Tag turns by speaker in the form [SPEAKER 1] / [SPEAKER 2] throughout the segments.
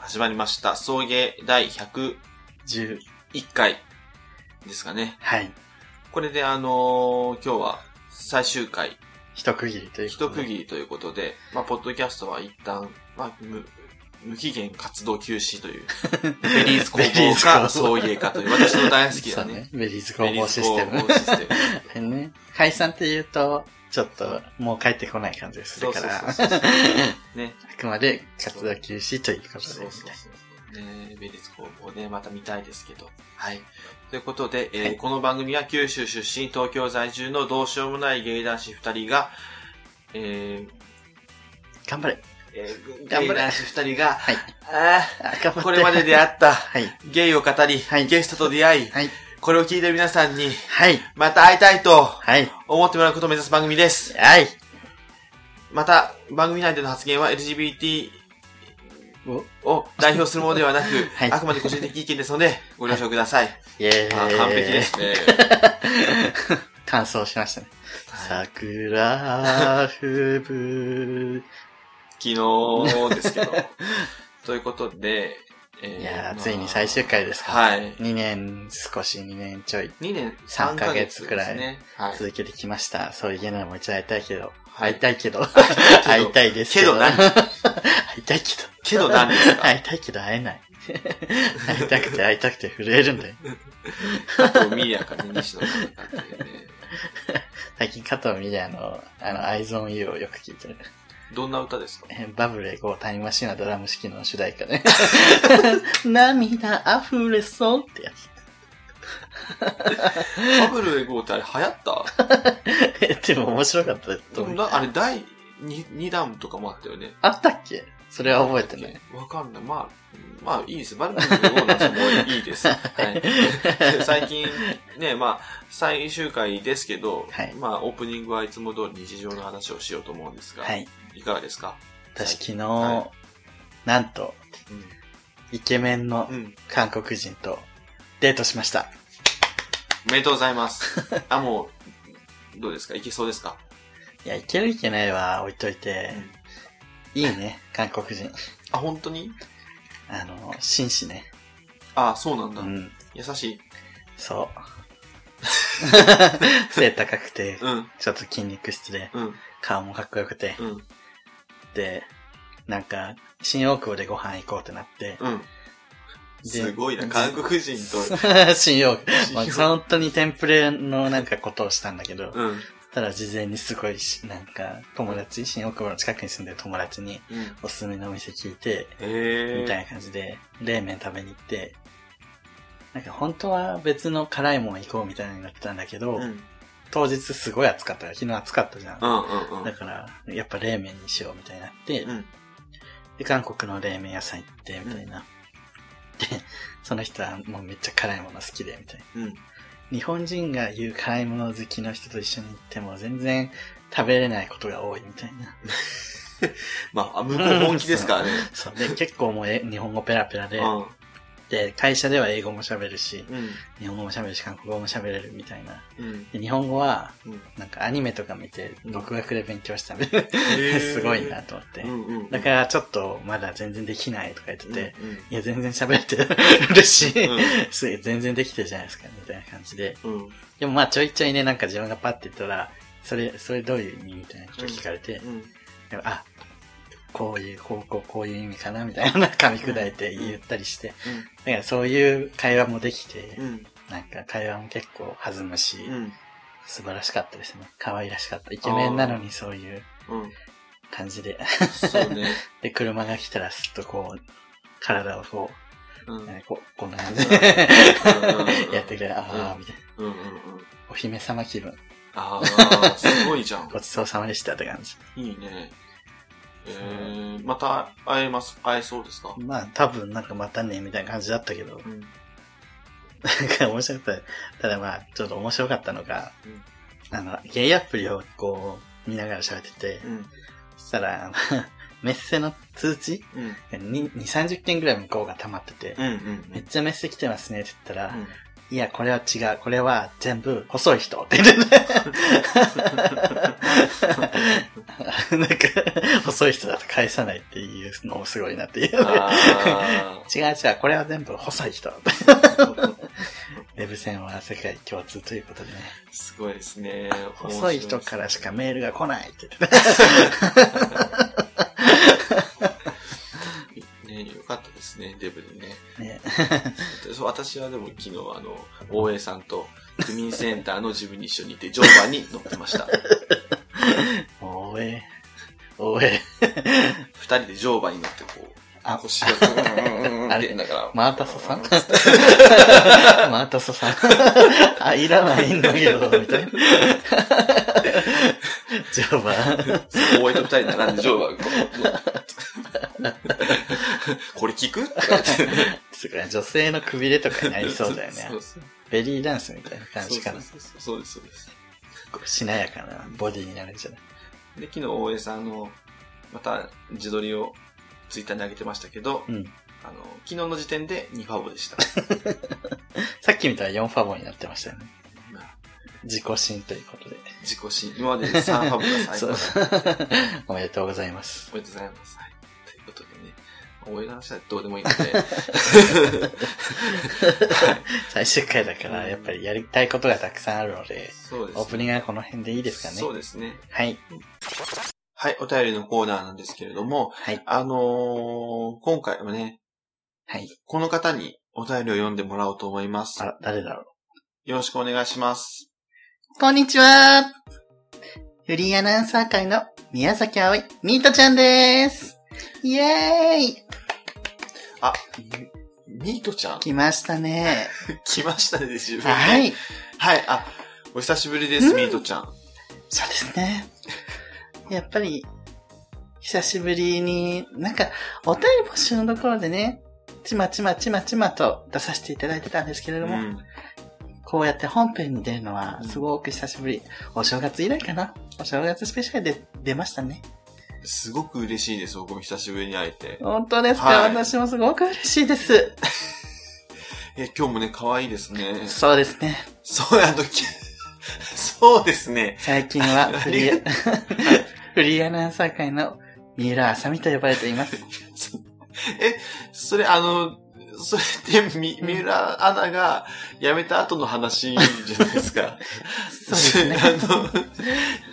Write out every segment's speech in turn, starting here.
[SPEAKER 1] 始まりました。送迎第101
[SPEAKER 2] 10。
[SPEAKER 1] 回ですかね。
[SPEAKER 2] はい。
[SPEAKER 1] これであのー今日は最終回、
[SPEAKER 2] 一区切りということ
[SPEAKER 1] 一
[SPEAKER 2] で。
[SPEAKER 1] 区切りということで、まあ、ポッドキャストは一旦、まあ、無無期限活動休止と いう、ベリーズ工
[SPEAKER 2] ベリー
[SPEAKER 1] 房
[SPEAKER 2] ズ
[SPEAKER 1] か
[SPEAKER 2] 工
[SPEAKER 1] 送迎かという、私の大好き
[SPEAKER 2] そ
[SPEAKER 1] な
[SPEAKER 2] う
[SPEAKER 1] ね。。
[SPEAKER 2] ベリーズ
[SPEAKER 1] ベ
[SPEAKER 2] 工
[SPEAKER 1] リー
[SPEAKER 2] 房
[SPEAKER 1] ズ
[SPEAKER 2] シ
[SPEAKER 1] 工房
[SPEAKER 2] ステム。
[SPEAKER 1] シス テム。
[SPEAKER 2] ね、解散って言うと、ちょっともう帰ってこない感じがす
[SPEAKER 1] そ
[SPEAKER 2] る
[SPEAKER 1] う
[SPEAKER 2] か
[SPEAKER 1] そう
[SPEAKER 2] ら、
[SPEAKER 1] そう
[SPEAKER 2] あ
[SPEAKER 1] そう。ね。
[SPEAKER 2] くまで活動休止ということで。
[SPEAKER 1] そうそうそう。ね、ベリス工房ね、また見たいですけど。はい。ということで、えー
[SPEAKER 2] はい
[SPEAKER 1] この番組は九州出身、東京在住のどうしようもない芸男子二人が、えー
[SPEAKER 2] 頑張れ。
[SPEAKER 1] えー
[SPEAKER 2] 頑張れ
[SPEAKER 1] 芸男子二人が、
[SPEAKER 2] はい。
[SPEAKER 1] あ
[SPEAKER 2] あ頑張って。
[SPEAKER 1] あ、これまで出会った
[SPEAKER 2] はい。
[SPEAKER 1] ゲイを語り、
[SPEAKER 2] はい
[SPEAKER 1] ゲストと出会い、
[SPEAKER 2] はい。
[SPEAKER 1] これを聞いてる皆さんに、
[SPEAKER 2] はい。
[SPEAKER 1] また会いたいと
[SPEAKER 2] はい。
[SPEAKER 1] 思ってもらうことを目指す番組です。
[SPEAKER 2] はい。
[SPEAKER 1] また、番組内での発言は LGBT
[SPEAKER 2] お
[SPEAKER 1] を代表するも のではなく、
[SPEAKER 2] はい
[SPEAKER 1] あくまで個人的意見ですので、ご了承ください。
[SPEAKER 2] イェーイ。
[SPEAKER 1] あー完璧で。すね。
[SPEAKER 2] 完走しましたね。桜吹
[SPEAKER 1] 昨日です けど。ということで、え
[SPEAKER 2] ぶ。
[SPEAKER 1] ー
[SPEAKER 2] いやー、
[SPEAKER 1] まあ
[SPEAKER 2] ついに最終回ですか。
[SPEAKER 1] はい。
[SPEAKER 2] 2年、少し2年ちょい
[SPEAKER 1] 2年
[SPEAKER 2] 三
[SPEAKER 1] 3ヶ
[SPEAKER 2] ヶ
[SPEAKER 1] 月
[SPEAKER 2] 月
[SPEAKER 1] く
[SPEAKER 2] く
[SPEAKER 1] ら
[SPEAKER 2] ら
[SPEAKER 1] い。
[SPEAKER 2] い
[SPEAKER 1] ね。はい。
[SPEAKER 2] 続けてきました。そういうのも一応会いたいけど。
[SPEAKER 1] は
[SPEAKER 2] 会いたいけど。
[SPEAKER 1] け
[SPEAKER 2] 会
[SPEAKER 1] ど
[SPEAKER 2] いたいです
[SPEAKER 1] け
[SPEAKER 2] けど。
[SPEAKER 1] ど何
[SPEAKER 2] 会いたいけど。
[SPEAKER 1] け ど何ですか
[SPEAKER 2] 会いたいけど会えない。会いたくて会いたくて震えるんだよ。
[SPEAKER 1] あと、ミリアかね、西野かねだってね。
[SPEAKER 2] 最近加藤美里の、あの、アイゾン U をよく聞いてる。
[SPEAKER 1] どんな歌ですか
[SPEAKER 2] えバブレ5タイムマシンはドラム式の主題歌ね。 涙溢れそうってやつ。
[SPEAKER 1] バブルエゴーってあれ流行った
[SPEAKER 2] えでも面白かった
[SPEAKER 1] で
[SPEAKER 2] と
[SPEAKER 1] も
[SPEAKER 2] 思う。
[SPEAKER 1] なあれ第 2, 二弾とかもあったよね。
[SPEAKER 2] あったっけそれは覚えてない。
[SPEAKER 1] わかんない。まあ、まあいいです。バルブのような人もいい です。はい。最近ね、まあ、最終回ですけど、
[SPEAKER 2] はい
[SPEAKER 1] まあ、オープニングはいつも通り日常の話をしようと思うんですが、、
[SPEAKER 2] はいい。
[SPEAKER 1] かがですか
[SPEAKER 2] 私昨日、
[SPEAKER 1] は
[SPEAKER 2] なんと、イケメンの
[SPEAKER 1] うん。うん。
[SPEAKER 2] 韓国人とデートしました。
[SPEAKER 1] おめでとうございます。 あ、もう、どうですかいけそうですか
[SPEAKER 2] いや、いけるいけないは置いといて
[SPEAKER 1] うん、
[SPEAKER 2] いいね、韓国人。
[SPEAKER 1] あ、本当に
[SPEAKER 2] あの、紳士ね。
[SPEAKER 1] あ、そうなん
[SPEAKER 2] う
[SPEAKER 1] だ。
[SPEAKER 2] ん、
[SPEAKER 1] 優しい。
[SPEAKER 2] そう。背高くて、
[SPEAKER 1] うん、
[SPEAKER 2] ちょっと筋肉質で、
[SPEAKER 1] うん、
[SPEAKER 2] 顔もかっこよくて、
[SPEAKER 1] うん、
[SPEAKER 2] で、なんか、新大久保でご飯行こうってなって、
[SPEAKER 1] うん。
[SPEAKER 2] です
[SPEAKER 1] ごいな、韓国人と。
[SPEAKER 2] 新大久保。もう本当にテンプレのなんかことをしたんだけど、
[SPEAKER 1] うん、うん。
[SPEAKER 2] ただ事前にすごいし、なんか、友達、新大久保の近くに住んでる友達に、おすすめのお店聞いて、
[SPEAKER 1] えー。
[SPEAKER 2] みたいな感じで、冷麺食べに行って、なんか本当は別の辛いもん行こうみたいになってたんだけど、
[SPEAKER 1] うん、うん、
[SPEAKER 2] 当日すごい暑かったから、昨日暑かったじゃん。
[SPEAKER 1] うん、うん
[SPEAKER 2] だ。から、やっぱ冷麺にしようみたいになって、
[SPEAKER 1] うん
[SPEAKER 2] で、韓国の冷麺屋さん行って、みたいな。で、その人はもうめっちゃ辛いもの好きで、みたいな。
[SPEAKER 1] うん。
[SPEAKER 2] 日本人が言う辛いもの好きの人と一緒に行っても全然食べれないことが多いみたいな。
[SPEAKER 1] まあ、向こう本気ですからね。
[SPEAKER 2] そう。 で、結構もうえ日本語ペラペラ
[SPEAKER 1] う
[SPEAKER 2] で、
[SPEAKER 1] ん、
[SPEAKER 2] で、会社では英語も喋るし、
[SPEAKER 1] うん、
[SPEAKER 2] 日本語も喋るし、韓国語も喋れるみたいな。
[SPEAKER 1] うん。
[SPEAKER 2] で日本語は、
[SPEAKER 1] うん
[SPEAKER 2] なんかアニメとか見て、
[SPEAKER 1] うん
[SPEAKER 2] 独学で勉強したみたい
[SPEAKER 1] へ
[SPEAKER 2] な。
[SPEAKER 1] ー
[SPEAKER 2] すごいなと思って。
[SPEAKER 1] うん、うん。
[SPEAKER 2] だから、ちょっと、まだ全然できないとか言って
[SPEAKER 1] うん、
[SPEAKER 2] て、
[SPEAKER 1] うん
[SPEAKER 2] いや、全然喋れて 嬉しい、
[SPEAKER 1] うん
[SPEAKER 2] すげえ全然できてるじゃないですか、みたいな感じで。
[SPEAKER 1] うん。
[SPEAKER 2] でもまあ、ちょいちょいね、なんか自分がパッて言ったら、それ、それどういう意味みたいなこと聞かれて、
[SPEAKER 1] うん。
[SPEAKER 2] でもあ、こういう、こう、こう、こういう意味かな、みたいな、噛み砕いて言ったりして、だからそういう会話もできて、
[SPEAKER 1] うん。
[SPEAKER 2] なんか会話も結構弾むし、
[SPEAKER 1] うん。
[SPEAKER 2] 素晴らしかったですね。可愛らしかった。イケメンなのにそういう
[SPEAKER 1] うん。
[SPEAKER 2] 感じで。
[SPEAKER 1] そうね。
[SPEAKER 2] で、車が来たらすっとこう、体をこ
[SPEAKER 1] うん。う
[SPEAKER 2] う、
[SPEAKER 1] ん。
[SPEAKER 2] ねここんな感じ
[SPEAKER 1] うんう
[SPEAKER 2] で
[SPEAKER 1] んうん
[SPEAKER 2] やってくれる。ああ、みたいな。
[SPEAKER 1] うん。うん。
[SPEAKER 2] お姫様気分。
[SPEAKER 1] ああ、すごいじゃん
[SPEAKER 2] ご。ちそうさまでしたって感じ。
[SPEAKER 1] いいね。えー、また会えます、会えそうですか
[SPEAKER 2] まあ、多分なんかまたね、みたいな感じだったけど、
[SPEAKER 1] うん。
[SPEAKER 2] なんか面白かった。ただまあ、ちょっと面白かったのが
[SPEAKER 1] うん、
[SPEAKER 2] あの、ゲイアプリをこう、見ながら喋ってて、
[SPEAKER 1] うん。
[SPEAKER 2] そしたら、あの メッセの通知
[SPEAKER 1] うん。
[SPEAKER 2] に2、30件ぐらい向こうが溜まってて
[SPEAKER 1] う、ん。うん。
[SPEAKER 2] めっちゃメッセ来てますねって言ったら、いや、これは違う。これは全部細い人って言ってねなんか、細い人だと返さないっていうのもすごいなっていう、ね。
[SPEAKER 1] あ
[SPEAKER 2] 違う違う、これは全部細い人。ウェブ戦は世界共通ということでね。
[SPEAKER 1] ーすごいですね。
[SPEAKER 2] 細い人からしかメールが来ないって言ってね。
[SPEAKER 1] ね、よかったですね、デブでね。
[SPEAKER 2] ね
[SPEAKER 1] そう私はでも昨日、あの、大江さんと区民センターの自分に一緒にいて、乗馬に乗ってま した。
[SPEAKER 2] おえ、おえ、
[SPEAKER 1] 二人で乗馬に乗って、こう、
[SPEAKER 2] あ
[SPEAKER 1] 腰がこう、うんうんうんうん
[SPEAKER 2] あ
[SPEAKER 1] っ
[SPEAKER 2] れ
[SPEAKER 1] て、だから、
[SPEAKER 2] マータソ さんマータソさん。あ、いらないんだけど、みたいな。ジョバ
[SPEAKER 1] 大江と二人並んで 乗馬がこう、これ聞くとか言って
[SPEAKER 2] すごい、女性のくびれとかになりそうだよね
[SPEAKER 1] そ。うそう
[SPEAKER 2] ベリーダンスみたいな感じかな。
[SPEAKER 1] そうそうそうそうです、そうです。
[SPEAKER 2] しなやかなボディになるんじゃない
[SPEAKER 1] で、昨日大江さんの、また自撮りをツイッターに上げてましたけど、
[SPEAKER 2] うん
[SPEAKER 1] あの、昨日の時点で2ファボでした。
[SPEAKER 2] さっき見たら4ファボになってましたよね。
[SPEAKER 1] まあ
[SPEAKER 2] 自己新ということで。
[SPEAKER 1] 自己新、今までで3ファボが最
[SPEAKER 2] そ
[SPEAKER 1] 高
[SPEAKER 2] う
[SPEAKER 1] だ。
[SPEAKER 2] おめでとうございます。
[SPEAKER 1] おめでとうございます。はい。ということでね、大江の話はどうでもいいので、
[SPEAKER 2] 最終回だから、やっぱりやりたいことがたくさんあるので、
[SPEAKER 1] そうです
[SPEAKER 2] オープニングはこの辺でいい
[SPEAKER 1] い
[SPEAKER 2] ですかね。
[SPEAKER 1] そうですね。
[SPEAKER 2] はい。
[SPEAKER 1] はい、お便りのコーナーなんですけれども、
[SPEAKER 2] はい。
[SPEAKER 1] あのー今回はね、
[SPEAKER 2] はい。
[SPEAKER 1] この方にお便りを読んでもらおうと思います。
[SPEAKER 2] あ、誰だろう。
[SPEAKER 1] よろしくお願いします。
[SPEAKER 2] こんにちはフリーアナウンサー会の宮崎葵、ミートちゃんですイエーイ
[SPEAKER 1] ミートちゃん
[SPEAKER 2] 来ましたね。
[SPEAKER 1] 来ましたね、自分で
[SPEAKER 2] はい。
[SPEAKER 1] はい、あ、お久しぶりです、
[SPEAKER 2] うん
[SPEAKER 1] ミートちゃん。
[SPEAKER 2] そうですね。やっぱり、久しぶりに、なんか、お便り募集のところでね、ちまちまちまちまと出させていただいてたんですけれども、
[SPEAKER 1] うん
[SPEAKER 2] こうやって本編に出るのはすごく久しぶり。お正月以来かなお正月スペシャルで出ましたね。
[SPEAKER 1] すごく嬉しいです、僕も久しぶりに会えて。
[SPEAKER 2] 本当ですか、
[SPEAKER 1] はい
[SPEAKER 2] 私もすごく嬉しいです。
[SPEAKER 1] え、今日もね、可愛いですね。
[SPEAKER 2] そうですね。
[SPEAKER 1] そう、あの、き そうですね。
[SPEAKER 2] 最 近はフリ
[SPEAKER 1] あ
[SPEAKER 2] ー、 フリーアナウンサー界の三浦あさみと呼ばれています。
[SPEAKER 1] そえ、それ、あの、それって、み、
[SPEAKER 2] うん
[SPEAKER 1] 三浦アナが辞めた後の話じゃないですか。。
[SPEAKER 2] そうですね
[SPEAKER 1] あの、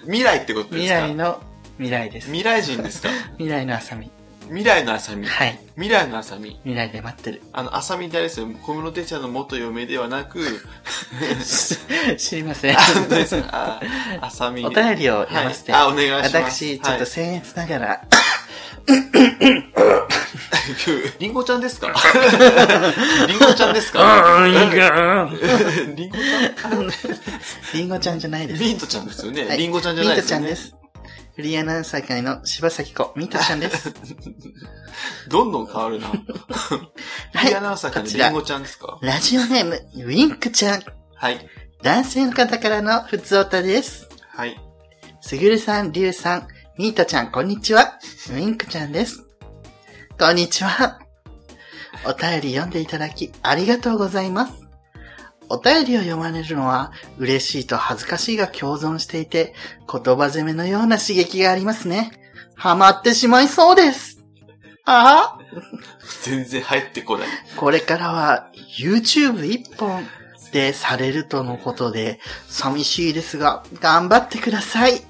[SPEAKER 1] 未来ってことで
[SPEAKER 2] 未
[SPEAKER 1] すか
[SPEAKER 2] 来の未来です。
[SPEAKER 1] 未来人ですか
[SPEAKER 2] 未来のあさみ。
[SPEAKER 1] 未来のあさみ。
[SPEAKER 2] はい。
[SPEAKER 1] 未来のあさみ。
[SPEAKER 2] 未来で 待ってる。
[SPEAKER 1] あの、あさみってあれですよ、小室哲也の元嫁ではなく、
[SPEAKER 2] し知りません。
[SPEAKER 1] あ、本当ですかあ、あさみ。
[SPEAKER 2] お便りを読ませて、
[SPEAKER 1] はい、あ、お願いします。
[SPEAKER 2] 私、ちょっと
[SPEAKER 1] はい
[SPEAKER 2] 僭越ながら、
[SPEAKER 1] リンゴちゃんです かリンゴちゃんですか
[SPEAKER 2] あーいいか
[SPEAKER 1] リンゴちゃん
[SPEAKER 2] リンゴちゃんじゃないです。
[SPEAKER 1] ミントちゃんですよね。
[SPEAKER 2] はい
[SPEAKER 1] リンゴちゃんじゃ
[SPEAKER 2] ミ
[SPEAKER 1] ない
[SPEAKER 2] ー
[SPEAKER 1] で
[SPEAKER 2] ト
[SPEAKER 1] す
[SPEAKER 2] ちゃ
[SPEAKER 1] よ
[SPEAKER 2] ん
[SPEAKER 1] ね。
[SPEAKER 2] です。フリーアナウンサー界の柴咲子、ミートちゃん です。
[SPEAKER 1] どんどん変わるな。
[SPEAKER 2] はい
[SPEAKER 1] リアナウンサーから
[SPEAKER 2] こちら
[SPEAKER 1] リンゴちゃんですか
[SPEAKER 2] ラジオネーム、ウィンクちゃん。
[SPEAKER 1] はい。
[SPEAKER 2] 男性の方からの普通おたです。
[SPEAKER 1] はい。
[SPEAKER 2] すぐるさん、りゅうさん、ミートちゃん、こんにちは。ウィンクちゃんです。こんにちは。お便り読んでいただき、ありがとうございます。お便りを読まれるのは、嬉しいと恥ずかしいが共存していて、言葉攻めのような刺激がありますね。ハマってしまいそうです。ああ
[SPEAKER 1] 全然入ってこない。
[SPEAKER 2] これからは YouTube 一本でされるとのことで、寂しいですが、頑張ってください。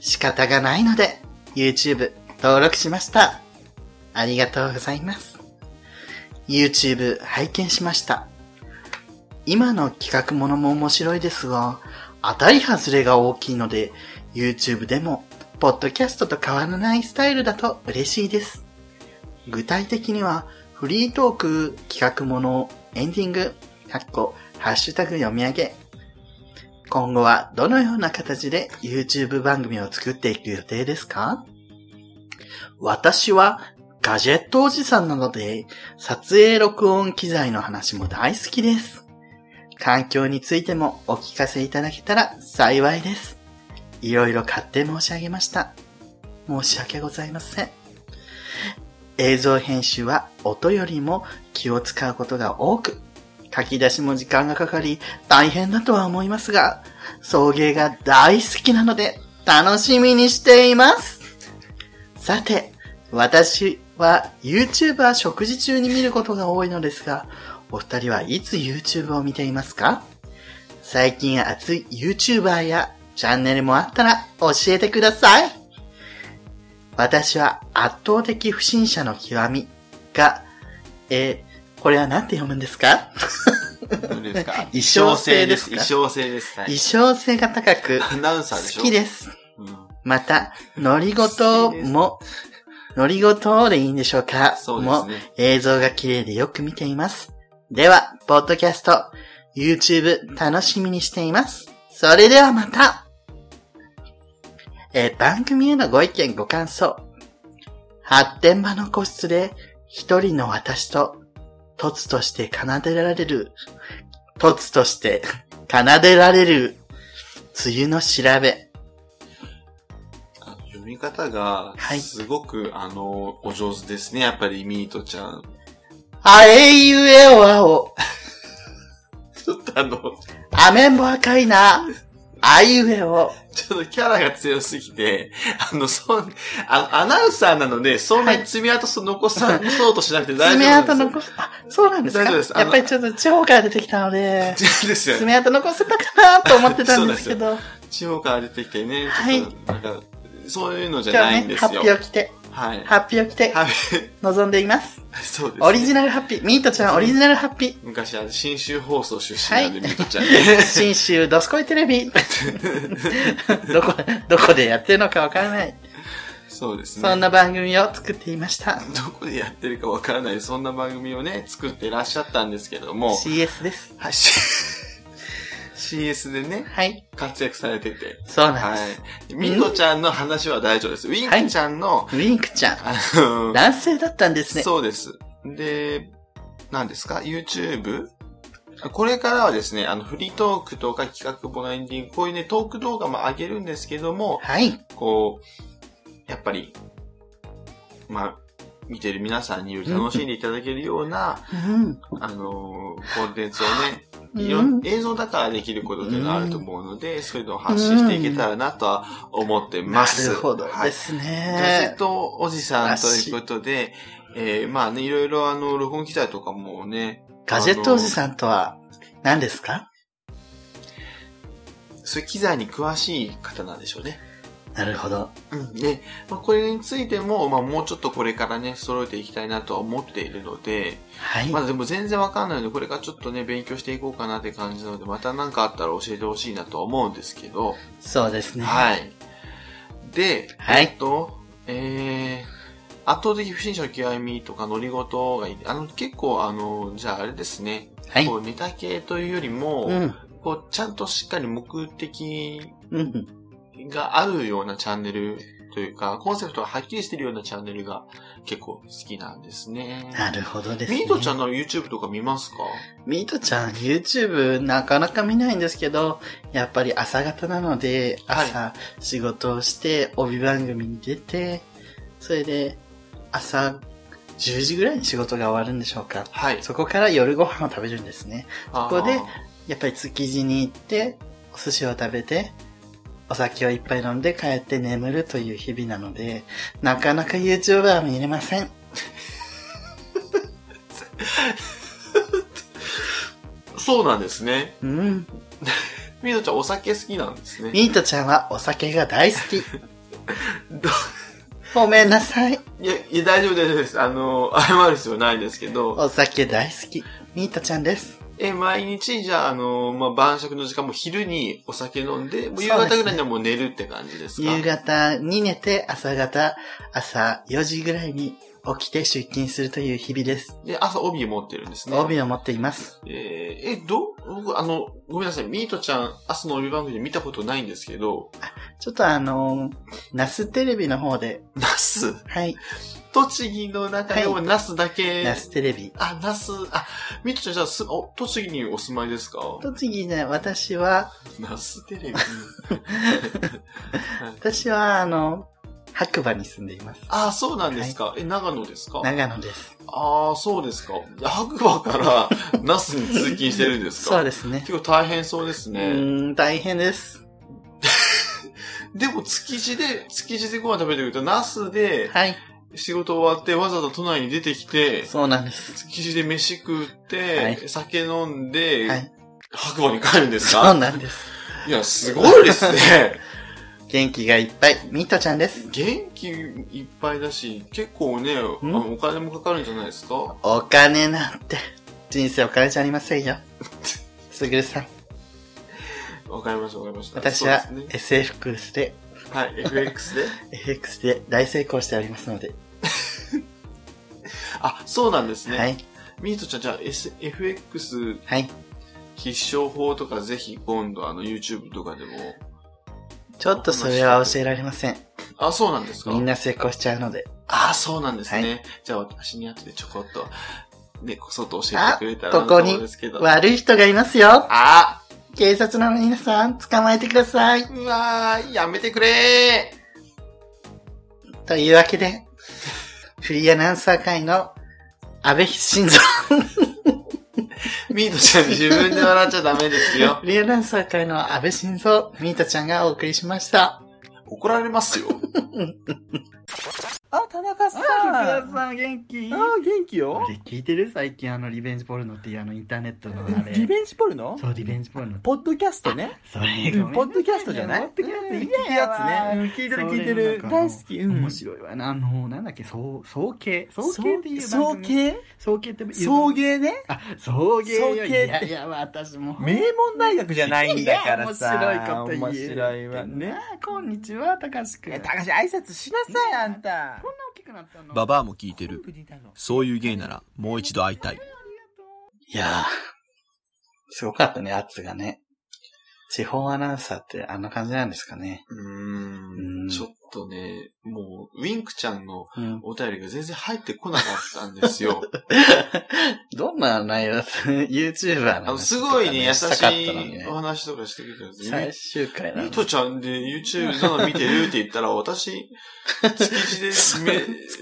[SPEAKER 2] 仕方がないので、YouTube 登録しました。ありがとうございます。YouTube 拝見しました。今の企画ものも面白いですが、当たり外れが大きいので、YouTube でも、ポッドキャストと変わらないスタイルだと嬉しいです。具体的には、フリートーク企画ものエンディング、かっこハッシュタグ読み上げ。今後はどのような形で YouTube 番組を作っていく予定ですか私はガジェットおじさんなので、撮影録音機材の話も大好きです。環境についてもお聞かせいただけたら幸いです。いろいろ買って申し上げました。申し訳ございません。映像編集は音よりも気を使うことが多く、書き出しも時間がかかり、大変だとは思いますが、送迎が大好きなので、楽しみにしています。さて、私は YouTube は食事中に見ることが多いのですが、お二人はいつ YouTube を見ていますか最近熱い YouTuber やチャンネルもあったら教えてください。私は圧倒的不審者の極みが、えーこれは何て読むんですか
[SPEAKER 1] どうですか
[SPEAKER 2] 一生制ですか
[SPEAKER 1] 一生制です。はい
[SPEAKER 2] 異常性が高く
[SPEAKER 1] アナウンサ
[SPEAKER 2] 好
[SPEAKER 1] ーでしょ
[SPEAKER 2] き
[SPEAKER 1] す。
[SPEAKER 2] です。
[SPEAKER 1] うん
[SPEAKER 2] また、乗り事も、乗り事でいいんでしょうか
[SPEAKER 1] そうで
[SPEAKER 2] も
[SPEAKER 1] す、ね。
[SPEAKER 2] 映像が綺麗でよく見ています。では、ポッドキャスト、YouTube 楽しみにしています。それではまたえー番組へのご意見ご感想。発展場の個室で一人の私と、突として奏でられる、突として 奏でられる、梅雨の調べ。
[SPEAKER 1] あの読み方が
[SPEAKER 2] は、い
[SPEAKER 1] すごく、あの、お上手ですね。やっぱりミートちゃん。
[SPEAKER 2] あえいうえおあお。
[SPEAKER 1] ちょっとあの、
[SPEAKER 2] アメンボ赤いな。あいうえお。
[SPEAKER 1] ちょっとキャラが強すぎて、あの、そん、あの、アナウンサーなので、そんなに爪痕そ残さ、そうとしなくて大丈夫
[SPEAKER 2] 爪
[SPEAKER 1] なんです
[SPEAKER 2] 痕残す、あ、そうなんですか
[SPEAKER 1] 大丈夫ですあの
[SPEAKER 2] やっぱりちょっと地方から出てきたので、
[SPEAKER 1] 爪 ですよね。
[SPEAKER 2] 爪痕残せたかなと思ってたんですけど、
[SPEAKER 1] 地方から出てきてね、
[SPEAKER 2] はい
[SPEAKER 1] ちょっと、なんか、そういうのじゃ
[SPEAKER 2] 今
[SPEAKER 1] な
[SPEAKER 2] 日
[SPEAKER 1] いん
[SPEAKER 2] ね、
[SPEAKER 1] です
[SPEAKER 2] ハ
[SPEAKER 1] よ。
[SPEAKER 2] ッピーを着て、
[SPEAKER 1] はい。
[SPEAKER 2] ハッピーを着て、
[SPEAKER 1] は
[SPEAKER 2] 望んでいます。
[SPEAKER 1] そうです、ね。
[SPEAKER 2] オリジナルハッピー、ミートちゃんオリジナルハッ ピ
[SPEAKER 1] 昔、あの、新州放送出身なんで、
[SPEAKER 2] はい
[SPEAKER 1] みこちゃんね。
[SPEAKER 2] ー、新州ドスコイテレビ、 どこ、どこでやってるのかわからない、
[SPEAKER 1] そうですね。
[SPEAKER 2] そんな番組を作っていました。
[SPEAKER 1] どこでやってるかわからない、そんな番組をね、作ってらっしゃったんですけども、
[SPEAKER 2] CS です。
[SPEAKER 1] はい、 し CS でね、
[SPEAKER 2] はい、
[SPEAKER 1] 活躍されてて。
[SPEAKER 2] そうなんで
[SPEAKER 1] は
[SPEAKER 2] す。
[SPEAKER 1] い。ミトちゃんの話は大丈夫です。ウィンクちゃんの、
[SPEAKER 2] ウィンクちゃん、
[SPEAKER 1] あの、
[SPEAKER 2] 男性だったんですね。
[SPEAKER 1] そうです。で、何ですか ?YouTube? これからはですね、あの、フリートークとか企画ボナエンディング、こういうね、トーク動画も上げるんですけども、
[SPEAKER 2] はい。
[SPEAKER 1] こう、やっぱり、まあ、見てる皆さんにより楽しんでいただけるような、
[SPEAKER 2] うん。
[SPEAKER 1] あのーコンテンツをね、いろ
[SPEAKER 2] うん
[SPEAKER 1] ん、映像だからできることっていうのはあると思うので、そういうのを発信していけたらなとは思って
[SPEAKER 2] な
[SPEAKER 1] ます。
[SPEAKER 2] るほど
[SPEAKER 1] はい
[SPEAKER 2] です
[SPEAKER 1] ガジェ
[SPEAKER 2] ね
[SPEAKER 1] ッ。トおじさんということで、えー、まあね、いろいろあの、録音機材とかもね、
[SPEAKER 2] ガジェットおじさんとは何ですか
[SPEAKER 1] そういう機材に詳しい方なんでしょうね。
[SPEAKER 2] なるほど。
[SPEAKER 1] うん。で、まあ、これについても、まあもうちょっとこれからね、揃えていきたいなとは思っているので、
[SPEAKER 2] はい。
[SPEAKER 1] まだでも全然わかんないので、これからちょっとね、勉強していこうかなって感じなので、また何かあったら教えてほしいなとは思うんですけど、
[SPEAKER 2] そうですね。
[SPEAKER 1] はい。で、
[SPEAKER 2] はい
[SPEAKER 1] えっと、えー、圧倒的不審者の極みとか乗り事がいい。あの、結構あの、じゃああれですね、
[SPEAKER 2] はい。
[SPEAKER 1] こうネタ系というよりも、
[SPEAKER 2] うん。
[SPEAKER 1] こうちゃんとしっかり目的
[SPEAKER 2] うん。
[SPEAKER 1] があるようなチャンネルというか、コンセプトがはっきりしてるようなチャンネルが結構好きなんですね。
[SPEAKER 2] なるほどですね。
[SPEAKER 1] ミートちゃん。の YouTube とか見ますか
[SPEAKER 2] ミートちゃん、YouTube なかなか見ないんですけど、やっぱり朝方なので、
[SPEAKER 1] はい
[SPEAKER 2] 朝仕事をして、帯番組に出て、それで朝10時ぐらいに仕事が終わるんでしょうか。
[SPEAKER 1] はい。
[SPEAKER 2] そこから夜ご飯を食べるんですね。
[SPEAKER 1] あー
[SPEAKER 2] こでやっぱり築地に行って、お寿司を食べて、お酒をいっぱい飲んで帰って眠るという日々なので、なかなか YouTuber も見れません。
[SPEAKER 1] そうなんですね。
[SPEAKER 2] うん。
[SPEAKER 1] ミートちゃんお酒好きなんですね。
[SPEAKER 2] ミートちゃんはお酒が大好き。
[SPEAKER 1] ど
[SPEAKER 2] ごめんなさい。
[SPEAKER 1] いや、いや大丈夫大丈夫です。あの、 謝る必要ないですけど、
[SPEAKER 2] お酒大好き。ミートちゃんです。
[SPEAKER 1] え、毎日、じゃあ、あの、まあ、晩酌の時間も昼にお酒飲んで、もう夕方ぐらいにはもう寝るって感じですか
[SPEAKER 2] 夕方に寝て、朝方、朝4時ぐらいに起きて出勤するという日々です。
[SPEAKER 1] で、朝帯持ってるんですね。
[SPEAKER 2] 帯を持っています。
[SPEAKER 1] えーえ、ど、僕、あの、ごめんなさい、ミートちゃん、朝の帯番組見たことないんですけど、
[SPEAKER 2] ちょっとあのナステレビの方で、
[SPEAKER 1] ナス、
[SPEAKER 2] はい、
[SPEAKER 1] 栃木の中でも
[SPEAKER 2] は
[SPEAKER 1] ナスだけ、
[SPEAKER 2] ナステレビ
[SPEAKER 1] あ、ナス、あ、ミートちゃん、じゃあす、お、栃木にお住まいですか
[SPEAKER 2] 栃木ね、私は、
[SPEAKER 1] ナステレビ。
[SPEAKER 2] 私は、あの、白馬に住んでいます。
[SPEAKER 1] ああ、そうなんですか。え、長野ですか
[SPEAKER 2] 長野です。
[SPEAKER 1] ああ、そうですか。白馬から那須に通勤してるんですか
[SPEAKER 2] そうですね。
[SPEAKER 1] 結構大変そうです
[SPEAKER 2] う
[SPEAKER 1] ね。
[SPEAKER 2] ーん、大変です。
[SPEAKER 1] でも築地で、築地でご飯食べてくると、那須で
[SPEAKER 2] はい。
[SPEAKER 1] 仕事終わってわざと都内に出てきて、
[SPEAKER 2] そうなんです。
[SPEAKER 1] 築地で飯食って、
[SPEAKER 2] はい
[SPEAKER 1] 酒飲んで、
[SPEAKER 2] はい。
[SPEAKER 1] 白馬に帰るんです
[SPEAKER 2] そう
[SPEAKER 1] か
[SPEAKER 2] なんです。
[SPEAKER 1] いや、すごいですね。
[SPEAKER 2] 元気がいっぱい。ミートちゃんです。
[SPEAKER 1] 元気いっぱいだし、結構ね、あのお金もかかるんじゃないですか
[SPEAKER 2] お金なんて、人生お金じゃありませ んよ。すぐるさん、
[SPEAKER 1] わかりました、わかりました。
[SPEAKER 2] 私は
[SPEAKER 1] そうですね
[SPEAKER 2] SF クルスで、
[SPEAKER 1] はい、FX で。
[SPEAKER 2] FX で大成功しておりますので、
[SPEAKER 1] あ、そうなんですね。
[SPEAKER 2] はい、
[SPEAKER 1] ミートちゃん、じゃあ、S、FX
[SPEAKER 2] はい。
[SPEAKER 1] 必勝法とかぜひ今度あの YouTube とかでも。
[SPEAKER 2] ちょっとそれは教えられません。
[SPEAKER 1] あ、そうなんですか
[SPEAKER 2] みんな成功しちゃうので。
[SPEAKER 1] あ、そうなんですね。
[SPEAKER 2] は
[SPEAKER 1] じゃあ私に後でちょこっと、ね、こそっと教え
[SPEAKER 2] あ
[SPEAKER 1] てくれたら
[SPEAKER 2] こ
[SPEAKER 1] なと
[SPEAKER 2] こ
[SPEAKER 1] 思うん
[SPEAKER 2] に
[SPEAKER 1] ですけど。
[SPEAKER 2] 悪い人がいますよ。
[SPEAKER 1] あ
[SPEAKER 2] 警察の皆さん、捕まえてください。
[SPEAKER 1] うわー、やめてくれー
[SPEAKER 2] というわけで、フリーアナウンサー会の安倍晋三。
[SPEAKER 1] ミートちゃん自分で笑っちゃダメです よ。
[SPEAKER 2] フリーアナウンサー会の安倍晋三、ミートちゃんがお送りしました。
[SPEAKER 1] 怒られますよ。
[SPEAKER 3] あ、田中さん。
[SPEAKER 2] さん、元気
[SPEAKER 3] あ、元気よ。
[SPEAKER 2] 俺聞いてる最近あのリベンジポルノっていうあのインターネットのあれ
[SPEAKER 3] リベンジポルノ
[SPEAKER 2] そうリベンジポルノ
[SPEAKER 3] ポッドキャストね。
[SPEAKER 2] それ
[SPEAKER 3] うんポッドキャストじゃない
[SPEAKER 2] ポッドキャストいい
[SPEAKER 3] うん
[SPEAKER 2] ね聞い
[SPEAKER 3] てる聞いてる大好きうん
[SPEAKER 2] 面白いわなあのなんだっけそう総計総
[SPEAKER 3] そう
[SPEAKER 2] 計っていう
[SPEAKER 3] 送
[SPEAKER 2] 番組
[SPEAKER 3] 迎
[SPEAKER 2] 総計っていう
[SPEAKER 3] 送迎ね。
[SPEAKER 2] あ送迎よ
[SPEAKER 3] 送迎って
[SPEAKER 2] いやいや私も
[SPEAKER 3] 名門大学じゃないんだからさ。
[SPEAKER 2] いや面白いこと
[SPEAKER 3] 面
[SPEAKER 2] 言える
[SPEAKER 3] 白いわね。
[SPEAKER 2] あこんにちは高橋くん
[SPEAKER 3] え、
[SPEAKER 2] こんな
[SPEAKER 3] 高橋挨拶しなさい、あんた。
[SPEAKER 2] 大きくなったの
[SPEAKER 4] ババアも聞いてる。
[SPEAKER 3] い
[SPEAKER 4] そういう芸ならもう一度会いたい。
[SPEAKER 2] いやー、すごかったね、圧がね。地方アナウンサーってあんな感じなんですかね。
[SPEAKER 1] うー、
[SPEAKER 2] うんん
[SPEAKER 1] ちょっとね、もう、ウィンクちゃんの
[SPEAKER 2] うん。
[SPEAKER 1] お便りが全然入ってこなかったんです よ。
[SPEAKER 2] どんな内容だった ?YouTuber
[SPEAKER 1] あ
[SPEAKER 2] の話とかね、
[SPEAKER 1] の、すごいね、優し
[SPEAKER 2] したかったのに
[SPEAKER 1] い
[SPEAKER 2] ね
[SPEAKER 1] お話とかしてくれたんですね
[SPEAKER 2] 最。終回なの
[SPEAKER 1] ミ
[SPEAKER 2] に
[SPEAKER 1] ートちゃんで YouTube なの見てるって言ったら、私、築地でめ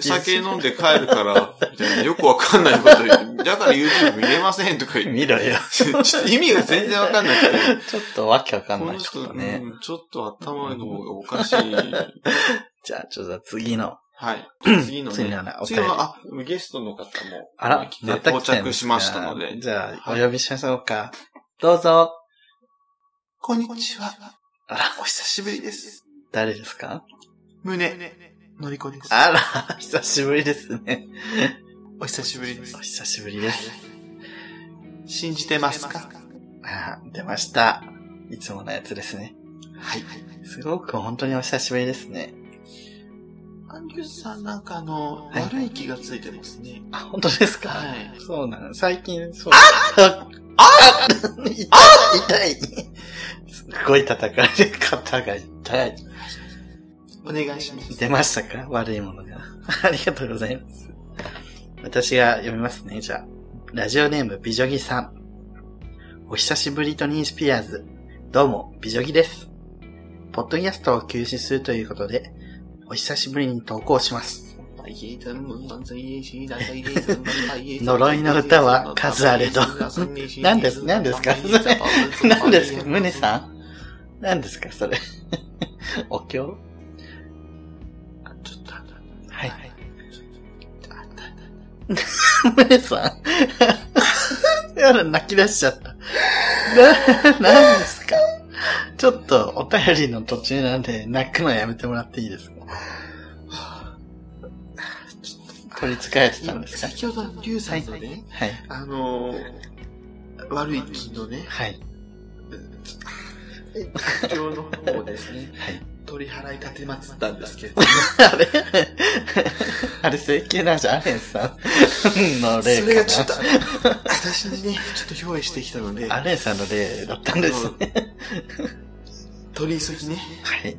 [SPEAKER 1] 酒飲んで帰るから、みたいな、よくわかんないこと言って、だから YouTube 見れませんとか言って、
[SPEAKER 2] 見ろよ。
[SPEAKER 1] ちょっと意味が全然わかんなくて。
[SPEAKER 2] ちょっとわけわかん
[SPEAKER 1] こ
[SPEAKER 2] な
[SPEAKER 1] の
[SPEAKER 2] いと
[SPEAKER 1] 人、
[SPEAKER 2] かね。
[SPEAKER 1] うんちょっと頭の方がおかしい。
[SPEAKER 2] じゃあ、ちょっと次の。
[SPEAKER 1] はい。次のね。
[SPEAKER 2] 次のねお便
[SPEAKER 1] 次
[SPEAKER 2] り
[SPEAKER 1] は、あ、ゲストの方も、ま
[SPEAKER 2] あら、
[SPEAKER 1] 来て
[SPEAKER 2] また
[SPEAKER 1] 到
[SPEAKER 2] 来たんで
[SPEAKER 1] 着
[SPEAKER 2] す
[SPEAKER 1] し
[SPEAKER 2] か
[SPEAKER 1] ましたので。
[SPEAKER 2] じゃあ、お呼びしましょうか。どうぞ。
[SPEAKER 1] こんにちは。
[SPEAKER 2] あら、
[SPEAKER 1] お久しぶりです。
[SPEAKER 2] 誰ですか
[SPEAKER 1] 胸、のりこです。
[SPEAKER 2] あら、 久しぶりですね。
[SPEAKER 1] お久しぶりです
[SPEAKER 2] お。久しぶりです。
[SPEAKER 1] 信じてますか
[SPEAKER 2] あー出ました。いつものやつですね。
[SPEAKER 1] はい。
[SPEAKER 2] すごく本当にお久しぶりですね。
[SPEAKER 1] アンギュさんなんかあの、
[SPEAKER 2] はい
[SPEAKER 1] 悪い気がついてますね。
[SPEAKER 2] あ、本当ですか、
[SPEAKER 1] はい
[SPEAKER 2] そうなの。最近、そう。ああ痛い痛いすっごい叩かれる方が痛い。
[SPEAKER 1] お願いします。
[SPEAKER 2] 出ましたか悪いものが。 ありがとうございます。私が読みますね、じゃあ。ラジオネーム、美女木さん。お久しぶりトニースピアーズ。どうも、美女木です。ポッドキャストを休止するということで、お久しぶりに投稿 します。呪
[SPEAKER 1] 呪
[SPEAKER 2] いの歌は数あれど何です何ですかそれ何ですか宗さん何ですかそれ。 お経
[SPEAKER 1] ちょっと、
[SPEAKER 2] はい
[SPEAKER 1] は。いあったあった
[SPEAKER 2] 宗さんやら、泣き出しちゃった。な、何ですかちょっとお便りの途中なんで泣くのやめてもらっていいですか
[SPEAKER 1] ちょっと
[SPEAKER 2] 取り憑かれてたんですか
[SPEAKER 1] 先ほど、リュウさんのね、
[SPEAKER 2] はい。
[SPEAKER 1] あのー、悪い気のね、
[SPEAKER 2] はい。
[SPEAKER 1] 不調の方をですね、
[SPEAKER 2] はい。
[SPEAKER 1] 取り払い立てまつったんですけれども、
[SPEAKER 2] あれあれ、整形男子アレンさんの
[SPEAKER 1] それ
[SPEAKER 2] 例
[SPEAKER 1] がちょ
[SPEAKER 2] か
[SPEAKER 1] っと、私にね、ちょっと用意してきたので、
[SPEAKER 2] な。アレンさんの例だったんですね。
[SPEAKER 1] 取り急ぎね、
[SPEAKER 2] はい。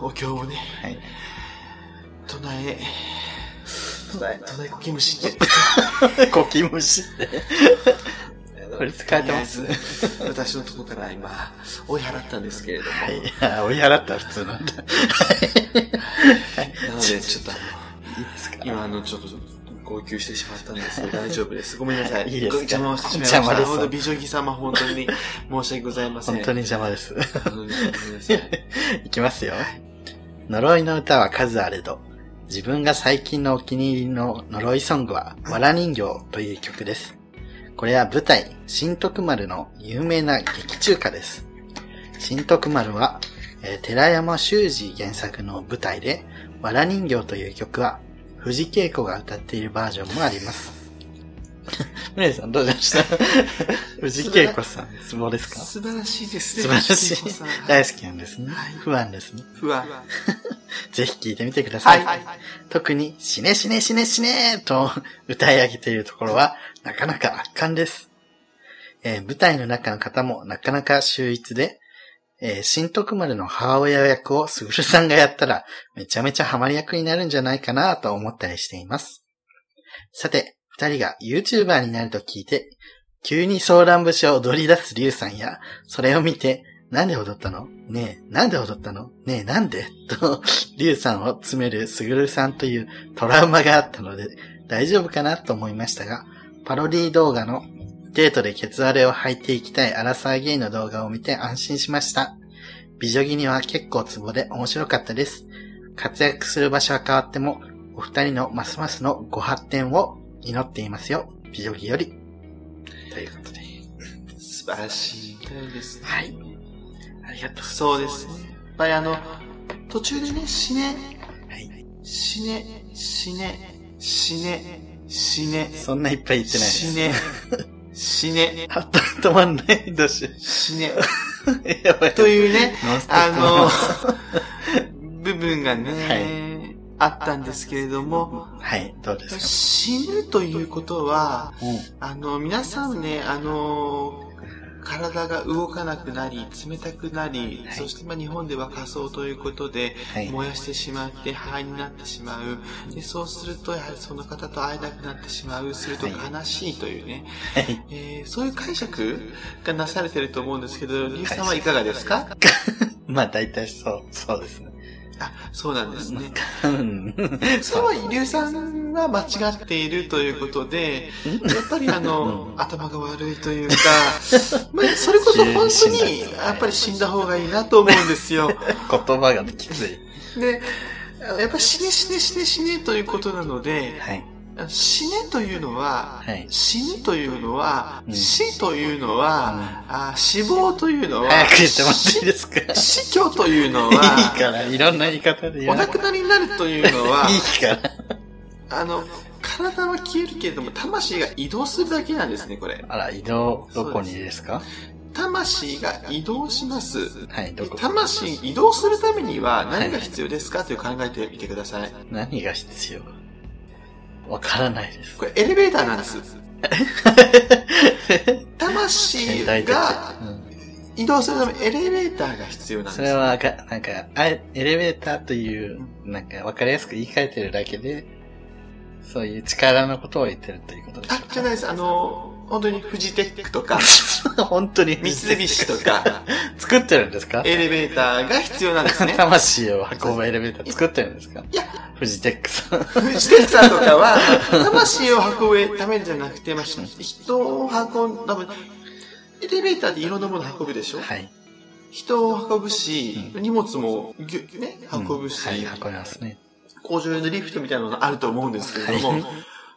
[SPEAKER 1] お経をね、
[SPEAKER 2] はい。
[SPEAKER 1] 唱え、唱え、唱えこきむしって。
[SPEAKER 2] 呼吸虫って。 これ使えてます
[SPEAKER 1] とりあえず私のとこから今、追い払ったんですけれども、
[SPEAKER 2] はい。あ追い払ったら普通なんだ。はい
[SPEAKER 1] なので、ちょっとあの、今あの、ちょっと、号泣してしまったんです けど、大丈夫です。ごめんなさい。
[SPEAKER 2] いいですか
[SPEAKER 1] 邪魔をしてしまいました。
[SPEAKER 2] 邪魔です
[SPEAKER 1] 本当、美女妃様、本当に申し訳ございません。
[SPEAKER 2] 本当に邪魔です。
[SPEAKER 1] 本当にごめんなさい。
[SPEAKER 2] いきますよ。呪いの歌は数あれど、自分が最近のお気に入りの呪いソングは、わら人形という曲です。これは舞台、新徳丸の有名な劇中歌です。新徳丸は、えー寺山修司原作の舞台で、わら人形という曲は、藤恵子が歌っているバージョンもあります。 ムネさんどうしました 藤恵子さん、ツボですか
[SPEAKER 1] 素晴らしいですね。
[SPEAKER 2] 素晴らしい
[SPEAKER 1] 藤井さん。
[SPEAKER 2] 大好きなんですね。不安ですね。
[SPEAKER 1] ふわ。
[SPEAKER 2] ぜひ聴いてみてくださ。
[SPEAKER 1] はいい。はい。
[SPEAKER 2] 特に、死ね死ね死ね死ねと 歌い上げているところは、なかなか圧巻です。えー舞台の中の方もなかなか秀逸で、えー新徳丸の母親役をすぐるさんがやったら、めちゃめちゃハマり役になるんじゃないかなと思ったりしています。さて、二人が YouTuber になると聞いて、急にソーラン節を踊り出すリュウさんや、それを見て、なんで踊ったのねえ、なんで踊ったのねえ、なんでと、リュウさんを詰めるスグルさんというトラウマがあったので大丈夫かなと思いましたが、パロディ動画のデートでケツ割れを履いていきたいアラサーゲイの動画を見て安心しました。美女着には結構ツボで面白かったです。活躍する場所は変わっても、お二人のますますのご発展を祈っていますよ。美女着より。ということで。
[SPEAKER 1] 素晴らしい歌ですね。
[SPEAKER 2] はい。ありがと
[SPEAKER 1] そうですね。やっぱりあの、途中でね、死ね、
[SPEAKER 2] う。はい。
[SPEAKER 1] 死ね、死ね、死ね、死ね、
[SPEAKER 2] そんないっぱい言ってないです。
[SPEAKER 1] 死ね、死ね、
[SPEAKER 2] あと止まんない。どうしよ
[SPEAKER 1] 死ね、
[SPEAKER 2] う。やばい。
[SPEAKER 1] というね、
[SPEAKER 2] ノンストップ
[SPEAKER 1] あの、部分がね、あ
[SPEAKER 2] は
[SPEAKER 1] ったんですけれども、
[SPEAKER 2] はい、どうですか
[SPEAKER 1] 死ぬということは、
[SPEAKER 2] う
[SPEAKER 1] あの、皆さんね、あの、体が動かなくなり、冷たくなり、
[SPEAKER 2] はい
[SPEAKER 1] そしてまあ日本では火葬ということで、
[SPEAKER 2] はい
[SPEAKER 1] 燃やしてしまって灰になってしまう。で、そうすると、やはりその方と会えなくなってしまう。すると悲しいというね、
[SPEAKER 2] い
[SPEAKER 1] えーそういう解釈がなされてると思うんですけど、リュウさんはいかがですか
[SPEAKER 2] まあ大体そう、そうですね。
[SPEAKER 1] あ、そうなんですね。
[SPEAKER 2] うん。
[SPEAKER 1] そうは、リュウさんは間違っているということで、やっぱりあの、頭が悪いというか、まあ、それこそ本当に、やっぱり死んだ方がいいなと思うんですよ。
[SPEAKER 2] 言葉がきつい。
[SPEAKER 1] で、やっぱり死ね死ね死ね死ねということなので、
[SPEAKER 2] はい。
[SPEAKER 1] 死ねというのは、
[SPEAKER 2] はい
[SPEAKER 1] 死ぬというのは、
[SPEAKER 2] うん
[SPEAKER 1] 死というのは、あ死亡というのは、
[SPEAKER 2] 早く言ってもらっていいですかい
[SPEAKER 1] 死死去というの
[SPEAKER 2] いか
[SPEAKER 1] は、
[SPEAKER 2] ら、いろんな言い方で言
[SPEAKER 1] お
[SPEAKER 2] わな
[SPEAKER 1] 亡
[SPEAKER 2] くて
[SPEAKER 1] くなりになるというのは、
[SPEAKER 2] いいから。
[SPEAKER 1] あの、体は消えるけれども、魂が移動するだけなんですね、これ。
[SPEAKER 2] あら、移動、どこにですか
[SPEAKER 1] 魂が移動します。
[SPEAKER 2] はい、ど
[SPEAKER 1] で
[SPEAKER 2] こ
[SPEAKER 1] 魂移動するためには何が必要ですかという考えてみてください。
[SPEAKER 2] 何が必要わからないです。
[SPEAKER 1] これエレベーターなんです。 魂
[SPEAKER 2] 現代的。
[SPEAKER 1] が
[SPEAKER 2] うん
[SPEAKER 1] 移動するためにエレベーターが必要なん
[SPEAKER 2] そ
[SPEAKER 1] で
[SPEAKER 2] れ
[SPEAKER 1] す。
[SPEAKER 2] はわか、なんか、あエレベーターという、なんか、わかりやすく言い換えてるだけで、そういう力のことを言ってるということでしょ
[SPEAKER 1] あ、じゃないです。あの、本当にフジテックとか、
[SPEAKER 2] うか 本当に。
[SPEAKER 1] 三菱とか、
[SPEAKER 2] 作ってるんですか
[SPEAKER 1] エレベーターが必要なんですね。
[SPEAKER 2] 魂を運ぶエレベーター作ってるんですか
[SPEAKER 1] いや
[SPEAKER 2] フジテックさん。
[SPEAKER 1] フジテックさんとかは、魂を運ぶためじゃなくて、まあ、ひ人を運んだ、エレベーターでいろんなもの運ぶでしょ、
[SPEAKER 2] はい。
[SPEAKER 1] 人を運ぶし、荷物もぎゅ、ね、運ぶし、
[SPEAKER 2] はい、運びますね。
[SPEAKER 1] 工場用のリフトみたいなのがあると思うんですけれども、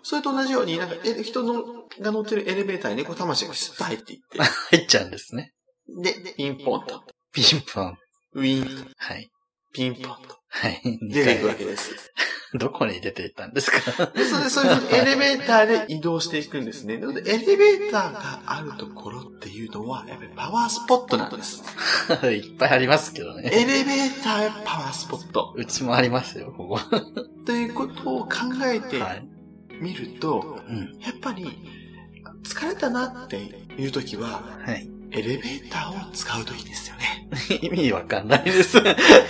[SPEAKER 1] それと同じように、なんか、え人のが乗ってるエレベーターにね、こう魂がスッと入っていって、
[SPEAKER 2] 入っちゃうんですね。
[SPEAKER 1] で、ピンポンと、
[SPEAKER 2] ピンポン。
[SPEAKER 1] ウィーンと、
[SPEAKER 2] はい。
[SPEAKER 1] ピンポンと
[SPEAKER 2] はい。
[SPEAKER 1] 出ていくわ
[SPEAKER 2] 二
[SPEAKER 1] けです。
[SPEAKER 2] 回どこに出ていったんですか
[SPEAKER 1] で、それでそういうふうにエレベーターで移動していくんですね。なので、エレベーターがあるところっていうのは、やっぱりパワースポットなんです。
[SPEAKER 2] いっぱいありますけど
[SPEAKER 1] エ
[SPEAKER 2] ね。
[SPEAKER 1] レベーターやパワースポット。
[SPEAKER 2] うちもありますよ、ここ。は
[SPEAKER 1] ということを考えて
[SPEAKER 2] い。
[SPEAKER 1] みると、
[SPEAKER 2] うん。
[SPEAKER 1] やっぱり、疲れたなっていう時は、
[SPEAKER 2] はい。
[SPEAKER 1] エレベーターを使う時ですよね。
[SPEAKER 2] 意味わかんないです。い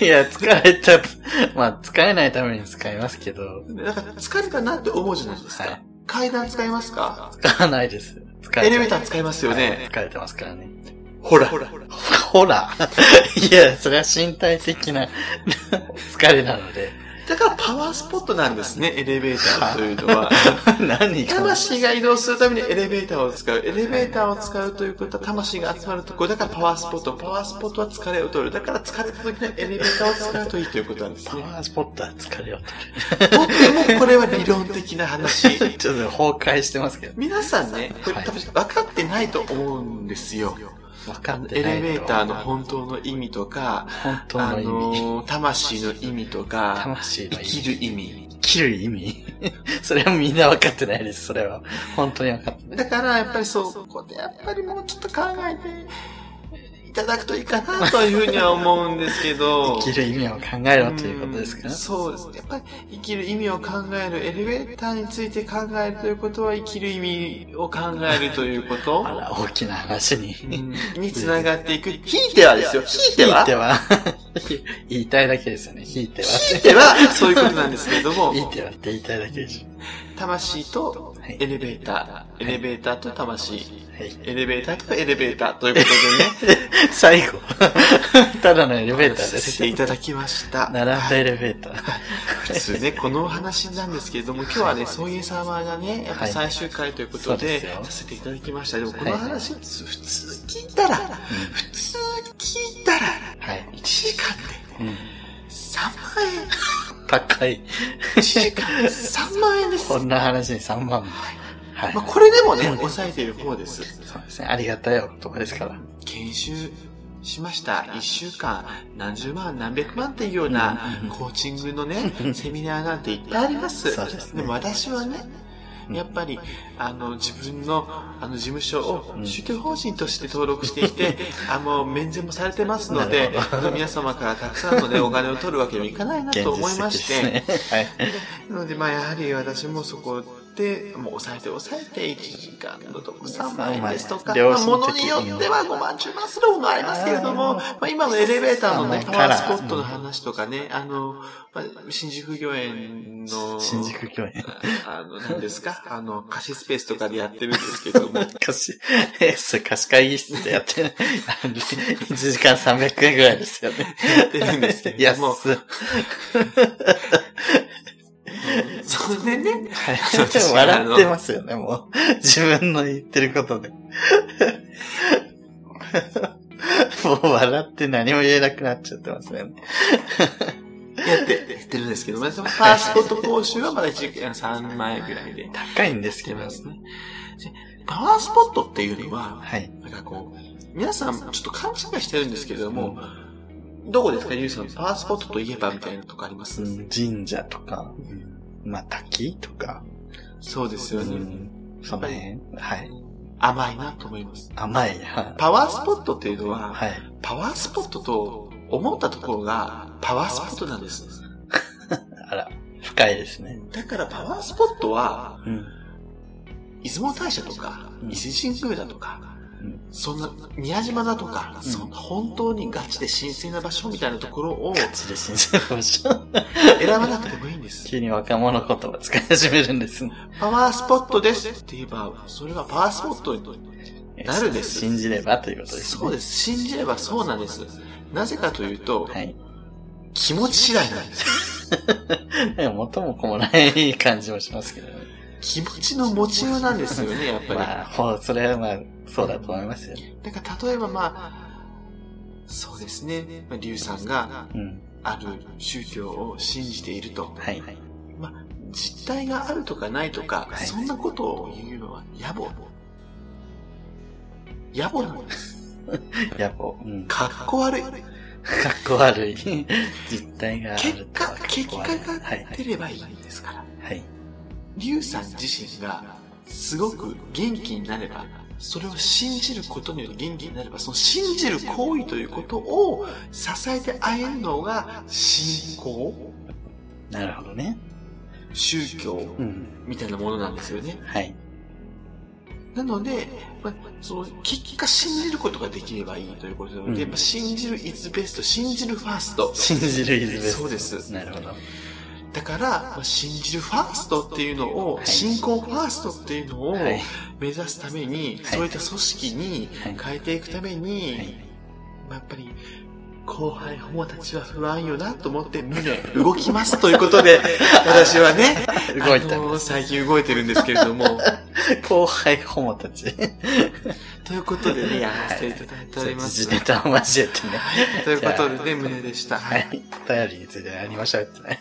[SPEAKER 2] や、疲れちゃっまあ、疲れないために使いますけど、
[SPEAKER 1] だから、疲れたなって思うじゃないですか。
[SPEAKER 2] はい
[SPEAKER 1] 階段使いますか
[SPEAKER 2] 使わないです。疲れ
[SPEAKER 1] エレベーター
[SPEAKER 2] 使
[SPEAKER 1] 使いますよね。
[SPEAKER 2] 疲れてますからね。
[SPEAKER 1] ほら、
[SPEAKER 2] ほら。いや、それは身体的な 疲れなので。
[SPEAKER 1] だからパワースポットなんですね、エレベーターというのは。
[SPEAKER 2] 何が
[SPEAKER 1] 魂が移動するためにエレベーターを使う。エレベーターを使うということは魂が集まるところ。だからパワースポット。パワースポットは疲れを取る。だから疲れた時にエレベーターを使うといいということなんです
[SPEAKER 2] パ
[SPEAKER 1] ね。
[SPEAKER 2] ワースポットは疲れを
[SPEAKER 1] とってもこれは理論的な話。
[SPEAKER 2] 取る。ちょっと崩壊してますけど。
[SPEAKER 1] 皆さんね、これ
[SPEAKER 2] はい
[SPEAKER 1] 多分分かってないと思うんですよ。
[SPEAKER 2] わかんない
[SPEAKER 1] エ
[SPEAKER 2] と。
[SPEAKER 1] レベーターの本当の意味とか、
[SPEAKER 2] 本当
[SPEAKER 1] あ
[SPEAKER 2] の意味。
[SPEAKER 1] の、魂の意味とか、
[SPEAKER 2] 魂
[SPEAKER 1] 生
[SPEAKER 2] の意
[SPEAKER 1] き
[SPEAKER 2] 味。
[SPEAKER 1] る意味。
[SPEAKER 2] 生きる意味 それはみんなわかってないです、それは。本当にわかってない。
[SPEAKER 1] だからやっぱりそう、こでやっぱりもうちょっと考えていただくといいかなというふうには思うんですけど。
[SPEAKER 2] 生きる意味を考えろということですか
[SPEAKER 1] うん
[SPEAKER 2] ら。
[SPEAKER 1] そうです。やっぱり生きる意味を考える、エレベーターについて考えるということは生きる意味を考えるというこ
[SPEAKER 2] あ
[SPEAKER 1] と
[SPEAKER 2] ら、大きな話に。
[SPEAKER 1] うんにつながっていく。ひいてはですよ。ひいては
[SPEAKER 2] 引いては 言いたいだけですよね。引いては。
[SPEAKER 1] ひいては、そういうことなんですけれども、
[SPEAKER 2] 引いてはって言いたいだけでし
[SPEAKER 1] 魂と
[SPEAKER 2] はい
[SPEAKER 1] エレベーター、エレベーターと魂、
[SPEAKER 2] ょ。はい。
[SPEAKER 1] エレベーターとエレベーターということでね。
[SPEAKER 2] 最後。 ただのエレベーターで
[SPEAKER 1] させ
[SPEAKER 2] す
[SPEAKER 1] て。いただきました。
[SPEAKER 2] 並んだエレベーター。
[SPEAKER 1] 普通ね、このお話なんですけれども、今日はね、そういう様がね、やっぱ最終回ということ
[SPEAKER 2] はい
[SPEAKER 1] で、
[SPEAKER 2] そうですよ
[SPEAKER 1] させていただきました。でも、こ
[SPEAKER 2] は
[SPEAKER 1] の
[SPEAKER 2] い
[SPEAKER 1] 話、普通聞いたら、普通聞いたら、
[SPEAKER 2] はい。
[SPEAKER 1] 1時間で
[SPEAKER 2] うん。
[SPEAKER 1] 3万円。
[SPEAKER 2] 高い。
[SPEAKER 1] 1時間で3万円です。
[SPEAKER 2] こんな話に3万も。はい
[SPEAKER 1] まあ、。これでもね、抑えている方です。
[SPEAKER 2] そうですね。ありがたいお言葉ですから。
[SPEAKER 1] 研修しました。1週間、何十万、何百万っていうような
[SPEAKER 2] うん、
[SPEAKER 1] コーチングのね、セミナーなんていっぱいあります。
[SPEAKER 2] そうですね
[SPEAKER 1] でも私はね、
[SPEAKER 2] うん
[SPEAKER 1] やっぱり、あの、自分の、あの、事務所を
[SPEAKER 2] うん
[SPEAKER 1] 宗教法人として登録してい て、あの、免税もされてますので
[SPEAKER 2] なる、
[SPEAKER 1] あの 皆様からたくさんのね、お金を取るわけにはいかないな
[SPEAKER 2] 現
[SPEAKER 1] と
[SPEAKER 2] 実
[SPEAKER 1] 思いま
[SPEAKER 2] 的
[SPEAKER 1] して、
[SPEAKER 2] ですね。はい。
[SPEAKER 1] なので、まあ、やはり私もそこで、もう抑えて抑えて、1時間のとこ3万円ですとか、
[SPEAKER 2] 良
[SPEAKER 1] まあ、
[SPEAKER 2] 心的
[SPEAKER 1] ものによっては5万、10万するものありますけれども、まあ、今のエレベーターのね、
[SPEAKER 2] あ
[SPEAKER 1] パ
[SPEAKER 2] のカ
[SPEAKER 1] ワ
[SPEAKER 2] ラ
[SPEAKER 1] ー
[SPEAKER 2] ー
[SPEAKER 1] スポットの話とかね、あの、まあ、新宿御苑の、
[SPEAKER 2] 新宿御苑。
[SPEAKER 1] あの、何ですか あの、貸しスペースとかで やってるんですけども、
[SPEAKER 2] 貸し、え、それ貸し会議室でやってる。1時間300円ぐらいですよね。
[SPEAKER 1] やってるんですけれども、
[SPEAKER 2] 安っ
[SPEAKER 1] それでね、
[SPEAKER 2] でも笑ってますよね、もう。自分の言ってることで。もう笑って何も言えなくなっちゃってますね。
[SPEAKER 1] やって、やってるんですけども、そのパワースポット講習はまだ1時間3万円ぐらいで。
[SPEAKER 2] 高いんです
[SPEAKER 1] して
[SPEAKER 2] けど
[SPEAKER 1] ま。すね。でパワースポットっていうのは、
[SPEAKER 2] はい。
[SPEAKER 1] なんかこう、皆さんちょっと勘違いしてるんですけれども、どこですか、ゆうさん。パワースポットといえばみたいなとこあります、
[SPEAKER 2] うん神社とか、まあ滝とか、
[SPEAKER 1] そうです
[SPEAKER 2] う
[SPEAKER 1] よね、
[SPEAKER 2] ん、その辺。はい。
[SPEAKER 1] 甘いなと思います。
[SPEAKER 2] 甘い。は
[SPEAKER 1] パワースポットっていうのは、
[SPEAKER 2] はい。
[SPEAKER 1] パワースポットと思ったところがパワースポットなんです。
[SPEAKER 2] あら、深いですね。
[SPEAKER 1] だからパワースポットは、
[SPEAKER 2] うん。
[SPEAKER 1] 出雲大社とか、
[SPEAKER 2] うん
[SPEAKER 1] 伊勢神宮だとか、
[SPEAKER 2] うん
[SPEAKER 1] そんな、宮島だとか、
[SPEAKER 2] うん
[SPEAKER 1] そんな本当にガチで神聖な場所みたいなところを
[SPEAKER 2] ガチで信じてほしい。
[SPEAKER 1] 選ばなくてもいいんです。
[SPEAKER 2] 急に若者言葉使い始めるんですね。
[SPEAKER 1] パワースポットですって言えば、それはパワースポットに。 なるです
[SPEAKER 2] 信じればということですね。
[SPEAKER 1] そうです。信じればそうなんです。なぜかというと、
[SPEAKER 2] はい。
[SPEAKER 1] 気持ち次第なんです。
[SPEAKER 2] でも元も子もない感じもしますけどね。
[SPEAKER 1] 気持ちの持ちようなんですよね、やっぱり。
[SPEAKER 2] まあ、ほう、それはまあ、そうだと思いますよ。
[SPEAKER 1] だから例えばまあ、そうですね、まあ、リュウさんが
[SPEAKER 2] うん。
[SPEAKER 1] ある宗教を信じていると。
[SPEAKER 2] はい。
[SPEAKER 1] まあ、実態があるとかないとか、
[SPEAKER 2] はい
[SPEAKER 1] そんなことを言うのは野暮。野暮なんです。
[SPEAKER 2] やっぱ、うん。か
[SPEAKER 1] かっこ悪い。
[SPEAKER 2] っこ悪い。実態があ
[SPEAKER 1] 結
[SPEAKER 2] ると
[SPEAKER 1] 果
[SPEAKER 2] は、
[SPEAKER 1] 結果
[SPEAKER 2] は
[SPEAKER 1] が
[SPEAKER 2] い。
[SPEAKER 1] 出ればいいんですから。
[SPEAKER 2] はい。
[SPEAKER 1] リュウさん自身がすごく元気になれば、それを信じることにより元気になれば、その信じる行為ということを支えてあえるのが信仰、
[SPEAKER 2] なるほどね。
[SPEAKER 1] 宗教
[SPEAKER 2] うん。
[SPEAKER 1] みたいなものなんですよね。
[SPEAKER 2] はい。
[SPEAKER 1] なので、まあ、その結果信じることができればいいということなので、
[SPEAKER 2] うん
[SPEAKER 1] まあ信じる is best、信じるファースト。
[SPEAKER 2] 信じるイズベスト。
[SPEAKER 1] そうです
[SPEAKER 2] なるほど。
[SPEAKER 1] だから、まあ信じるファーストっていうのを、
[SPEAKER 2] はい
[SPEAKER 1] 信仰ファーストっていうのを
[SPEAKER 2] はい
[SPEAKER 1] 目指すために、
[SPEAKER 2] はい
[SPEAKER 1] そういった組織に
[SPEAKER 2] はい
[SPEAKER 1] 変えていくために、
[SPEAKER 2] はい。
[SPEAKER 1] まあ、やっぱり、後輩ホモたちは不安よなと思って、胸動きますということで、私はね、
[SPEAKER 2] 動いた
[SPEAKER 1] あ。の最近動いてるんですけれ ども、
[SPEAKER 2] 後輩ホモたち。
[SPEAKER 1] ということでね、やらせていただいております。
[SPEAKER 2] 時事ネタを交えてね。
[SPEAKER 1] ということでね、胸でした。
[SPEAKER 2] はい。頼りについて何も喋ってない。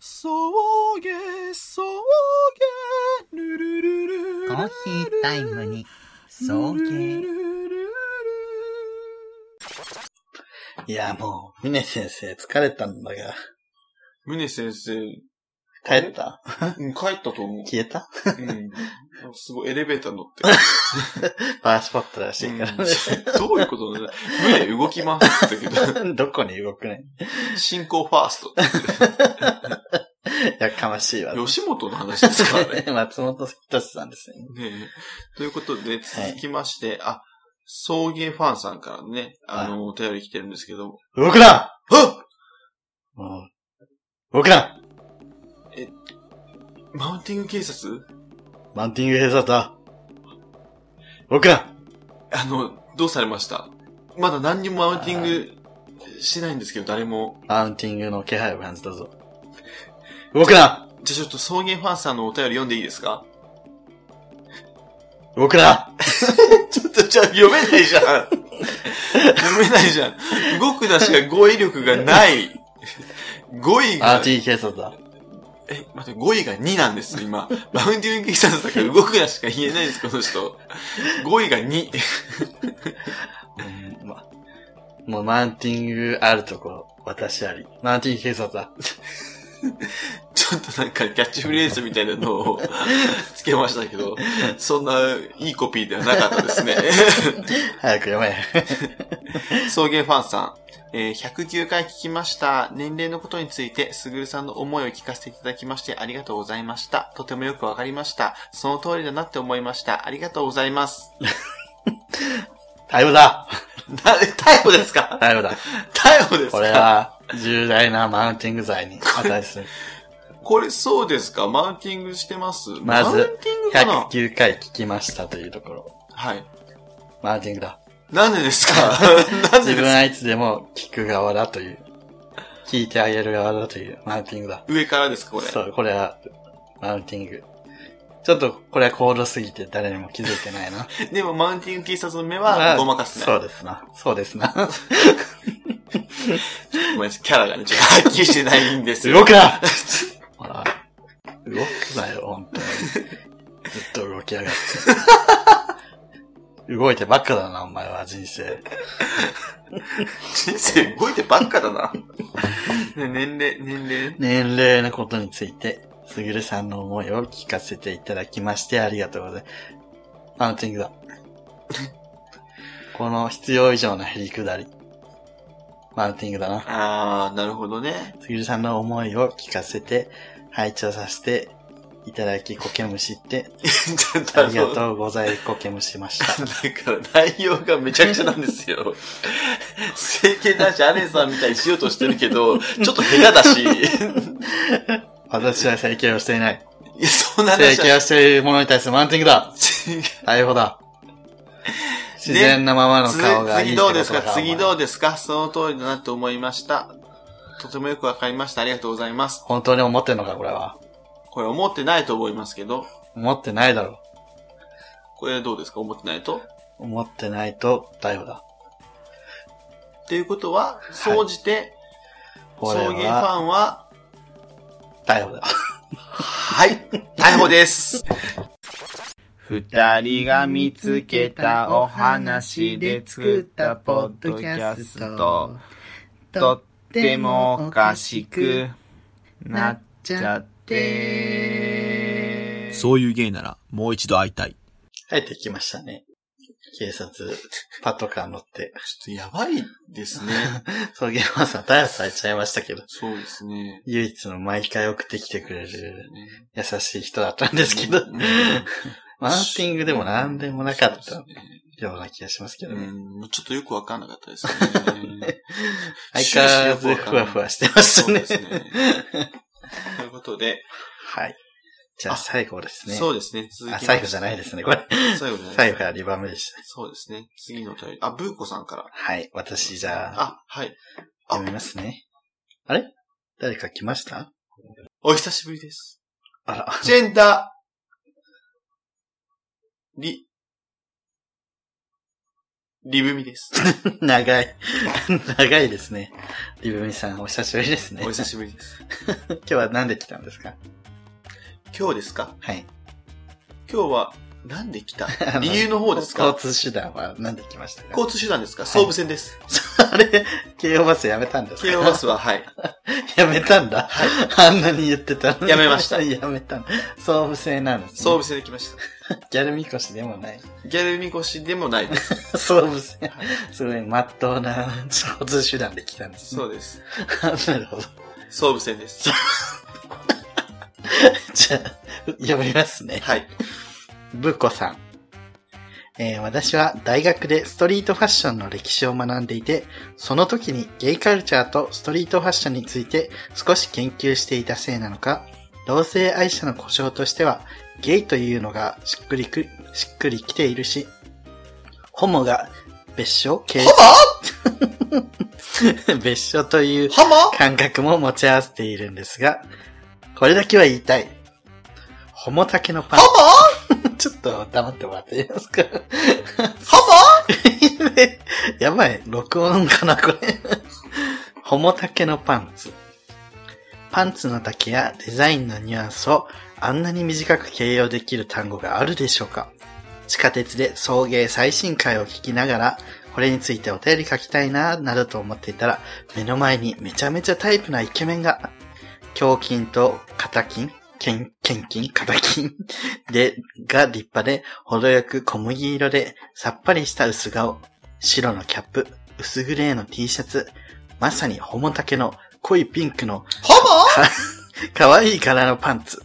[SPEAKER 4] そうげ、そうげ、ルルルル
[SPEAKER 5] コーヒータイムに、送迎。
[SPEAKER 2] いや、もう、峰先生疲れたんだが、
[SPEAKER 1] 胸先生、
[SPEAKER 2] 帰った
[SPEAKER 1] うん帰ったと 思う。
[SPEAKER 2] 消えた
[SPEAKER 1] うん。すごい、エレベーター乗って。
[SPEAKER 2] パワースポットらしいからね。
[SPEAKER 1] どういうことだね。胸動きますって言ったけ
[SPEAKER 2] どこに動くね
[SPEAKER 1] ど、進行ファーストって
[SPEAKER 2] やかましいわ。
[SPEAKER 1] 吉本の話ですから ね。
[SPEAKER 2] 松本人志さんですね。
[SPEAKER 1] ねえということで、続きまして、あ、送迎ファンさんからね、あの、お便り来てるんですけど、
[SPEAKER 2] 動くなうん動くな
[SPEAKER 1] マウンティング警察
[SPEAKER 2] マンティング閉鎖だ動くな
[SPEAKER 1] あの、どうされましたまだ何にもマウンティングしてないんですけど、誰も。
[SPEAKER 2] マウンティングの気配を感じたぞ。動くな
[SPEAKER 1] じゃあちょっと送迎ファンさんのお便り読んでいいですか
[SPEAKER 2] 動くな
[SPEAKER 1] ちょっとじゃあ読めないじゃん。読めないじゃん。動くなしか語彙力がない。語彙が
[SPEAKER 2] !RT 警察だ。
[SPEAKER 1] え、待って、語彙が2なんです、今。マウンティング警察だから動くなしか言えないです、この人。語彙が2。
[SPEAKER 2] うんま、もうマウンティングあるところ、私あり。マウンティング警察だ。
[SPEAKER 1] ちょっとなんかキャッチフレーズみたいなのをつけましたけど、そんないいコピーではなかったですね。
[SPEAKER 2] 早く読め。
[SPEAKER 1] 送迎ファンさん、えー109回聞きました。年齢のことについて、すぐるさんの思いを聞かせていただきましてありがとうございました。とてもよくわかりました。その通りだなって思いました。ありがとうございます。
[SPEAKER 2] 逮捕だ
[SPEAKER 1] な、逮捕ですか
[SPEAKER 2] 逮捕だ
[SPEAKER 1] 逮捕ですか
[SPEAKER 2] これは、重大なマウンティング罪に値する。
[SPEAKER 1] これそうですかマウンティングしてます
[SPEAKER 2] ま
[SPEAKER 1] マ
[SPEAKER 2] ず
[SPEAKER 1] ウンティングかな
[SPEAKER 2] 109回聞きましたというところ。
[SPEAKER 1] はい。
[SPEAKER 2] マウンティングだ。
[SPEAKER 1] なんでですか なんで
[SPEAKER 2] 自
[SPEAKER 1] ですか
[SPEAKER 2] 分はいつでも聞く側だという。聞いてあげる側だというマウンティングだ。
[SPEAKER 1] 上からですかこれ。
[SPEAKER 2] そう、これは、マウンティング。ちょっと、これは高度すぎて誰にも気づいてないな。
[SPEAKER 1] でもマウンティング警察の目
[SPEAKER 2] ま
[SPEAKER 1] は
[SPEAKER 2] あ
[SPEAKER 1] ご まかすね。
[SPEAKER 2] そうですな。そうですな。
[SPEAKER 1] ごめんなさい。キャラがね、ちょっとはっきりしてないんですよ。
[SPEAKER 2] 動くな ほら、動くなよ、本当に。ずっと動きやがって。動いてばっかだな、お前は、人生。
[SPEAKER 1] 人生動いてばっかだ な。ね年齢、年齢。
[SPEAKER 2] 年齢のことについて、すぐるさんの思いを聞かせていただきまして、ありがとうございます。マウンティング だ。この必要以上の減り下り。マウンティングだな。
[SPEAKER 1] あー、なるほど ね。
[SPEAKER 2] すぐるさんの思いを聞かせて、拝聴させていただき、こけむしって、
[SPEAKER 1] ちょっとあ
[SPEAKER 2] あ
[SPEAKER 1] の
[SPEAKER 2] りがとう ござい、こけむしました。
[SPEAKER 1] だから内容がめちゃくちゃなんですよ。整形男子アレンさんみたいにしようとしてるけど、ちょっと下手だし。
[SPEAKER 2] 私は整形をして いない。
[SPEAKER 1] いや、そんな
[SPEAKER 2] 整
[SPEAKER 1] 話
[SPEAKER 2] 形
[SPEAKER 1] は
[SPEAKER 2] をしているものに対するマウンティングだ逮 捕だ自然なままの
[SPEAKER 1] つ
[SPEAKER 2] 顔がい
[SPEAKER 1] 次
[SPEAKER 2] いって
[SPEAKER 1] どう
[SPEAKER 2] ことだ
[SPEAKER 1] ですか次ど
[SPEAKER 2] お前
[SPEAKER 1] うですかその通りだなと思いました。とてもよくわかりました。ありがとうございます。
[SPEAKER 2] 本当に思ってんのか、これは。
[SPEAKER 1] これ思ってないと思いますけど、
[SPEAKER 2] 思ってないだろ
[SPEAKER 1] これどうですか思ってないと
[SPEAKER 2] う。思ってないと、逮捕だ。
[SPEAKER 1] っていうことは、総じて、
[SPEAKER 2] これ
[SPEAKER 1] 送迎フ
[SPEAKER 2] は、
[SPEAKER 1] ァンは、
[SPEAKER 2] 逮捕だ。
[SPEAKER 1] はい、逮捕です。
[SPEAKER 3] 二人が見つけたお話で作ったポッドキャスト。とってもおかしくなっちゃって。
[SPEAKER 4] そういう芸ならもう一度会いたい。
[SPEAKER 2] 帰ってきましたね。警察、パトカー乗って。
[SPEAKER 1] ちょっとやばいですね。
[SPEAKER 2] そう、ゲーマーさん逮捕されちゃいましたけど。
[SPEAKER 1] そうですね。
[SPEAKER 2] 唯一の毎回送ってきてくれる
[SPEAKER 1] ね
[SPEAKER 2] 優しい人だったんですけど
[SPEAKER 1] う。んうん
[SPEAKER 2] マウンティングでも何でもなかっ
[SPEAKER 1] そ
[SPEAKER 2] た
[SPEAKER 1] うですね
[SPEAKER 2] ような気がしますけどね。
[SPEAKER 1] うん、ちょっとよくわかんなかったですね。
[SPEAKER 2] 相変わらずふわふわしてまし
[SPEAKER 1] そ
[SPEAKER 2] た
[SPEAKER 1] う
[SPEAKER 2] ね
[SPEAKER 1] で。すね。ということで、
[SPEAKER 2] はい。じゃあ最後ですね。
[SPEAKER 1] そうですね。続き
[SPEAKER 2] あ、
[SPEAKER 1] まして
[SPEAKER 2] 最後じゃないですね、これ。
[SPEAKER 1] 最後じゃない
[SPEAKER 2] 最
[SPEAKER 1] で
[SPEAKER 2] 後
[SPEAKER 1] す。
[SPEAKER 2] から2番目でした。
[SPEAKER 1] そうですね。次のお便り。あ、ブーコさんから。
[SPEAKER 2] はい。私、じゃあ、
[SPEAKER 1] あ、はい。
[SPEAKER 2] 読みますね。あれ誰か来ました
[SPEAKER 1] お久しぶりです。
[SPEAKER 2] あら。
[SPEAKER 1] ジェンダー、リ、リブミです。
[SPEAKER 2] 長い。長いですね。リブミさん、お久しぶりですね。
[SPEAKER 1] お久しぶりです。
[SPEAKER 2] 今日は何で来たんですか
[SPEAKER 1] 今日ですか
[SPEAKER 2] はい。
[SPEAKER 1] 今日は、なんで来 た
[SPEAKER 2] の
[SPEAKER 1] 理由の方ですか
[SPEAKER 2] 交通手段は何で来ましたか
[SPEAKER 1] 交通手段ですか総武線です。
[SPEAKER 2] あれ、京王バスやめたんですか
[SPEAKER 1] 京王バスは、はい。
[SPEAKER 2] やめたんだ。あんなに言ってたのに
[SPEAKER 1] やめました
[SPEAKER 2] やめたの。総武制なんです、ね。
[SPEAKER 1] 総武線で来ました。
[SPEAKER 2] ギャルみこしでもない。
[SPEAKER 1] ギャルみこしでもないです。
[SPEAKER 2] 総武制
[SPEAKER 1] はい。
[SPEAKER 2] すごい、まっとうな交通手段で来たん です、ね。
[SPEAKER 1] そうです。
[SPEAKER 2] う。なるほど。
[SPEAKER 1] 総武線 です。
[SPEAKER 2] じゃあ、読みますね。
[SPEAKER 1] はい。
[SPEAKER 2] ブーコさん。えー私は大学でストリートファッションの歴史を学んでいて、その時にゲイカルチャーとストリートファッションについて少し研究していたせいなのか、同性愛者の故障としては、ゲイというのがしっくりく、しっくりきているし、ホモが別所形 別所という
[SPEAKER 1] ハマ
[SPEAKER 2] 感覚も持ち合わせているんですが、これだけは言いたい。ホモタケのパン。 ちょっと黙ってもらっていいですか
[SPEAKER 1] ハ
[SPEAKER 2] やばい、録音かな、これ。 ホモタケのパンツ。パンツの丈やデザインのニュアンスをあんなに短く形容できる単語があるでしょうか地下鉄で送迎最新回を聞きながら、これについてお便り書きたいな、などと思っていたら、目の前にめちゃめちゃタイプなイケメンが、胸筋と肩筋剣剣筋肩筋で、が立派で、程よく小麦色で、さっぱりした薄顔、白のキャップ、薄グレーの T シャツ、まさにホモタケの濃いピンクの
[SPEAKER 1] マ
[SPEAKER 2] かわいい柄のパンツ。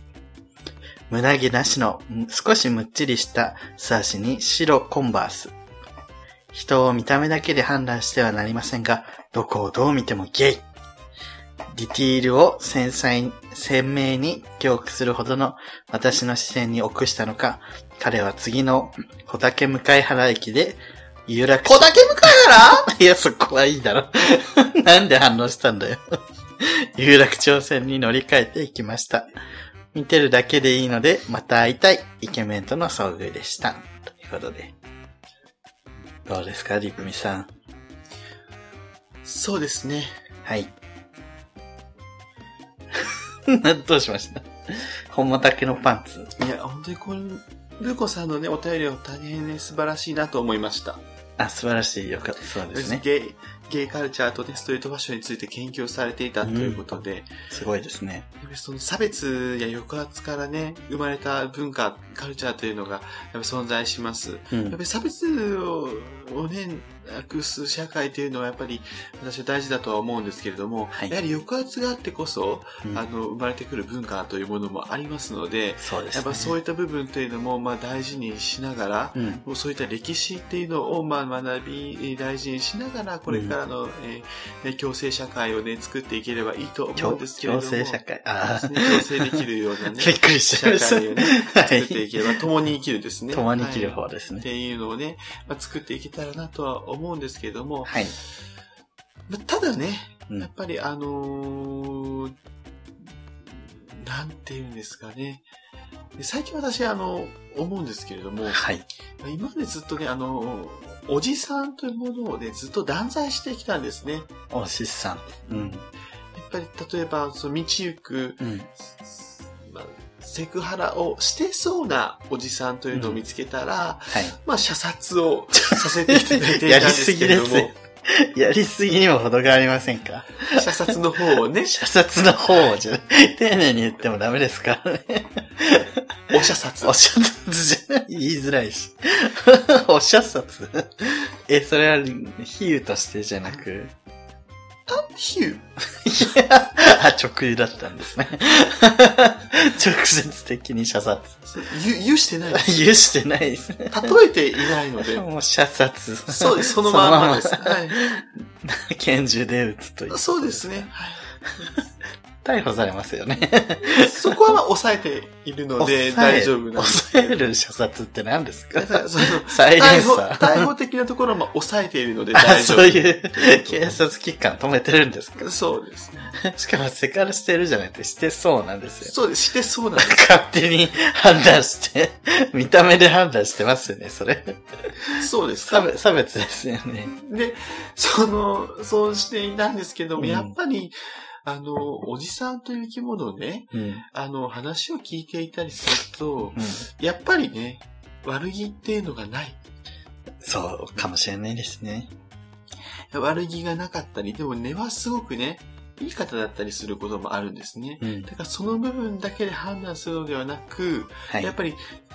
[SPEAKER 2] 胸毛なしのん少しむっちりした素足に白コンバース。人を見た目だけで判断してはなりませんが、どこをどう見てもゲイ。ディティールを繊細に、鮮明に記憶するほどの私の視線に臆したのか、彼は次の小竹向原駅で有楽町
[SPEAKER 1] 小竹向かいなら
[SPEAKER 2] いや、そこはいいだろ。 なんで反応したんだよ。有楽町線に乗り換えていきました。見てるだけでいいので、また会いたい。イケメンとの遭遇でした。ということで。どうですか、リプミさん。
[SPEAKER 1] そうですね。
[SPEAKER 2] はい。 などうしました本間竹のパンツ。
[SPEAKER 1] いや、本当にこの、ルーコさんのね、お便りは大変ね、素晴らしいなと思いました。
[SPEAKER 2] あ、素晴らしい。よかった。そうですね。
[SPEAKER 1] ゲイ、ゲイカルチャーとね、ストリートファッションについて研究されていたということで、
[SPEAKER 2] すごいですね。
[SPEAKER 1] やっぱりその差別や抑圧からね、生まれた文化、カルチャーというのが、やっぱり存在します。
[SPEAKER 2] う
[SPEAKER 1] やっぱ
[SPEAKER 2] ん。
[SPEAKER 1] り差別ををね、なくす社会というのはやっぱり私は大事だとは思うんですけれども、
[SPEAKER 2] はい
[SPEAKER 1] やはり抑圧があってこそ、
[SPEAKER 2] うん
[SPEAKER 1] あの、生まれてくる文化というものもありますので、
[SPEAKER 2] そうですね。
[SPEAKER 1] やっぱそういった部分というのも、まあ大事にしながら、
[SPEAKER 2] うん。
[SPEAKER 1] もうそういった歴史っていうのを、まあ、学び、えー大事にしながら、これからの、えーね共生社会をね、作っていければいいと思うん
[SPEAKER 2] 強
[SPEAKER 1] ですけれども。
[SPEAKER 2] 制社会。あ
[SPEAKER 1] そうです
[SPEAKER 2] あ、
[SPEAKER 1] ね共生できるようなね、
[SPEAKER 2] びっくりしちゃいました
[SPEAKER 1] 社会をね、
[SPEAKER 2] は
[SPEAKER 1] 作
[SPEAKER 2] い
[SPEAKER 1] っていければ、共に生きるですね。
[SPEAKER 2] 共に生きる
[SPEAKER 1] は
[SPEAKER 2] 方です
[SPEAKER 1] いっ
[SPEAKER 2] ね。
[SPEAKER 1] ていうのをね、まあ、作っていけたらなとは思うんですけれども、
[SPEAKER 2] はい。
[SPEAKER 1] まあただね、
[SPEAKER 2] うん
[SPEAKER 1] やっぱりあのーなんて言うんですかね。で最近私、あの、思うんですけれども、
[SPEAKER 2] はい。
[SPEAKER 1] 今までずっとね、あの、おじさんというものをね、ずっと断罪してきたんですね。やっ
[SPEAKER 2] おしさん。うん。
[SPEAKER 1] ぱり、例えば、その道行く、
[SPEAKER 2] うん。
[SPEAKER 1] まあセクハラをしてそうなおじさんというのを見つけたら、
[SPEAKER 2] は
[SPEAKER 1] まあ、射殺をさせていただいてい
[SPEAKER 2] や
[SPEAKER 1] たん
[SPEAKER 2] り
[SPEAKER 1] ですす
[SPEAKER 2] ぎ
[SPEAKER 1] け
[SPEAKER 2] で
[SPEAKER 1] れ
[SPEAKER 2] す
[SPEAKER 1] ども、
[SPEAKER 2] い。 やりすぎにも程がありませんか
[SPEAKER 1] 射殺の方を ね、
[SPEAKER 2] 射殺の方をじゃ、 丁寧に言ってもダメですからね。
[SPEAKER 1] お射殺
[SPEAKER 2] お。射殺じゃ言いづらいし。 お射殺え、それは比喩としてじゃなく、
[SPEAKER 1] ヒュー。
[SPEAKER 2] いや、あ、直喩だったんですね。 直接的に射殺。
[SPEAKER 1] そうゆ、ゆしてないです。
[SPEAKER 2] 許してないですね。
[SPEAKER 1] 例えていない ので、
[SPEAKER 2] もう射殺。
[SPEAKER 1] そうです、そのまんまです。はい、
[SPEAKER 2] 拳銃で撃つという。
[SPEAKER 1] そうですね。はい
[SPEAKER 2] 逮捕されますよね。
[SPEAKER 1] そこはまあ抑えているので
[SPEAKER 2] 抑え
[SPEAKER 1] 大丈夫なんです。
[SPEAKER 2] 抑える射殺って何ですか
[SPEAKER 1] だから その
[SPEAKER 2] サイレン
[SPEAKER 1] 逮捕、
[SPEAKER 2] サ
[SPEAKER 1] 逮
[SPEAKER 2] ー。
[SPEAKER 1] 捕的なところも抑えているので
[SPEAKER 2] あ、
[SPEAKER 1] 大丈夫。
[SPEAKER 2] そういう警察機関止めてるんですか
[SPEAKER 1] そうですね。
[SPEAKER 2] しかもセカルしてるじゃなくてしてそうなんですよ。
[SPEAKER 1] そうです。してそうなんです。
[SPEAKER 2] 勝手に判断して、見た目で判断してますよね、それ。
[SPEAKER 1] そうです。
[SPEAKER 2] 差別差別ですよね。
[SPEAKER 1] で、その、そうしていたんですけども、
[SPEAKER 2] うん
[SPEAKER 1] やっぱり、あの、おじさんという生き物ね、
[SPEAKER 2] うん。
[SPEAKER 1] あの、話を聞いていたりすると、
[SPEAKER 2] うん
[SPEAKER 1] やっぱりね、悪気っていうのがない。
[SPEAKER 2] そうかもしれないですね。
[SPEAKER 1] 悪気がなかったり、でも根はすごくね、いい方だったりすることもあるんですね。
[SPEAKER 2] うん。
[SPEAKER 1] だからその部分だけで判断するのではなく、
[SPEAKER 2] はい。
[SPEAKER 1] やっぱり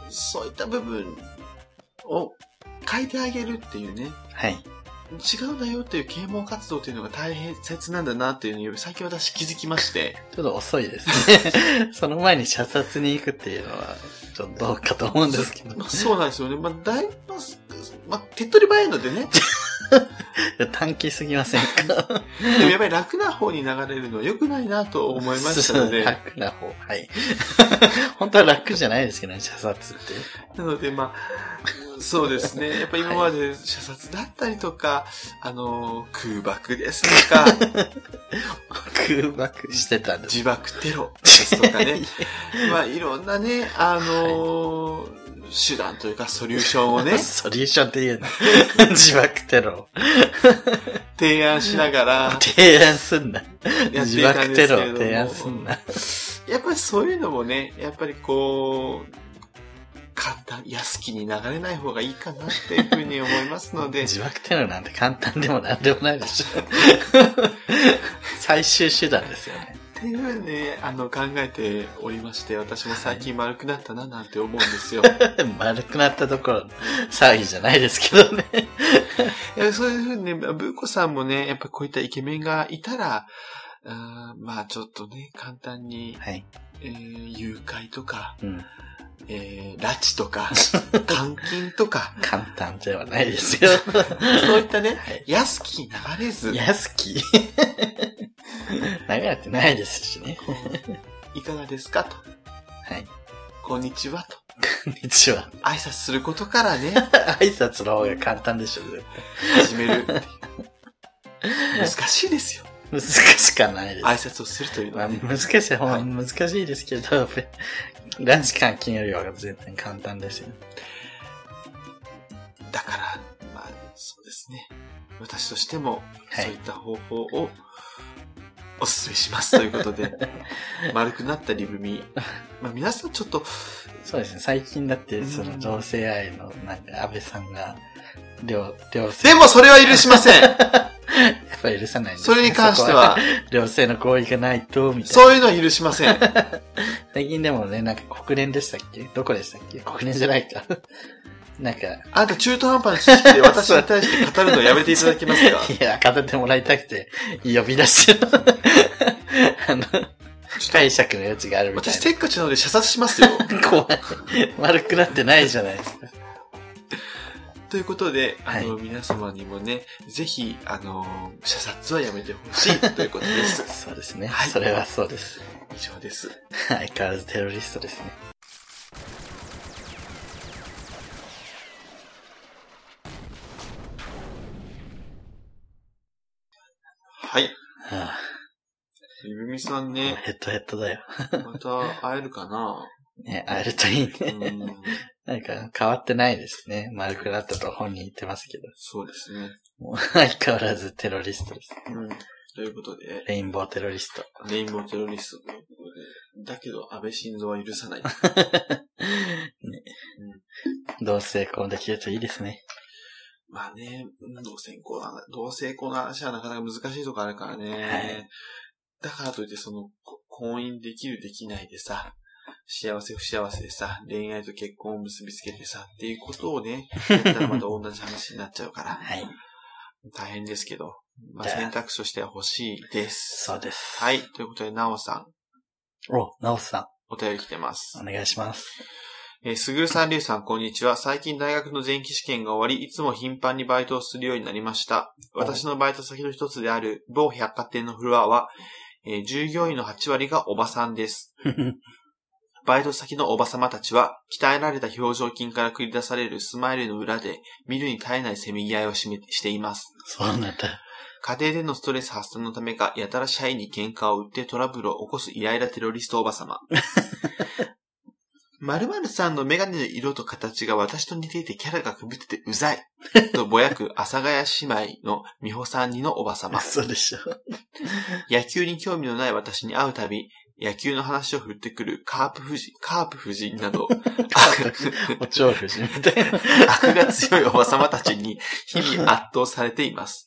[SPEAKER 1] そういった部分を変えてあげるっていうね、
[SPEAKER 2] はい。
[SPEAKER 1] 違うんだよっていう啓蒙活動っていうのが大変切なんだなっていうのを最近私気づきまして、
[SPEAKER 2] ちょっと遅いですね。 その前に射殺に行くっていうのは、ちょっとどうかと思うんですけど。
[SPEAKER 1] まあ、そうなんですよね。まあ、だいぶ、まあ、手っ取り早いので ね、
[SPEAKER 2] 短期すぎませんか
[SPEAKER 1] でもやっぱり楽な方に流れるのは良くないなと思いました ので、
[SPEAKER 2] 楽な方。はい。 本当は楽じゃないですけどね、射殺って。
[SPEAKER 1] なので、まあ、そうですね。やっぱ今まで射殺だったりとか、あの、空爆ですとか、
[SPEAKER 2] 空爆してたんです。、
[SPEAKER 1] 自爆テロですとかね。まあ、いろんなね、あの手段というかソリューションをね
[SPEAKER 2] ソリューションっていうの。 自爆テロ。
[SPEAKER 1] 提案しながら
[SPEAKER 2] 提案すんな。
[SPEAKER 1] やって
[SPEAKER 2] 自
[SPEAKER 1] いたん
[SPEAKER 2] 爆
[SPEAKER 1] で
[SPEAKER 2] テ
[SPEAKER 1] すけ
[SPEAKER 2] ロ
[SPEAKER 1] れども。
[SPEAKER 2] 提案すんな。
[SPEAKER 1] やっぱりそういうのもね、やっぱりこう、簡単、安気に流れない方がいいかなっていうふうに思いますので、
[SPEAKER 2] 自爆テロなんて簡単でもなんでもな いでしょ。最終手段ですよね。
[SPEAKER 1] っ ていうふうにね、あの、考えておりまして、私も最近丸くなったななんて思うんです よ。
[SPEAKER 2] 丸くなったところ、騒ぎじゃないですけどね。
[SPEAKER 1] いやそういうふうにね、ブーコさんもね、やっぱこういったイケメンがいたら、うーんまあちょっとね、簡単に、
[SPEAKER 2] はい。
[SPEAKER 1] えー誘拐とか、
[SPEAKER 2] うん。
[SPEAKER 1] えー、拉致と か、監禁とか、
[SPEAKER 2] 簡単ではないですよ。
[SPEAKER 1] そういったね
[SPEAKER 2] はい、
[SPEAKER 1] 安きに流れず、
[SPEAKER 2] 安き。流れてないですしね。
[SPEAKER 1] こういかがですかと、
[SPEAKER 2] はい。
[SPEAKER 1] こんにちはと、
[SPEAKER 2] こんにちは。
[SPEAKER 1] 挨拶することからね、
[SPEAKER 2] 挨拶の方が簡単でしょ。絶
[SPEAKER 1] 始め るっていう。難しいですよ。
[SPEAKER 2] 対難しかないです。
[SPEAKER 1] 挨拶をするというの
[SPEAKER 2] ま
[SPEAKER 1] は
[SPEAKER 2] あ、
[SPEAKER 1] ね。
[SPEAKER 2] 難しい、ほんま
[SPEAKER 1] はい
[SPEAKER 2] 難しいですけど、ランチ監禁よりは全然簡単ですよ。
[SPEAKER 1] だから、まあ、そうですね。私としても、
[SPEAKER 2] はい
[SPEAKER 1] そういった方法をお勧めしますということ で、丸くなったリブミ。まあ皆さんちょっと、
[SPEAKER 2] そうですね、最近だって、
[SPEAKER 1] うん
[SPEAKER 2] その同性愛の、なんか、安倍さんが、両、両性、
[SPEAKER 1] で
[SPEAKER 2] や
[SPEAKER 1] もそれは許しません
[SPEAKER 2] っぱり許さないんです
[SPEAKER 1] そ
[SPEAKER 2] ね
[SPEAKER 1] れに関しては、、
[SPEAKER 2] そこ両性の合意がないと、みたいな。
[SPEAKER 1] そういうのは許しません。
[SPEAKER 2] 最近でもね、なんか国連でしたっけどこでしたっけ国連じゃないか。 なんか、い
[SPEAKER 1] あんた中途半端な知識で私に対して語るのやめていただけますか
[SPEAKER 2] や、語ってもらいたくて、呼び出してる。 あの、解釈の余地があるみたい
[SPEAKER 1] 私せっかちなので射殺しますよ。
[SPEAKER 2] な。 怖い。丸くなってないじゃないですか。
[SPEAKER 1] ということで、あの、
[SPEAKER 2] は
[SPEAKER 1] 皆様にもね、ぜひ、あの、射殺はやめてほしいということです。
[SPEAKER 2] そうですね。
[SPEAKER 1] はい
[SPEAKER 2] それはそうです。
[SPEAKER 1] 以上です。
[SPEAKER 2] 相変わらずテロリストですね。
[SPEAKER 1] はい。
[SPEAKER 2] は
[SPEAKER 1] リブミさん
[SPEAKER 2] あ、
[SPEAKER 1] ね、
[SPEAKER 2] ヘッドヘッドだよ。
[SPEAKER 1] また会えるかな
[SPEAKER 2] ね、会えるといいうね。
[SPEAKER 1] ーん
[SPEAKER 2] なんか変わってないですね。丸くなったと本人言ってますけど。
[SPEAKER 1] そうですね。
[SPEAKER 2] もう相変わらずテロリストです。
[SPEAKER 1] うん。ということで、
[SPEAKER 2] レインボーテロリスト。
[SPEAKER 1] レインボーテロリストということで、だけど安倍晋三は許さない。
[SPEAKER 2] ね、同性婚できるといいですね。
[SPEAKER 1] まあね、同性婚は、同性婚の話はなかなか難しいとこあるからね。
[SPEAKER 2] はい
[SPEAKER 1] だからといって、その、こ婚姻できるできないでさ、幸せ不幸せでさ、恋愛と結婚を結びつけてさ、っていうことをね、やったらまた同じ話になっちゃう から、
[SPEAKER 2] はい。
[SPEAKER 1] 大変ですけど、まあ
[SPEAKER 2] じゃあ
[SPEAKER 1] 選択肢としては欲しいです。
[SPEAKER 2] そうです。
[SPEAKER 1] はい。ということで、なおさん、
[SPEAKER 2] お、なおさ
[SPEAKER 1] お便り来てます
[SPEAKER 2] ん、お。願いし ます。
[SPEAKER 1] えーすぐるさん、りゅうさん、こんにちは。最近大学の前期試験が終わり、いつも頻繁にバイトをするようになりました。私のバイト先の一つである某百貨店のフロアは、えー従業員の8割がおばさんです。バイト先のおばさまたちは、鍛えられた表情筋から繰り出されるスマイルの裏で、見るに耐えないせめぎ合いをしめしています。
[SPEAKER 2] そうなんだ。
[SPEAKER 1] 家庭でのストレス発散のためか、やたら社員に喧嘩を売ってトラブルを起こすイライラテロリストおばさま。 〇〇さんのメガネの色と形が私と似ていてキャラがくびっててうざい。とぼやく阿佐ヶ谷姉妹の美穂さんにのおばさま。
[SPEAKER 2] そうでしょ。
[SPEAKER 1] 野球に興味のない私に会うたび、野球の話を振ってくるカープ夫人、カープ夫人など、
[SPEAKER 2] お調布人みたいな。
[SPEAKER 1] 悪が強いおばさまたちに日々圧倒されています。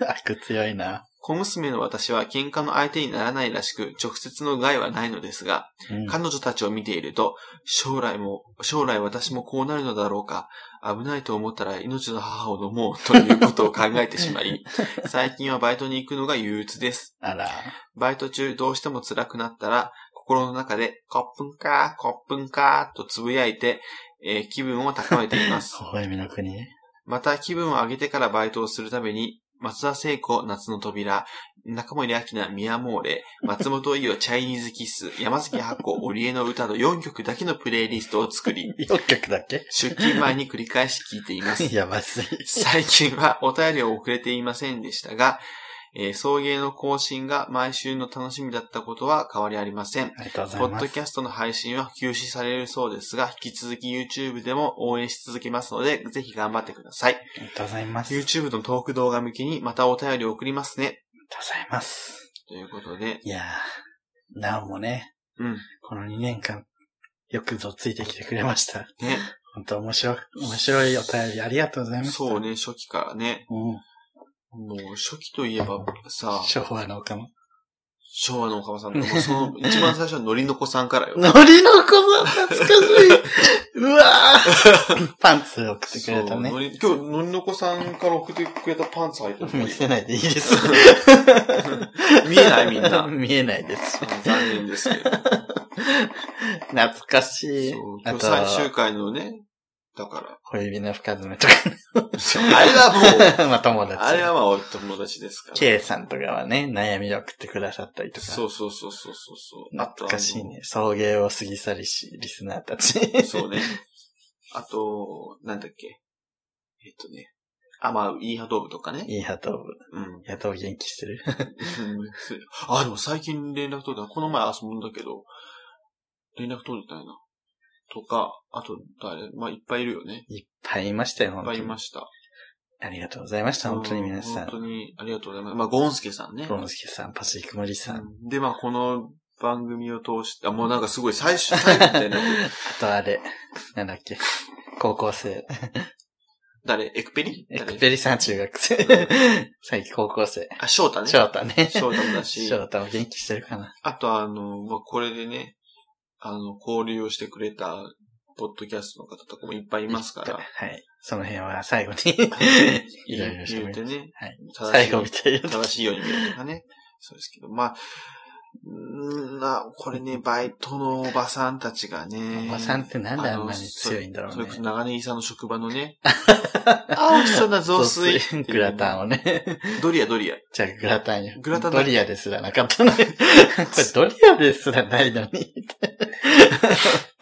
[SPEAKER 2] 悪強いな。
[SPEAKER 1] 小娘の私は喧嘩の相手にならないらしく、直接の害はないのですが、
[SPEAKER 2] うん
[SPEAKER 1] 彼女たちを見ていると、将来も、将来私もこうなるのだろうか、危ないと思ったら命の母を飲もうということを考えてしま い、最近はバイトに行くのが憂鬱です。
[SPEAKER 2] あら。
[SPEAKER 1] バイト中どうしても辛くなったら、心の中で、コップンかー、コップンかーとつぶやいて、えー気分を高めてい ます
[SPEAKER 2] 微。笑みの国。
[SPEAKER 1] また気分を上げてからバイトをするために、松田聖子、夏の扉、中森明菜、ミヤモーレ、松本伊代、チャイニーズキッス、山崎発子、織江の歌の4曲だけのプレイリストを作り、
[SPEAKER 2] 4曲だっけ
[SPEAKER 1] 出勤前に繰り返し聞いています。
[SPEAKER 2] やばすぎ。
[SPEAKER 1] 最近はお便りを送れていませんでしたが、えー送迎の更新が毎週の楽しみだったことは変わりありません。
[SPEAKER 2] ありがとうござ
[SPEAKER 1] ポ
[SPEAKER 2] い
[SPEAKER 1] ッ
[SPEAKER 2] ま
[SPEAKER 1] ド
[SPEAKER 2] す。
[SPEAKER 1] キャストの配信は休止されるそうですが、引き続き YouTube でも応援し続けますので、ぜひ頑張ってください。
[SPEAKER 2] ありがとうございます。ありがと
[SPEAKER 1] YouTube のトーク動画向けにまたお便りを送りますね。
[SPEAKER 2] うございます。
[SPEAKER 1] ということで、
[SPEAKER 2] いやー、なおもね、
[SPEAKER 1] うん。
[SPEAKER 2] この2年間、よくぞついてきてくれました。
[SPEAKER 1] ね。
[SPEAKER 2] 本当面白い、面白いお便りありがとうございます。
[SPEAKER 1] そう。ね、初期からね。
[SPEAKER 2] うん。
[SPEAKER 1] もう初期といえばさ、
[SPEAKER 2] 昭和のおかも。
[SPEAKER 1] 昭和のおかまさんと、もうその一番最初はのりのこさんからよ。
[SPEAKER 2] のりのこさん、懐かしい。うわー パンツ送ってくれた
[SPEAKER 1] そうの
[SPEAKER 2] ね。
[SPEAKER 1] り今日、のりのこさんから送ってくれたパンツ履いてる
[SPEAKER 2] 見せないでいいです。
[SPEAKER 1] 見えないみんな
[SPEAKER 2] 見えないです。
[SPEAKER 1] 残念です けど。
[SPEAKER 2] 懐かしい
[SPEAKER 1] そう。
[SPEAKER 2] あ
[SPEAKER 1] 今日
[SPEAKER 2] と、
[SPEAKER 1] 最終回のね、だから。
[SPEAKER 2] 小指の深爪とか、
[SPEAKER 1] あれはもう、
[SPEAKER 2] まあ友達。
[SPEAKER 1] あれはまあお友達ですから。
[SPEAKER 2] K さんとかはね、悩みを送ってくださったりとか。
[SPEAKER 1] そうそうそうそうそうそう。あと
[SPEAKER 2] 懐かしいね。送迎を過ぎ去りし、リスナーたち。
[SPEAKER 1] そうね。あと、なんだっけ。えっとね。あ、まあ、イーハドーブとかね。
[SPEAKER 2] いいハトブ。
[SPEAKER 1] うん。
[SPEAKER 2] 野党元気してる。
[SPEAKER 1] あ、でも最近連絡取れた。この前遊んだけど、連絡取れたよな。とか、あと、誰まあ、いっぱいいるよね。
[SPEAKER 2] いっぱいいましたよ、
[SPEAKER 1] いっ
[SPEAKER 2] 本当
[SPEAKER 1] ぱい
[SPEAKER 2] に
[SPEAKER 1] い。ました。
[SPEAKER 2] ありがとうございました、本当に皆さ。
[SPEAKER 1] うん本当に、ありがとうございます。まあ、ゴンスケさんね。
[SPEAKER 2] ロンスケさん、パシフィックモリさん。
[SPEAKER 1] うんで、まあ、この番組を通して、あ、もうなんかすごい最終回みたいな。
[SPEAKER 2] あとあれ、なんだっけ。高校生。
[SPEAKER 1] 誰エクペリ
[SPEAKER 2] エク
[SPEAKER 1] リ。
[SPEAKER 2] ペリさん中学生。最近高校生。
[SPEAKER 1] あ、翔太ね。
[SPEAKER 2] 翔太ね。
[SPEAKER 1] 翔太もだし
[SPEAKER 2] 翔太も元気してるかな。
[SPEAKER 1] あとあの、まあ、これでね、あの、交流をしてくれた、ポッドキャストの方とかもいっぱいいますから、
[SPEAKER 2] はい。その辺は最後に
[SPEAKER 1] い
[SPEAKER 2] いろいろして
[SPEAKER 1] 言
[SPEAKER 2] も
[SPEAKER 1] う
[SPEAKER 2] ら
[SPEAKER 1] てね、
[SPEAKER 2] はい
[SPEAKER 1] 正しい
[SPEAKER 2] 最後みたいな。
[SPEAKER 1] 正しいように見るとかね、そうですけど、まあ、んーな、これね、バイトのおばさんたちがね、
[SPEAKER 2] おばさんってなんであん
[SPEAKER 1] の
[SPEAKER 2] なに強いんだろ
[SPEAKER 1] そうれ
[SPEAKER 2] ね
[SPEAKER 1] こ。そ長ネギさんの職場の ね、あ、美味しそうな雑炊。
[SPEAKER 2] グラタンをね。
[SPEAKER 1] ドリア、ドリア。
[SPEAKER 2] じゃあ、グラタンよ。
[SPEAKER 1] グラタンだ
[SPEAKER 2] ドリアですらなかった ね。これドリアですらないのに。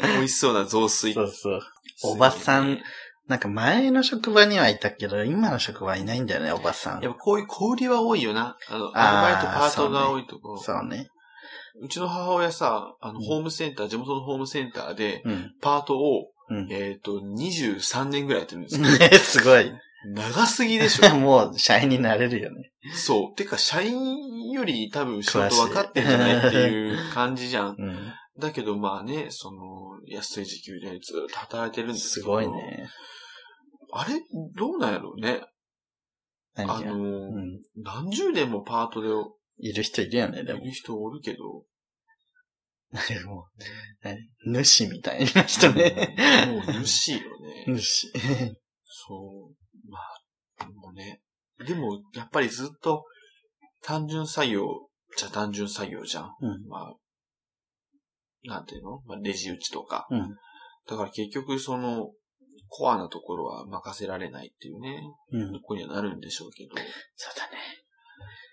[SPEAKER 1] 美味しそうな雑炊
[SPEAKER 2] そ。うそう。おばさん。なんか前の職場にはいたけど、今の職場はいないんだよね、おばさん
[SPEAKER 1] や。っぱこういう交流は多いよな。あの、アルバイ
[SPEAKER 2] あー
[SPEAKER 1] ト、パートが多いところ。
[SPEAKER 2] そうね。
[SPEAKER 1] うちの母親さ、あの、
[SPEAKER 2] うん
[SPEAKER 1] ホームセンター、地元のホームセンターで、
[SPEAKER 2] うん。
[SPEAKER 1] パートを、
[SPEAKER 2] うん。ね、
[SPEAKER 1] えっ、と、23年ぐらいやってるんですよ。
[SPEAKER 2] すごい。
[SPEAKER 1] 長すぎでしょ
[SPEAKER 2] もう、社員になれるよね。
[SPEAKER 1] そう。てか、社員より多分仕事分かってるんじゃないっていう感じじゃん。
[SPEAKER 2] うん。
[SPEAKER 1] だけどまあね、その、安い時給でずっと働いてるんです
[SPEAKER 2] す
[SPEAKER 1] けど。
[SPEAKER 2] ごい。ね。
[SPEAKER 1] あれ、どうなんやろうね。
[SPEAKER 2] 何
[SPEAKER 1] あ
[SPEAKER 2] が。
[SPEAKER 1] の、
[SPEAKER 2] うん。
[SPEAKER 1] 何十年もパートで
[SPEAKER 2] いる人いるよね、でも
[SPEAKER 1] い。る人おるけど。
[SPEAKER 2] もう、何主みたいな人ね。
[SPEAKER 1] もう、苦しいよ ね。
[SPEAKER 2] 主。
[SPEAKER 1] そう。まあ、もうね。でも、やっぱりずっと、単純作業じゃ単純作業じゃん。
[SPEAKER 2] うん
[SPEAKER 1] まあ、なんていうのまあ、レジ打ちとか。
[SPEAKER 2] うん
[SPEAKER 1] だから結局、その、コアなところは任せられないっていうね、
[SPEAKER 2] うん。
[SPEAKER 1] ここにはなるんでしょうけど。
[SPEAKER 2] そうだね。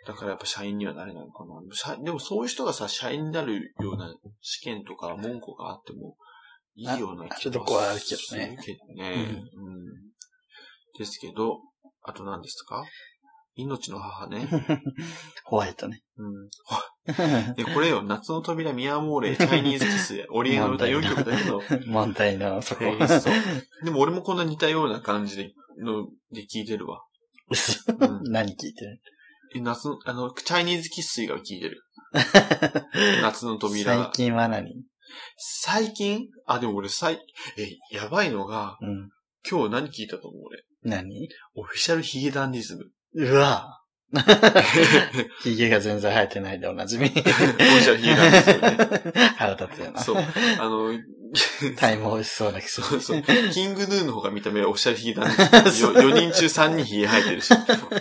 [SPEAKER 1] だからやっぱ社員にはなれないのかな社。でもそういう人がさ、社員になるような試験とか文句があってもいいような
[SPEAKER 2] あちょっと怖いけどね
[SPEAKER 1] するけどねうんですけど、あと何ですか命の母 ね。
[SPEAKER 2] ホワイ トね。
[SPEAKER 1] うん。で、これよ、夏の扉、ミアモーレ、チャイニーズキ ス、オリエンの歌4曲だけど、
[SPEAKER 2] 満タイな、そこ。
[SPEAKER 1] えーそうでも俺もこんな似たような感じで、の、で聞いてるわ。うん
[SPEAKER 2] 何聞いてる
[SPEAKER 1] え夏の、あの、チャイニーズ喫水が効いてる。夏の扉
[SPEAKER 2] 最
[SPEAKER 1] が。
[SPEAKER 2] 近は何
[SPEAKER 1] 最近あ、でも俺最、え、やばいのが、
[SPEAKER 2] うん。
[SPEAKER 1] 今日何聞いたと思う俺。
[SPEAKER 2] 何
[SPEAKER 1] オフィシャルヒゲダンディズム。
[SPEAKER 2] う
[SPEAKER 1] オ
[SPEAKER 2] わぁ。
[SPEAKER 1] フ
[SPEAKER 2] ヒゲが全然生えてないでおなじみ。
[SPEAKER 1] ィシャルヒゲダンディズムね。
[SPEAKER 2] 腹立つよな。
[SPEAKER 1] そう。あの、
[SPEAKER 2] タイム美味しそうだけど。
[SPEAKER 1] そうそう。キングヌーの方が見た目はオフィシャルヒゲダンディズム。4人中3人ヒゲ生えてるし、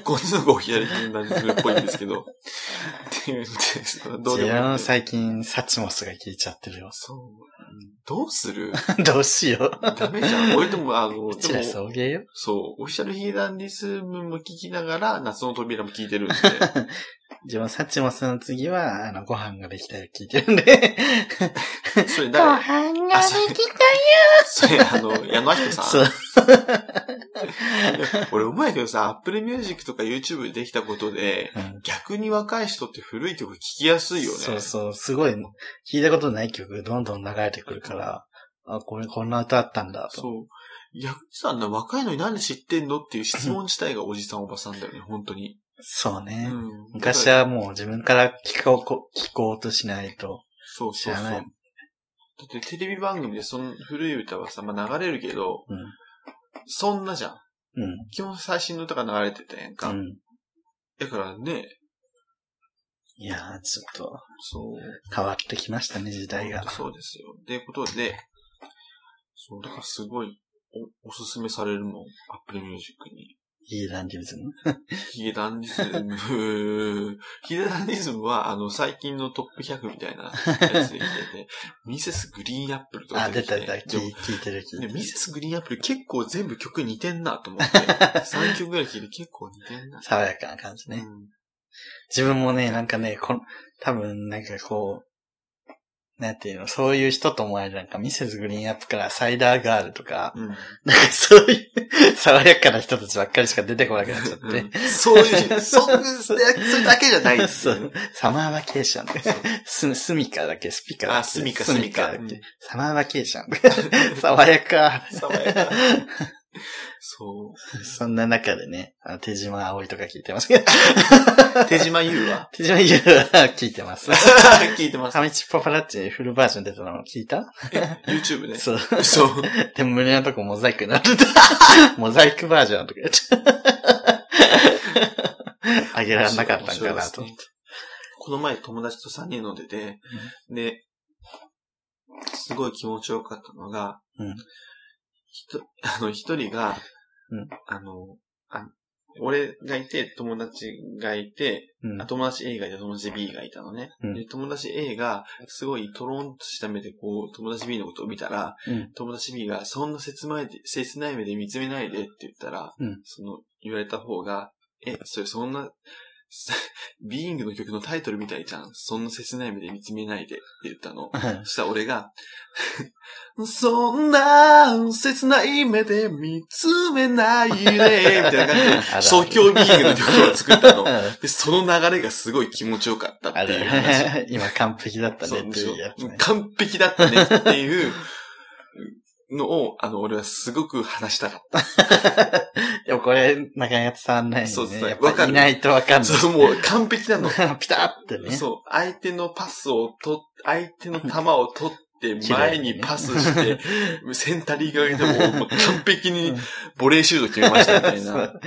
[SPEAKER 1] こっちの方がオフィシャルヒゲダンディズムっぽいんですけど。っていう、どうでもいい
[SPEAKER 2] 違
[SPEAKER 1] んだよ。
[SPEAKER 2] う、最近、サチモスが聞いちゃってるよ
[SPEAKER 1] そう。どうする
[SPEAKER 2] どうしよう。
[SPEAKER 1] ダメじゃん。俺でも、あの、
[SPEAKER 2] うち
[SPEAKER 1] で
[SPEAKER 2] ら
[SPEAKER 1] も
[SPEAKER 2] 送迎よ。
[SPEAKER 1] そう、オフィシャルヒーダンディズムも聞きながら、夏の扉も聞いてるん で。
[SPEAKER 2] 自分、サチモスの次は、あの、ご飯ができたよ、聞いてるんで。
[SPEAKER 1] それ誰
[SPEAKER 2] 飯
[SPEAKER 1] あそれそれ、あの、矢野明子さ
[SPEAKER 2] そ
[SPEAKER 1] ん
[SPEAKER 2] う。。
[SPEAKER 1] 俺、思うんやけどさ、Apple Music とか YouTube でできたことで、
[SPEAKER 2] うん
[SPEAKER 1] 逆に若い人って古い曲聞きやすいよね。
[SPEAKER 2] そうそう、すごい、聞いたことない曲がどんどん流れてくるから、あ、これ、こんな歌あったんだ、と。
[SPEAKER 1] そう。逆にさ、な若いのになんで知ってんのっていう質問自体がおじさんおばさんだよね、本当に。
[SPEAKER 2] そう
[SPEAKER 1] う
[SPEAKER 2] ね。
[SPEAKER 1] ん。
[SPEAKER 2] 昔はもう自分から聞こうこ、聞こうとしないと。
[SPEAKER 1] そうそうそ
[SPEAKER 2] 知
[SPEAKER 1] う。
[SPEAKER 2] らな
[SPEAKER 1] だ
[SPEAKER 2] い
[SPEAKER 1] ってテレビ番組でその古い歌はさ、まあ流れるけど、
[SPEAKER 2] うん
[SPEAKER 1] そんなじゃん。
[SPEAKER 2] うん。
[SPEAKER 1] 基本最新の歌が流れてたやんか。
[SPEAKER 2] うん。
[SPEAKER 1] だからね、
[SPEAKER 2] いやー、ちょっと、
[SPEAKER 1] そう。
[SPEAKER 2] 変わってきましたね、時代が。
[SPEAKER 1] そうですよ。っていうことで、そう、だからすごい、お、おすすめされるもん。アップルミュージックに。
[SPEAKER 2] いいランディズム。
[SPEAKER 1] ヒゲダンディズム、ヒゲダンディズムは、あの、最近のトップ100みたいなや つで来てて、ミセスグリーンアップルとか
[SPEAKER 2] あ、出た出た。
[SPEAKER 1] でも
[SPEAKER 2] 聞い聞いてる、聞い
[SPEAKER 1] で
[SPEAKER 2] てる。
[SPEAKER 1] ミセスグリーンアップル結構全部曲似てんなと思って、3曲ぐ らい聴いて結構似てんな。
[SPEAKER 2] 爽やかな感じ
[SPEAKER 1] う
[SPEAKER 2] ね。
[SPEAKER 1] ん
[SPEAKER 2] 自分もね、なんかね、この、多分、なんかこう、なんていうの、そういう人と思われる、なんか、ミセスグリーンアップからサイダーガールとか、
[SPEAKER 1] うん。
[SPEAKER 2] なんか そういう、爽やかな人たちばっかりしか出てこなくなっちゃって。
[SPEAKER 1] うんそういう、そう、それだけじゃないんです
[SPEAKER 2] そ
[SPEAKER 1] よ
[SPEAKER 2] う
[SPEAKER 1] ね。。
[SPEAKER 2] サマーバケーションで。す、スミカだっけスピカだっけ
[SPEAKER 1] あスミカ
[SPEAKER 2] スミカだっ
[SPEAKER 1] スミカう
[SPEAKER 2] け
[SPEAKER 1] ん
[SPEAKER 2] サマーバケーション。 爽やか。
[SPEAKER 1] 爽やか。そ
[SPEAKER 2] そんな中でね、あの手島葵とか聞いてます けど。
[SPEAKER 1] う。手島優は
[SPEAKER 2] 手島優は聞いて ます。
[SPEAKER 1] 聞いてます。
[SPEAKER 2] ハミチパパラッチフルバージョン出たの聞いた
[SPEAKER 1] YouTube ね。
[SPEAKER 2] そう。
[SPEAKER 1] そう。
[SPEAKER 2] でも胸のとこモザイクになってた。 モザイクバージョンとかやっちゃう あげられなかっ
[SPEAKER 1] 面
[SPEAKER 2] たんかなと
[SPEAKER 1] 白いですね。この前友達と3人飲んでて、で、すごい気持ちよかったのが、
[SPEAKER 2] うん
[SPEAKER 1] ひと あの、一人が、
[SPEAKER 2] うん
[SPEAKER 1] あの、あ俺がいて、友達がいて、
[SPEAKER 2] うん
[SPEAKER 1] あ友達 A がいて、友達 B がいたのね。
[SPEAKER 2] うん
[SPEAKER 1] で友達 A が、すごいトロンとした目で、こう、友達 B のことを見たら、
[SPEAKER 2] うん
[SPEAKER 1] 友達 B が、そんな切ないで、切ない目で見つめないでって言ったら、
[SPEAKER 2] うん
[SPEAKER 1] その、言われた方が、え、それそんな、 ビーイングの曲のタイトルみたいじゃん。そんな切ない目で見つめないでって言ったの。そしたら俺が、 そんな切ない目で見つめないで、みたいな 感じで、即興ビーイングの曲を作ったの。で、その流れがすごい気持ちよかった
[SPEAKER 2] あ
[SPEAKER 1] っていう 話。
[SPEAKER 2] れ、今完璧だったねっていうやつ
[SPEAKER 1] そう
[SPEAKER 2] ね。
[SPEAKER 1] 完璧だったねっていうのを、あの、俺はすごく話したかった。
[SPEAKER 2] でもこれ、なかなか伝わんないよね。
[SPEAKER 1] そうそう
[SPEAKER 2] やっ
[SPEAKER 1] わか
[SPEAKER 2] ぱ
[SPEAKER 1] る
[SPEAKER 2] いないとわかんない。
[SPEAKER 1] そう、もう完璧なの。
[SPEAKER 2] ピタってね。
[SPEAKER 1] そう、相手のパスを取っ、相手の球を取 って、前にパスして、センタリー側にでも、もう完璧にボレーシュート決めましたみたいな。そう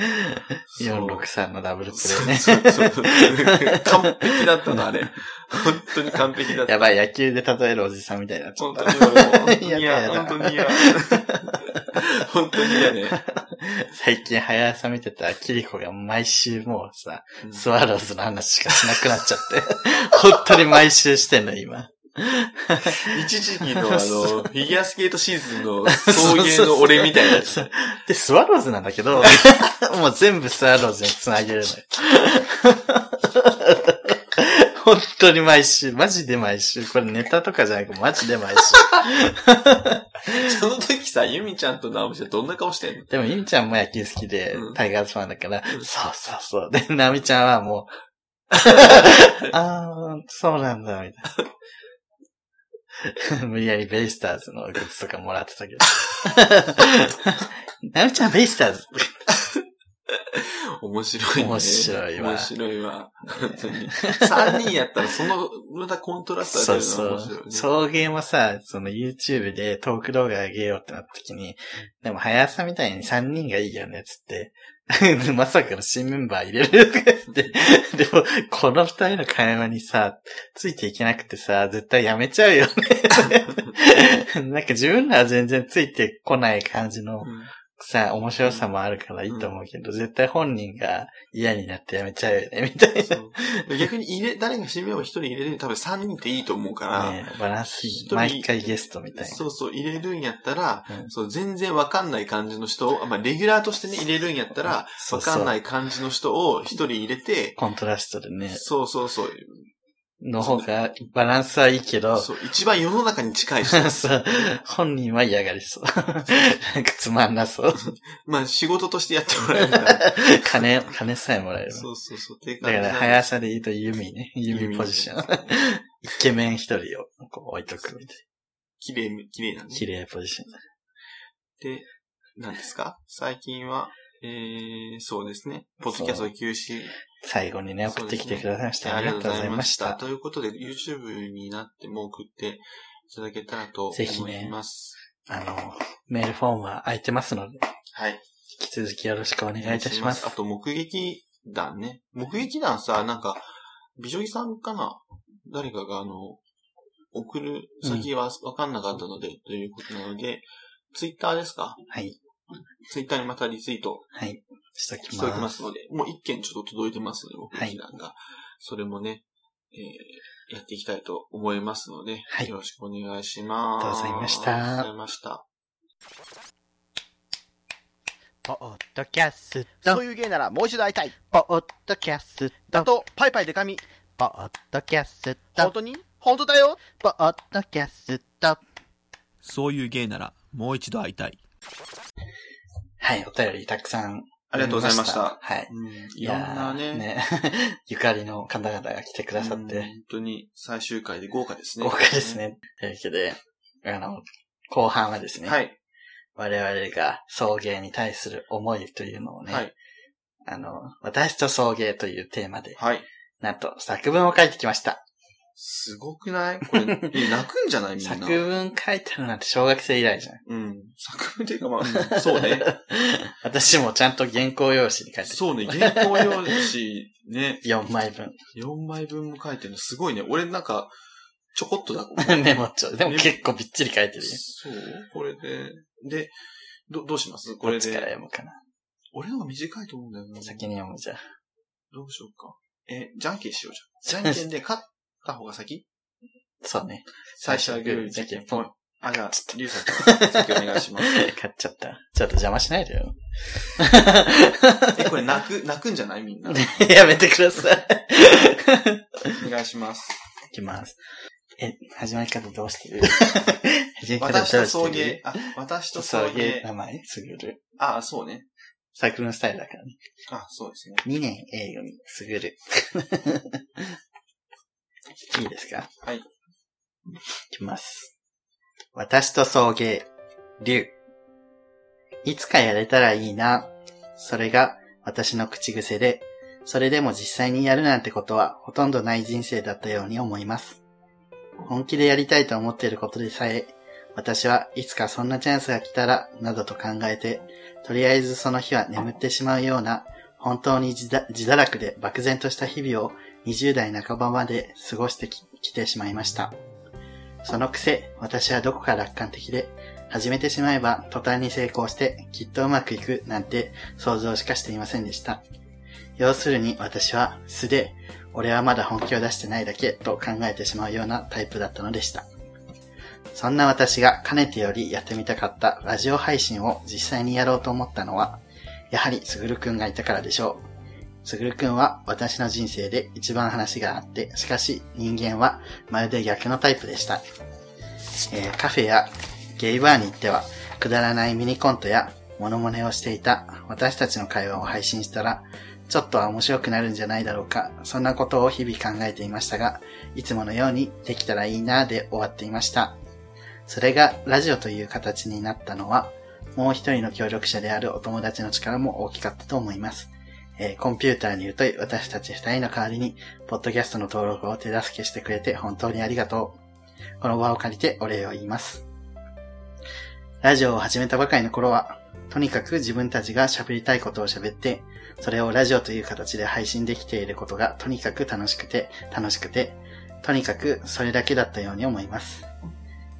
[SPEAKER 2] 463のダブルプ
[SPEAKER 1] そう
[SPEAKER 2] レ
[SPEAKER 1] そうそうそう
[SPEAKER 2] ーね。
[SPEAKER 1] 完璧だったの、あれ。本当に完璧だった。
[SPEAKER 2] やばい、野球で例えるおじさんみたいになっちゃ
[SPEAKER 1] 本
[SPEAKER 2] っ
[SPEAKER 1] 当
[SPEAKER 2] た。
[SPEAKER 1] に本当に
[SPEAKER 2] やだ
[SPEAKER 1] 嫌、
[SPEAKER 2] やだ
[SPEAKER 1] 本当に 嫌。本当に嫌ね。
[SPEAKER 2] 最近、早朝見てたキリコが毎週もうさ、
[SPEAKER 1] うん
[SPEAKER 2] スワローズの話しかしなくなっちゃって。 本当に毎週してんの、今。
[SPEAKER 1] 一時期 のあの、フィギュアスケートシーズンの送迎の俺みたいなやつ。
[SPEAKER 2] で、スワローズなんだけど、もう全部スワローズに繋げるのよ。 本当に毎週、マジで毎週。これネタとかじゃなく、マジで毎 週。
[SPEAKER 1] その時さ、ユミちゃんと直美ちゃんどんな顔してんの
[SPEAKER 2] でも、ゆみちゃんも野球好きで
[SPEAKER 1] うん、
[SPEAKER 2] タイガースファンだから、そうそうそう。で、なみちゃんは もう、あー、そうなんだ、みたいな。無 理やりベイスターズのグッズとかもらってたけど。 なみちゃんベイスターズ。
[SPEAKER 1] 面白いね。
[SPEAKER 2] 面白いわ
[SPEAKER 1] 面白いわ。本当 に。3人やったら、その、またコントラスト
[SPEAKER 2] そ
[SPEAKER 1] が出るのが面
[SPEAKER 2] うそう
[SPEAKER 1] 白い。ね。
[SPEAKER 2] 送迎もさ、その YouTube でトーク動画上げようってなった時に、でも早さみたいに3人がいいよね、つって。 まさかの新メンバー入れるとか言って。で も、この二人の会話にさ、ついていけなくてさ、絶対やめちゃうよね。 なんか自分らは全然ついてこない感じの
[SPEAKER 1] うん
[SPEAKER 2] さ、面白さもあるからいいと思うけど、絶対本人が嫌になってやめちゃうよね、みたい
[SPEAKER 1] そう逆に入れ、誰が新メンバー一人入れる多分3人っていいと思うから、
[SPEAKER 2] な。ね、バランスい
[SPEAKER 1] 一
[SPEAKER 2] い。
[SPEAKER 1] 人
[SPEAKER 2] 毎回ゲストみたいな。
[SPEAKER 1] そうそう、入れるんやったら、
[SPEAKER 2] うん
[SPEAKER 1] そう全然わかんない感じの人を、あまあ、レギュラーとしてね、入れるんやったら、
[SPEAKER 2] そ
[SPEAKER 1] わ
[SPEAKER 2] うそう
[SPEAKER 1] かんない感じの人を一人入れて、
[SPEAKER 2] コントラストでね、
[SPEAKER 1] そうそうそう、
[SPEAKER 2] の方がバランスはいいけど、
[SPEAKER 1] そう一番世の中に近い人。
[SPEAKER 2] そう本人は嫌がりそう。なんかつまんなそう。
[SPEAKER 1] まあ、仕事としてやってもらえる から。
[SPEAKER 2] 金、金さえもらえる。
[SPEAKER 1] そうそうそう、っていう
[SPEAKER 2] だ
[SPEAKER 1] 感じな
[SPEAKER 2] か
[SPEAKER 1] んで
[SPEAKER 2] ら、
[SPEAKER 1] す
[SPEAKER 2] 速さで言うとユミね。ユミポジション。イケメン一人をこう置いとくみたい
[SPEAKER 1] 綺麗め、綺麗なん
[SPEAKER 2] な。
[SPEAKER 1] で。
[SPEAKER 2] 綺麗ポジション。
[SPEAKER 1] で、何ですか最近は、えー、そうですね。ポッドキャスト休止。
[SPEAKER 2] 最後にね、送ってきてくださいました、ありがとうございまし
[SPEAKER 1] ありが
[SPEAKER 2] た。
[SPEAKER 1] とうございましたということで、YouTube になっても送っていただけたらと
[SPEAKER 2] ぜひ
[SPEAKER 1] 思
[SPEAKER 2] ね
[SPEAKER 1] います。
[SPEAKER 2] あの、メールフォームは空いてますので、
[SPEAKER 1] はい。
[SPEAKER 2] 引き続きよろしくお願いいたします
[SPEAKER 1] あ。と、目撃団ね。目撃団さ、なんか、美女木さんかな誰かが、あの、送る先はわかんなかったので、ということなので、ツイッターですか
[SPEAKER 2] はい。
[SPEAKER 1] ツイッターにまたリツイート
[SPEAKER 2] はい。しとき
[SPEAKER 1] しておき
[SPEAKER 2] ま。
[SPEAKER 1] ますすので、もう一件ちょっと届いてますので、僕
[SPEAKER 2] はい
[SPEAKER 1] 一覧が。それもね、えーやっていきたいと思いますので、
[SPEAKER 2] はい
[SPEAKER 1] よろしくお願いします。
[SPEAKER 2] ありがとうございました
[SPEAKER 1] ありがとうございました。
[SPEAKER 3] ポッドキャス
[SPEAKER 6] そ
[SPEAKER 3] ト
[SPEAKER 6] ういう芸ならもう一度会いたい。
[SPEAKER 3] ポッドキャス
[SPEAKER 6] だ
[SPEAKER 3] ト
[SPEAKER 6] と、パイパイで髪。
[SPEAKER 3] ポッドキャス
[SPEAKER 6] 本
[SPEAKER 3] ト
[SPEAKER 6] 当に本当だよ。
[SPEAKER 3] ポッドキャスト
[SPEAKER 7] そういう芸ならもう一度会いたい。
[SPEAKER 2] はい、お便りたくさん。
[SPEAKER 1] ありがとうございました。
[SPEAKER 2] はい。
[SPEAKER 1] うん、いろんなね、
[SPEAKER 2] ゆかりの方々が来てくださっ
[SPEAKER 1] うん
[SPEAKER 2] て、
[SPEAKER 1] 本当に最終回で豪華ですね。
[SPEAKER 2] 豪華です。ね。というわけで、あの、後半はですね、
[SPEAKER 1] はい。
[SPEAKER 2] 我々が送迎に対する思いというのをね、
[SPEAKER 1] はい。
[SPEAKER 2] あの、私と送迎というテーマで、
[SPEAKER 1] はい。
[SPEAKER 2] なんと作文を書いてきました。
[SPEAKER 1] すごくないこれ、え泣くんじゃないみんな。
[SPEAKER 2] 作文書いたのなんて小学生以 来じゃん。
[SPEAKER 1] うん。作文っていうかまあ、うんそうね。
[SPEAKER 2] 私もちゃんと原稿用紙に書いて
[SPEAKER 1] そうね。原稿用紙ね、
[SPEAKER 2] 4枚分。
[SPEAKER 1] 4枚分も書いてるのすごいね。俺なんか、ちょこっとだ。
[SPEAKER 2] メモ帳。でも結構びっちり書いてるよ。
[SPEAKER 1] そうこれで、で、ど、どうしますこ
[SPEAKER 2] こ
[SPEAKER 1] れ
[SPEAKER 2] っちから
[SPEAKER 1] で。
[SPEAKER 2] 読むかな。
[SPEAKER 1] 俺の方が短いと思うんだよな。
[SPEAKER 2] 先に読むじゃん。
[SPEAKER 1] どうしようか。え、じゃんけんしようじゃん。じゃんけんで勝った方が先
[SPEAKER 2] そうね。
[SPEAKER 1] 最初はグー、じ
[SPEAKER 2] じゃ
[SPEAKER 1] ゃ
[SPEAKER 2] ん
[SPEAKER 1] ん
[SPEAKER 2] け
[SPEAKER 1] け
[SPEAKER 2] ん
[SPEAKER 1] ん
[SPEAKER 2] ぽ
[SPEAKER 1] ぽ
[SPEAKER 2] ん
[SPEAKER 1] ん。あ、じゃあ、りゅうさんから先お願いします。
[SPEAKER 2] 買っちゃった。ちょっと邪魔しないでよ。
[SPEAKER 1] え、これ泣く、泣くんじゃないみんな。
[SPEAKER 2] やめてください。
[SPEAKER 1] お願いします。
[SPEAKER 2] いきます。え、始まり方どうしてる 始まり方どう
[SPEAKER 1] 私
[SPEAKER 2] して
[SPEAKER 1] と
[SPEAKER 2] る
[SPEAKER 1] 送迎。あ、私と送
[SPEAKER 2] 送迎
[SPEAKER 1] 迎。
[SPEAKER 2] 名前すぐる。
[SPEAKER 1] あ、そうね。
[SPEAKER 2] サークルのスタイルだからね。
[SPEAKER 1] あ、そうですね。
[SPEAKER 2] 2年英語にすぐる。 いいですか
[SPEAKER 1] はい
[SPEAKER 2] いきます。私と送迎、竜。いつかやれたらいいな。それが私の口癖で、それでも実際にやるなんてことはほとんどない人生だったように思います。本気でやりたいと思っていることでさえ、私はいつかそんなチャンスが来たら、などと考えて、とりあえずその日は眠ってしまうような、本当に自だ自堕落で漠然とした日々を20代半ばまで過ごしてききてしまいました。そのくせ、私はどこか楽観的で、始めてしまえば途端に成功してきっとうまくいくなんて想像しかしていませんでした。要するに私は素で、俺はまだ本気を出してないだけと考えてしまうようなタイプだったのでした。そんな私がかねてよりやってみたかったラジオ配信を実際にやろうと思ったのは、やはりすぐるくんがいたからでしょう。すぐるくんは私の人生で一番話があって、しかし人間はまるで逆のタイプでした。えーカフェやゲイバーに行っては、くだらないミニコントやモノマネをしていた私たちの会話を配信したら、ちょっとは面白くなるんじゃないだろうか、そんなことを日々考えていましたが、いつものようにできたらいいなぁで終わっていました。それがラジオという形になったのは、もう一人の協力者であるお友達の力も大きかったと思います。えーコンピューターに疎い私たち二人の代わりに、ポッドキャストの登録を手助けしてくれて本当にありがとう。この場を借りてお礼を言います。ラジオを始めたばかりの頃は、とにかく自分たちが喋りたいことを喋って、それをラジオという形で配信できていることがとにかく楽しくて、楽しくて、とにかくそれだけだったように思います。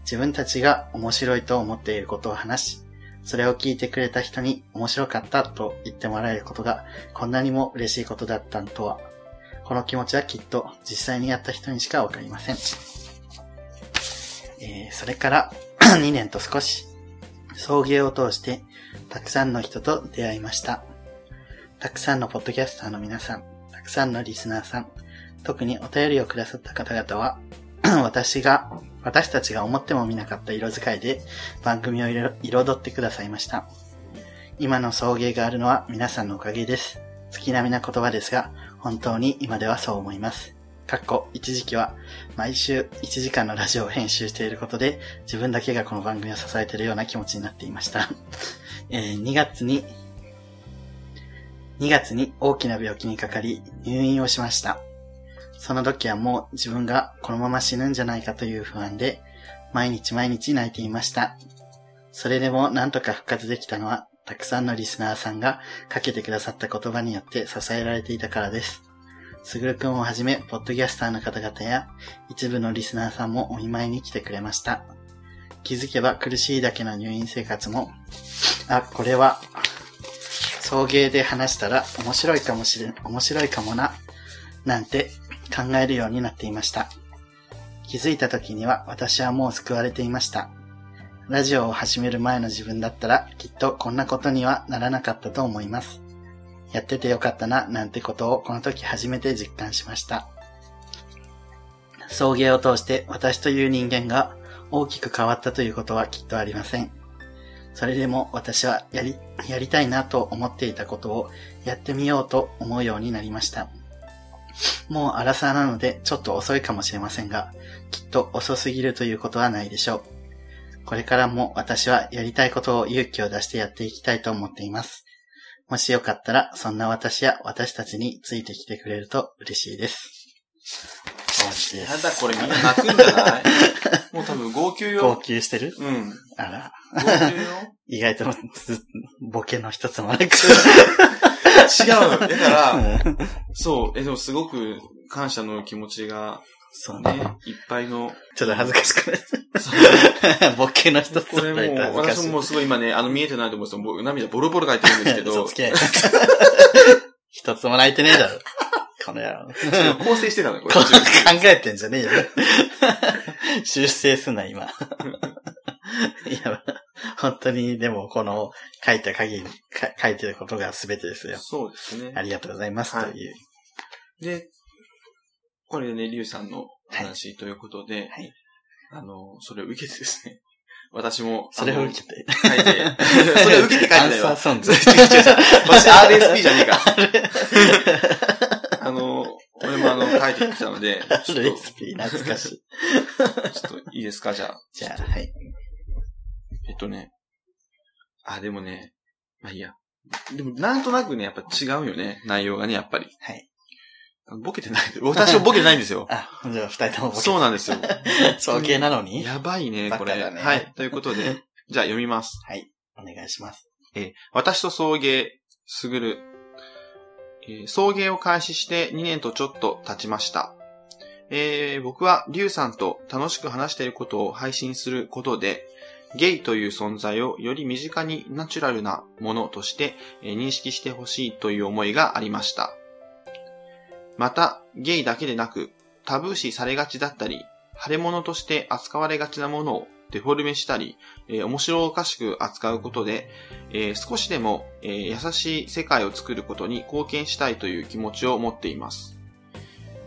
[SPEAKER 2] 自分たちが面白いと思っていることを話し、それを聞いてくれた人に面白かったと言ってもらえることがこんなにも嬉しいことだったんとは。この気持ちはきっと実際にやった人にしかわかりません。えーそれから 2年と少し、送迎を通してたくさんの人と出会いました。たくさんのポッドキャスターの皆さん、たくさんのリスナーさん、特にお便りをくださった方々は、 私が、私たちが思っても見なかった色使いで番組を彩彩ってくださいました。今の送迎があるのは皆さんのおかげです。月並みな言葉ですが、本当に今ではそう思います。かっこ、一時期は毎週1時間のラジオを編集していることで、自分だけがこの番組を支えているような気持ちになっていました。 えー2月に、2月に大きな病気にかかり、入院をしました。その時はもう自分がこのまま死ぬんじゃないかという不安で、毎日毎日泣いていました。それでもなんとか復活できたのは、たくさんのリスナーさんがかけてくださった言葉によって支えられていたからです。すぐるくんをはじめ、ポッドキャスターの方々や、一部のリスナーさんもお見舞いに来てくれました。気づけば苦しいだけの入院生活も、あ、これは、送迎で話したら面白いかもしれん、面白いかもな、なんて考えるようになっていました。気づいた時には私はもう救われていました。ラジオを始める前の自分だったらきっとこんなことにはならなかったと思います。やっててよかったななんてことをこの時初めて実感しました。送迎を通して私という人間が大きく変わったということはきっとありません。それでも私はやり、やりたいなと思っていたことをやってみようと思うようになりました。もう荒さなのでちょっと遅いかもしれませんが、きっと遅すぎるということはないでしょう。これからも私はやりたいことを勇気を出してやっていきたいと思っています。もしよかったら、そんな私や私たちについてきてくれると嬉しいです。そうで
[SPEAKER 1] や
[SPEAKER 2] す
[SPEAKER 1] だ、これみんな泣くんじゃない もう多分号泣
[SPEAKER 2] 号
[SPEAKER 1] よ。
[SPEAKER 2] 泣してる
[SPEAKER 1] うん。号
[SPEAKER 2] あら、
[SPEAKER 1] 泣よ。
[SPEAKER 2] 意外とずボケの一つもなく。
[SPEAKER 1] 違うの。だから、
[SPEAKER 2] うん
[SPEAKER 1] そう、え、でもすごく感謝の気持ちが
[SPEAKER 2] そう
[SPEAKER 1] ね
[SPEAKER 2] ね。、
[SPEAKER 1] いっぱいの。
[SPEAKER 2] ちょっと恥ずかしくなっ
[SPEAKER 1] そう
[SPEAKER 2] た。ボケの一つ
[SPEAKER 1] これ
[SPEAKER 2] もないと
[SPEAKER 1] もう、
[SPEAKER 2] 恥
[SPEAKER 1] 私
[SPEAKER 2] ず
[SPEAKER 1] も
[SPEAKER 2] か
[SPEAKER 1] もうすごい今ね、あの見えてないと思うんですけどもう涙ボロボロ書いてるんです
[SPEAKER 2] し
[SPEAKER 1] け
[SPEAKER 2] い。 嘘
[SPEAKER 1] ど
[SPEAKER 2] つ、け。一つも泣いてねえだろ。この野郎。
[SPEAKER 1] 構成してたの、これ
[SPEAKER 2] 考。えてんじゃねえよ。修正すな、今。いや、本当に、でも、この、書いた限り、か書いてることが全てですよ。
[SPEAKER 1] そうですね
[SPEAKER 2] あ。りがとうございます、
[SPEAKER 1] はい
[SPEAKER 2] という。
[SPEAKER 1] で、これでね、リュウさんの話ということで、
[SPEAKER 2] はい
[SPEAKER 1] あの、それを受けてですね、 私も、
[SPEAKER 2] それを受
[SPEAKER 1] て
[SPEAKER 2] けて。
[SPEAKER 1] 書いて、それを受けて書いて
[SPEAKER 2] アン
[SPEAKER 1] た
[SPEAKER 2] サー
[SPEAKER 1] よ。
[SPEAKER 2] ソン グ。
[SPEAKER 1] 私 RSP じゃねえか。あの、俺もあの、書いてきたので、 ちょっ
[SPEAKER 2] RSP、懐かし い。
[SPEAKER 1] と、ちょっといいですか、じゃあ。
[SPEAKER 2] じゃあ、はい。
[SPEAKER 1] えっとね。あ、でもね、まあいいや。でも、なんとなくね、やっぱ違うよね。内容がね、やっぱり。
[SPEAKER 2] はい。。
[SPEAKER 1] ボケてない。 私はボケてないんですよ
[SPEAKER 2] あ、じゃあ、二人 ともボケ
[SPEAKER 1] そうなんですよ。
[SPEAKER 2] そう系なのに
[SPEAKER 1] やばいね、
[SPEAKER 2] バ
[SPEAKER 1] こ
[SPEAKER 2] カ
[SPEAKER 1] れ。
[SPEAKER 2] だね
[SPEAKER 1] はい。ということで、じゃあ読みます。
[SPEAKER 2] お願いします。
[SPEAKER 1] えー私と送迎、すぐる。えー送迎を開始して2年とちょっと経ちました。えー僕はリュウさんと楽しく話していることを配信することで、ゲイという存在をより身近にナチュラルなものとしてえー認識してほしいという思いがありました。また、ゲイだけでなく、タブー視されがちだったり、腫れ物として扱われがちなものをデフォルメしたり、えー面白おかしく扱うことで、えー少しでも、えー優しい世界を作ることに貢献したいという気持ちを持っています。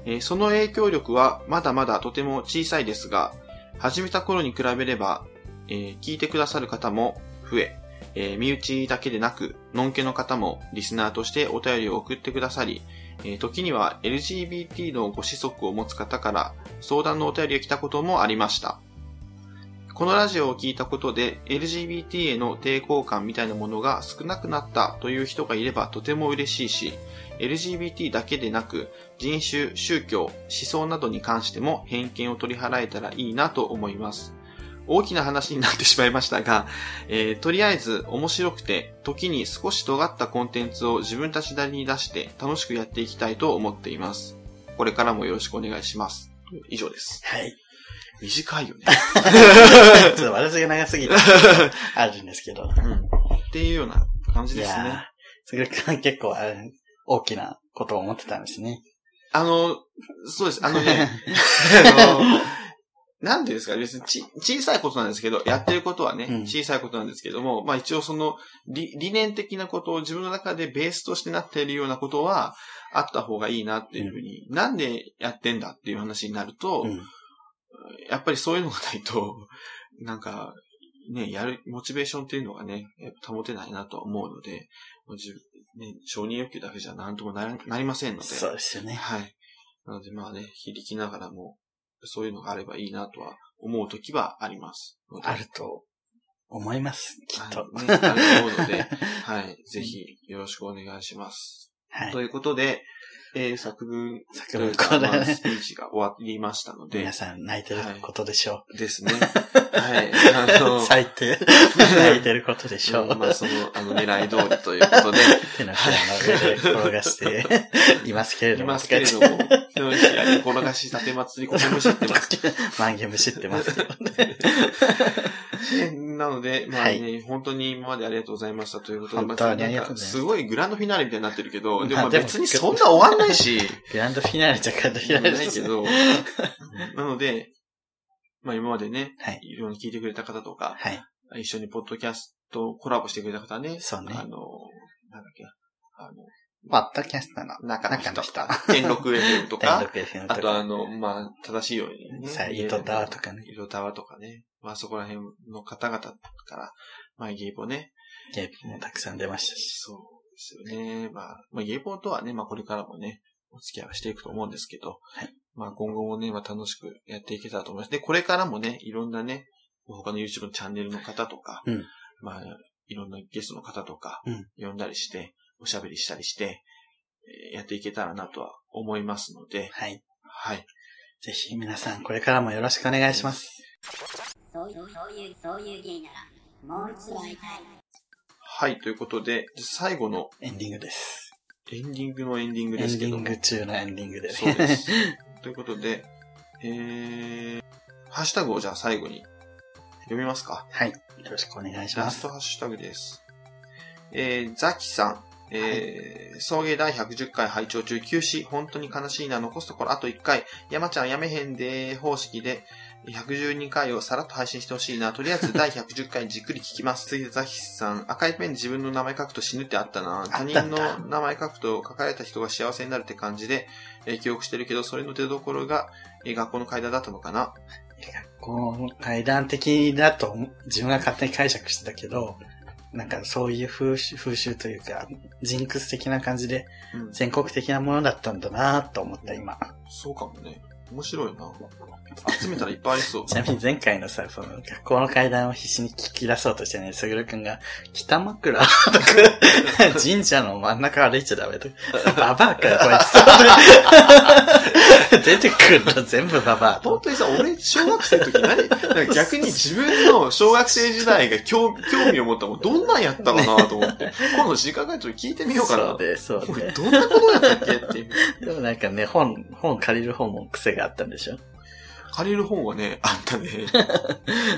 [SPEAKER 1] えーその影響力はまだまだとても小さいですが、始めた頃に比べれば、えー聞いてくださる方も増え、えー身内だけでなく、のんけの方もリスナーとしてお便りを送ってくださり、えー時には LGBT のご子息を持つ方から相談のお便りが来たこともありました。このラジオを聞いたことで LGBT への抵抗感みたいなものが少なくなったという人がいればとても嬉しいし、LGBT だけでなく人種、宗教、思想などに関しても偏見を取り払えたらいいなと思います。大きな話になってしまいましたが、えーとりあえず面白くて、時に少し尖ったコンテンツを自分たちなりに出して楽しくやっていきたいと思っています。これからもよろしくお願いします。以上です。
[SPEAKER 2] はい。
[SPEAKER 1] 短 いよね。
[SPEAKER 2] ちょっと私が長すぎて、あるんですけど。
[SPEAKER 1] うんっていうような感じ
[SPEAKER 2] い
[SPEAKER 1] です
[SPEAKER 2] やー
[SPEAKER 1] ね。
[SPEAKER 2] それから結構、あれ大きなことを思ってたんですね。
[SPEAKER 1] あの、そうです。あの ね、あの、なんていうんですか、別にち小さいことなんですけど、やってることはね、
[SPEAKER 2] うん
[SPEAKER 1] 小さいことなんですけども、まあ一応その理理念的なことを自分の中でベースとしてなっているようなことはあった方がいいなっていうふうに、なんでやってんだっていう話になると、
[SPEAKER 2] うん
[SPEAKER 1] やっぱりそういうのがないと、 なんか、ね、やる、モチベーションっていうのがね、やっぱ保てないなとは思うので、もうじゅね、承認欲求だけじゃなんともならなりませんので。
[SPEAKER 2] そうですよね。
[SPEAKER 1] はい。なのでまあね、響きながらも、そういうのがあればいいなとは思うときはありますので。
[SPEAKER 2] あると思います、きっと。
[SPEAKER 1] はいね、あると思うので、 はい。ぜひよろしくお願いします。
[SPEAKER 2] はい
[SPEAKER 1] と。いうことで、えー作文、
[SPEAKER 2] 作文コーナー
[SPEAKER 1] まあスピーチが終わりました ので
[SPEAKER 2] 皆、さん泣いてることでしょ
[SPEAKER 1] ですね。はい。あ
[SPEAKER 2] う。
[SPEAKER 1] の、
[SPEAKER 2] 最 低。泣いてることでしょう。
[SPEAKER 1] うんまあその、あの、狙い通りということで、
[SPEAKER 2] 手のひらの上で転がしていますけれ
[SPEAKER 1] い
[SPEAKER 2] ども。
[SPEAKER 1] ますけれども、手のひらに転がし、立てまつり、こむしってます。
[SPEAKER 2] 万ンゲ無視ってますけどね。
[SPEAKER 1] なので、まあね、
[SPEAKER 2] はい
[SPEAKER 1] 本当に今までありがとうございましたということで、
[SPEAKER 2] 本当にありが
[SPEAKER 1] なん
[SPEAKER 2] とう
[SPEAKER 1] か
[SPEAKER 2] ございます
[SPEAKER 1] すごいグランドフィナーレみたいになってるけど、でも
[SPEAKER 2] まあ
[SPEAKER 1] まあ
[SPEAKER 2] でも
[SPEAKER 1] 別にそんな終わんないし、
[SPEAKER 2] グランドフィナーレじゃグランドフィナーレ
[SPEAKER 1] ないけど、なので、まあ今までね、
[SPEAKER 2] はい
[SPEAKER 1] いろいろ聞いてくれた方とか、
[SPEAKER 2] はい。
[SPEAKER 1] 一緒にポッドキャストコラボしてくれた方ね、
[SPEAKER 2] そうね
[SPEAKER 1] あの、なんだっけ、あの、
[SPEAKER 2] ポッドキャストの
[SPEAKER 1] 中の人と
[SPEAKER 2] 中の
[SPEAKER 1] か、天禄 FM と
[SPEAKER 2] 大
[SPEAKER 1] か、
[SPEAKER 2] 学 FM と
[SPEAKER 1] あとあ
[SPEAKER 2] か、
[SPEAKER 1] の、まあ、正しいようにね。
[SPEAKER 2] さあ、糸タワーとかね、
[SPEAKER 1] 井戸タワーとかね。まあそこら辺の方々から、まあゲイポね。
[SPEAKER 2] ゲームもたくさん出ましたし。
[SPEAKER 1] そうですよね。まあ、まあ、ゲイポとはね、まあこれからもね、お付き合いはしていくと思うんですけど、
[SPEAKER 2] はい
[SPEAKER 1] まあ今後もね、まあ楽しくやっていけたらと思います。で、これからもね、いろんなね、他の YouTube のチャンネルの方とか、
[SPEAKER 2] うん
[SPEAKER 1] まあ、いろんなゲストの方とか
[SPEAKER 2] うん、
[SPEAKER 1] 呼んだりして、おしゃべりしたりして、えーやっていけたらなとは思いますので、
[SPEAKER 2] はい。
[SPEAKER 1] はい。
[SPEAKER 2] ぜひ皆さん、これからもよろしくお願いします。
[SPEAKER 8] そういう、そういう、そういう芸なら、もう一度会いたい。
[SPEAKER 1] はい、ということで、最後の
[SPEAKER 2] エンディングです。
[SPEAKER 1] エンディングのエンディング
[SPEAKER 2] エ
[SPEAKER 1] です
[SPEAKER 2] ンデ
[SPEAKER 1] け
[SPEAKER 2] ィ
[SPEAKER 1] ど
[SPEAKER 2] ン
[SPEAKER 1] も。
[SPEAKER 2] グ中のエンディングで。
[SPEAKER 1] そうです。ということで、えー、ハッシュタグをじゃあ最後に読みますか。
[SPEAKER 2] はい。よろしくお願いしま
[SPEAKER 1] ラス
[SPEAKER 2] す
[SPEAKER 1] ト。ハッシュタグです。えー、ザキさん。えー、送迎第110回拝聴中休止。本当に悲しいな。残すところあと1回。山ちゃんやめへんでー方式で、112回をさらっと配信してほしいな。とりあえず第110回じっくり聞き ます。次いでザヒさん。赤いペンで自分の名前書くと死ぬってあったな。
[SPEAKER 2] た
[SPEAKER 1] 他
[SPEAKER 2] ん
[SPEAKER 1] 人
[SPEAKER 2] だ
[SPEAKER 1] の名前書くと書かれた人が幸せになるって感じで、えー記憶してるけど、それの出どころが、えー学校の階段だったのかな。
[SPEAKER 2] 学校の階段的だと思う自分が勝手に解釈してたけど、なんかそういう風習風習というか、ジンクス的な感じで
[SPEAKER 1] うん。
[SPEAKER 2] 全国的なものだったんだなと思った今。
[SPEAKER 1] そうかもね。面白いな。集めたらいっぱいあり そう。
[SPEAKER 2] ちなみに前回のさ、その学校の階段を必死に聞き出そうとしてね、すぐるくんが、北枕 とか、神社の真ん中歩いちゃダメとか、ババアかよ、こいつ。出てくるの全部ババア
[SPEAKER 1] 本当
[SPEAKER 2] と。
[SPEAKER 1] にさ、俺、小学生の時何なんか逆に自分の小学生時代が興興味を持ったもん、どんなんやったかなと思って、今度時間があると聞いてみようか
[SPEAKER 2] そう
[SPEAKER 1] な。
[SPEAKER 2] で、そう
[SPEAKER 1] 俺、
[SPEAKER 2] で。
[SPEAKER 1] どんなことやったっけっていう。
[SPEAKER 2] でもなんかね、本、本借りる方も癖があったんでしょ
[SPEAKER 1] 借りる本はね、あったね。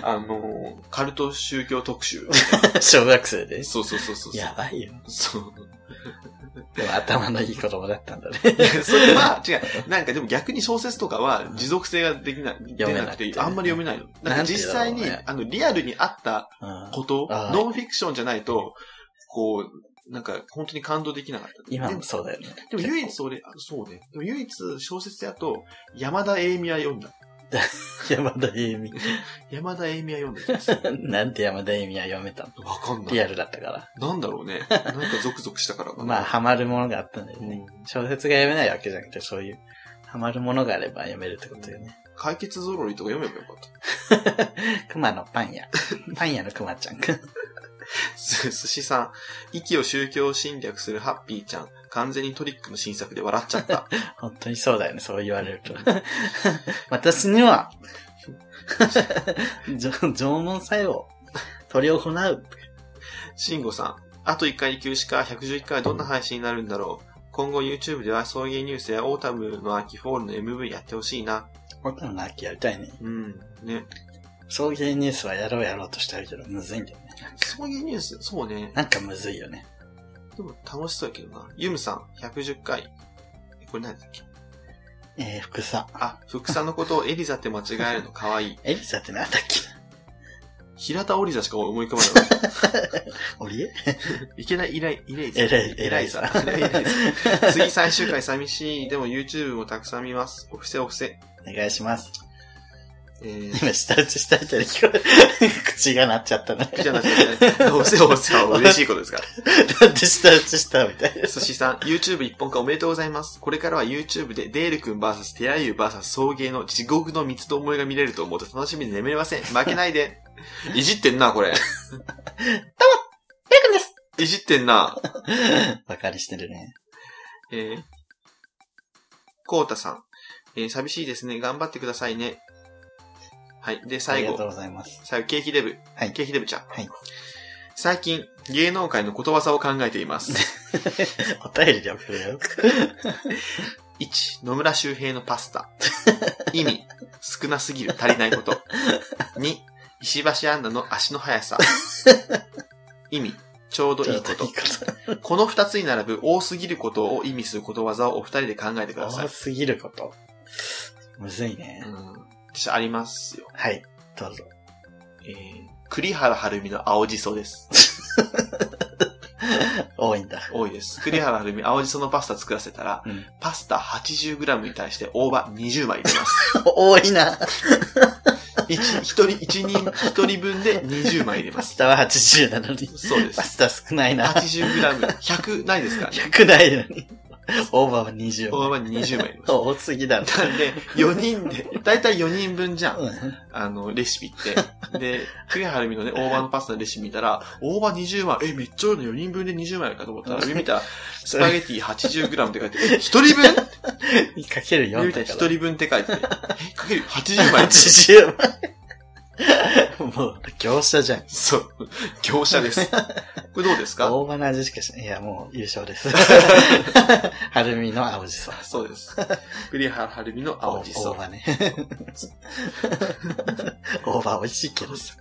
[SPEAKER 1] あの、カルト宗教特集。
[SPEAKER 2] 小学生で。
[SPEAKER 1] そうそうそうそう。
[SPEAKER 2] やばいよ。
[SPEAKER 1] そう。
[SPEAKER 2] でも頭のいい子供だったんだ ね。
[SPEAKER 1] それは、違う。なんかでも逆に小説とかは持続性ができな、出
[SPEAKER 2] めな
[SPEAKER 1] な
[SPEAKER 2] く
[SPEAKER 1] く
[SPEAKER 2] て
[SPEAKER 1] て、あんまり読めないの。なん
[SPEAKER 2] な
[SPEAKER 1] か
[SPEAKER 2] んて言うん
[SPEAKER 1] 実
[SPEAKER 2] だろ
[SPEAKER 1] 際
[SPEAKER 2] うね
[SPEAKER 1] に、あの、リアルにあった
[SPEAKER 2] うん
[SPEAKER 1] こと、
[SPEAKER 2] あー
[SPEAKER 1] ノンフィクションじゃないと、こう、なんか本当に感動できなかった。
[SPEAKER 2] 今
[SPEAKER 1] で
[SPEAKER 2] も
[SPEAKER 1] も
[SPEAKER 2] そうだよね。
[SPEAKER 1] でも唯一俺、あそうね。でも唯一小説やと、山田栄美は読んだ。
[SPEAKER 2] 山田栄美。
[SPEAKER 1] 山田栄美は読んだ気がする。
[SPEAKER 2] なんて山田栄美は読めたの
[SPEAKER 1] わかんな
[SPEAKER 2] リア
[SPEAKER 1] い。
[SPEAKER 2] ルだったから。
[SPEAKER 1] なんだろうね。なんかゾクゾクしたからかな
[SPEAKER 2] まあ、ハマるものがあったんだよ
[SPEAKER 1] う
[SPEAKER 2] ね。
[SPEAKER 1] ん
[SPEAKER 2] 小説が読めないわけじゃなくて、そういう、ハマるものがあれば読めるってことよね。
[SPEAKER 1] 解決ぞろいとか読めばよかった。
[SPEAKER 2] 熊のパン 屋。パン屋の熊ちゃん くん。
[SPEAKER 1] す、 すしさん。息を宗教侵略するハッピーちゃん。完全にトリックの新作で笑っちゃった。
[SPEAKER 2] 本当にそうだよね、そう言われると。 私に は、じょ縄文作用、取り行う。
[SPEAKER 1] 慎吾さん。あと1回に休止か、111回はどんな配信になるんだろう。今後 YouTube では送迎ニュースやオータムの秋フォールの MV やってほしいな。
[SPEAKER 2] 僕の秋やりたいね。
[SPEAKER 1] うん。ね。
[SPEAKER 2] 送迎ニュースはやろうやろうとしてあるけど、むずいんだよね。
[SPEAKER 1] 送迎ニュース、そうね。
[SPEAKER 2] なんかむずいよね。
[SPEAKER 1] でも楽しそうやけどな。ユムさん、110回。えこれ何だっけ
[SPEAKER 2] えー、福さ。
[SPEAKER 1] あ、福さんのことをエリザって間違えるの可愛い。
[SPEAKER 2] エリザってなんだっけな
[SPEAKER 1] 平田オリザしか思い浮かばない。
[SPEAKER 2] オリエ
[SPEAKER 1] いけない、イライ、イレイザ。
[SPEAKER 2] エレイ、エレイさ
[SPEAKER 1] イレイザイレイザ次最終回寂しい。でも YouTube もたくさん見ます。お布施お布施。
[SPEAKER 2] ん。お願いします。
[SPEAKER 1] えー、
[SPEAKER 2] 今、下打ちしたみたいに聞こえる。 口がなっちゃったね。
[SPEAKER 1] じゃなくて、お布施お布施は嬉しいことですから。
[SPEAKER 2] なんで下打ちしたみたいな。
[SPEAKER 1] 寿司さん、YouTube 一本化おめでとうございます。これからは YouTube でデール君 VS テラユー VS 送迎の地獄の三つどもえが見れると思うと楽しみで眠れません。負けない で。いじってんな、これ。どうも、レイ君です。いじってんな。
[SPEAKER 2] バカにしてるね。
[SPEAKER 1] えー、コータさん。えー、寂しいですね。頑張ってくださいね。はい。で、
[SPEAKER 2] あ
[SPEAKER 1] 最
[SPEAKER 2] りがとう
[SPEAKER 1] 後。
[SPEAKER 2] ございます。
[SPEAKER 1] 最後、ケーキデブ。
[SPEAKER 2] はい
[SPEAKER 1] ケーキデブちゃん。
[SPEAKER 2] はい。
[SPEAKER 1] 最近、芸能界のことわざを考えています。
[SPEAKER 2] お便りで送るよ。
[SPEAKER 1] 1、野村周平のパス タ。意味、少なすぎる、足りないこと。2、石橋アンナの足の速さ。意味、ちょうどいいこ
[SPEAKER 2] ちょ
[SPEAKER 1] と
[SPEAKER 2] っ。と
[SPEAKER 1] この2つに並ぶ多すぎることを意味することわざをお二人で考えてくださ
[SPEAKER 2] 多
[SPEAKER 1] い。
[SPEAKER 2] すぎること。むずいうね。
[SPEAKER 1] ん。私ありますよ。
[SPEAKER 2] はい。どうぞ。
[SPEAKER 1] えー、栗原はるみの青じそです。
[SPEAKER 2] 多いんだ。
[SPEAKER 1] 多いです。栗原はるみ、青じそのパスタ作らせたら、
[SPEAKER 2] うん
[SPEAKER 1] パスタ 80g に対して大葉20枚入れます。
[SPEAKER 2] 多いな。
[SPEAKER 1] 1、一人、一人、一人分で20枚入れま
[SPEAKER 2] パ
[SPEAKER 1] す。
[SPEAKER 2] スタは80なのに。
[SPEAKER 1] そうです
[SPEAKER 2] パ。スタ少ないな。
[SPEAKER 1] 80グラム、100ないですからね。
[SPEAKER 2] 100ないのに。オーバーは20。
[SPEAKER 1] 大幅に20枚入れます。
[SPEAKER 2] 多すぎだろ。
[SPEAKER 1] なんで、4人で、だいたい4人分じゃん。
[SPEAKER 2] うん
[SPEAKER 1] あの、レシピって。で、栗原はるみのね、大葉のパスタのレシピ見たら、大葉20枚、え、めっちゃ多いの4人分で20枚かと思ったら、上見たら、スパゲティ80グラムって書いて、え、1人分
[SPEAKER 2] かける
[SPEAKER 1] 上
[SPEAKER 2] 4
[SPEAKER 1] 見たら1
[SPEAKER 2] だから。
[SPEAKER 1] 人分って書いてて、え、かける80枚。
[SPEAKER 2] 80万。もう、業者じゃん。
[SPEAKER 1] そう。業者です。これどうですか
[SPEAKER 2] 大葉の味しかしない。いや、もう優 勝です。はるみの青じそ。
[SPEAKER 1] そうです。栗原はるみの青じ
[SPEAKER 2] お
[SPEAKER 1] そ
[SPEAKER 2] 大。葉ね。大葉美味しいけどさ。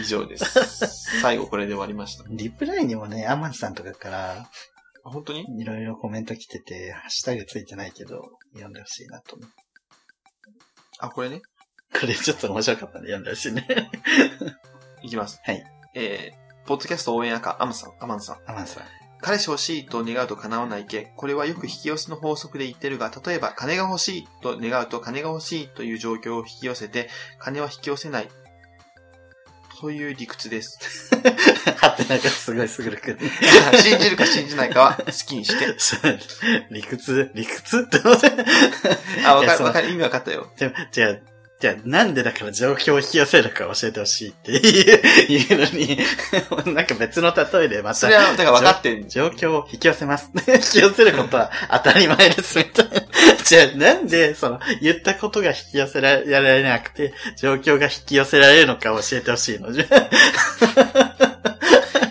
[SPEAKER 1] 以上です。最後これで終わりました。
[SPEAKER 2] リプライにもね、アマンさんとかから、
[SPEAKER 1] あ本当に
[SPEAKER 2] いろいろコメント来てて、ハッシュタグついてないけど、読んでほしいなと思う。
[SPEAKER 1] あ、これね。
[SPEAKER 2] これちょっと面白かったんで読んでほしいね。
[SPEAKER 1] いきます。
[SPEAKER 2] はい。
[SPEAKER 1] えー、ポッドキャスト応援赤、アマンさん、アマンさん。
[SPEAKER 2] アマン さん。
[SPEAKER 1] 彼氏欲しいと願うと叶わないけ。これはよく引き寄せの法則で言ってるが、例えば金が欲しいと願うと金が欲しいという状況を引き寄せて、金は引き寄せない。という理屈 です。
[SPEAKER 2] はてながすごいすぐるくる。
[SPEAKER 1] 信じるか信じないかは好きにして。
[SPEAKER 2] そう理屈理屈って思って。
[SPEAKER 1] あ、わ
[SPEAKER 2] い
[SPEAKER 1] か
[SPEAKER 2] や
[SPEAKER 1] る、
[SPEAKER 2] そう
[SPEAKER 1] わかる、意味わかったよ。
[SPEAKER 2] でも、じゃあ、じゃあ、なんでだから状況を引き寄せるか教えてほしいっていう、言うのに、なん か別の例えでまた。
[SPEAKER 1] それは、だから分かってんじ
[SPEAKER 2] 状況を引き寄せます。 引き寄せることは当たり前です、みたいな。 じゃあ、なんで、その、言ったことが引き寄せられなくて、状況が引き寄せられるのか教えてほしいの。じゃあ
[SPEAKER 1] ゃん。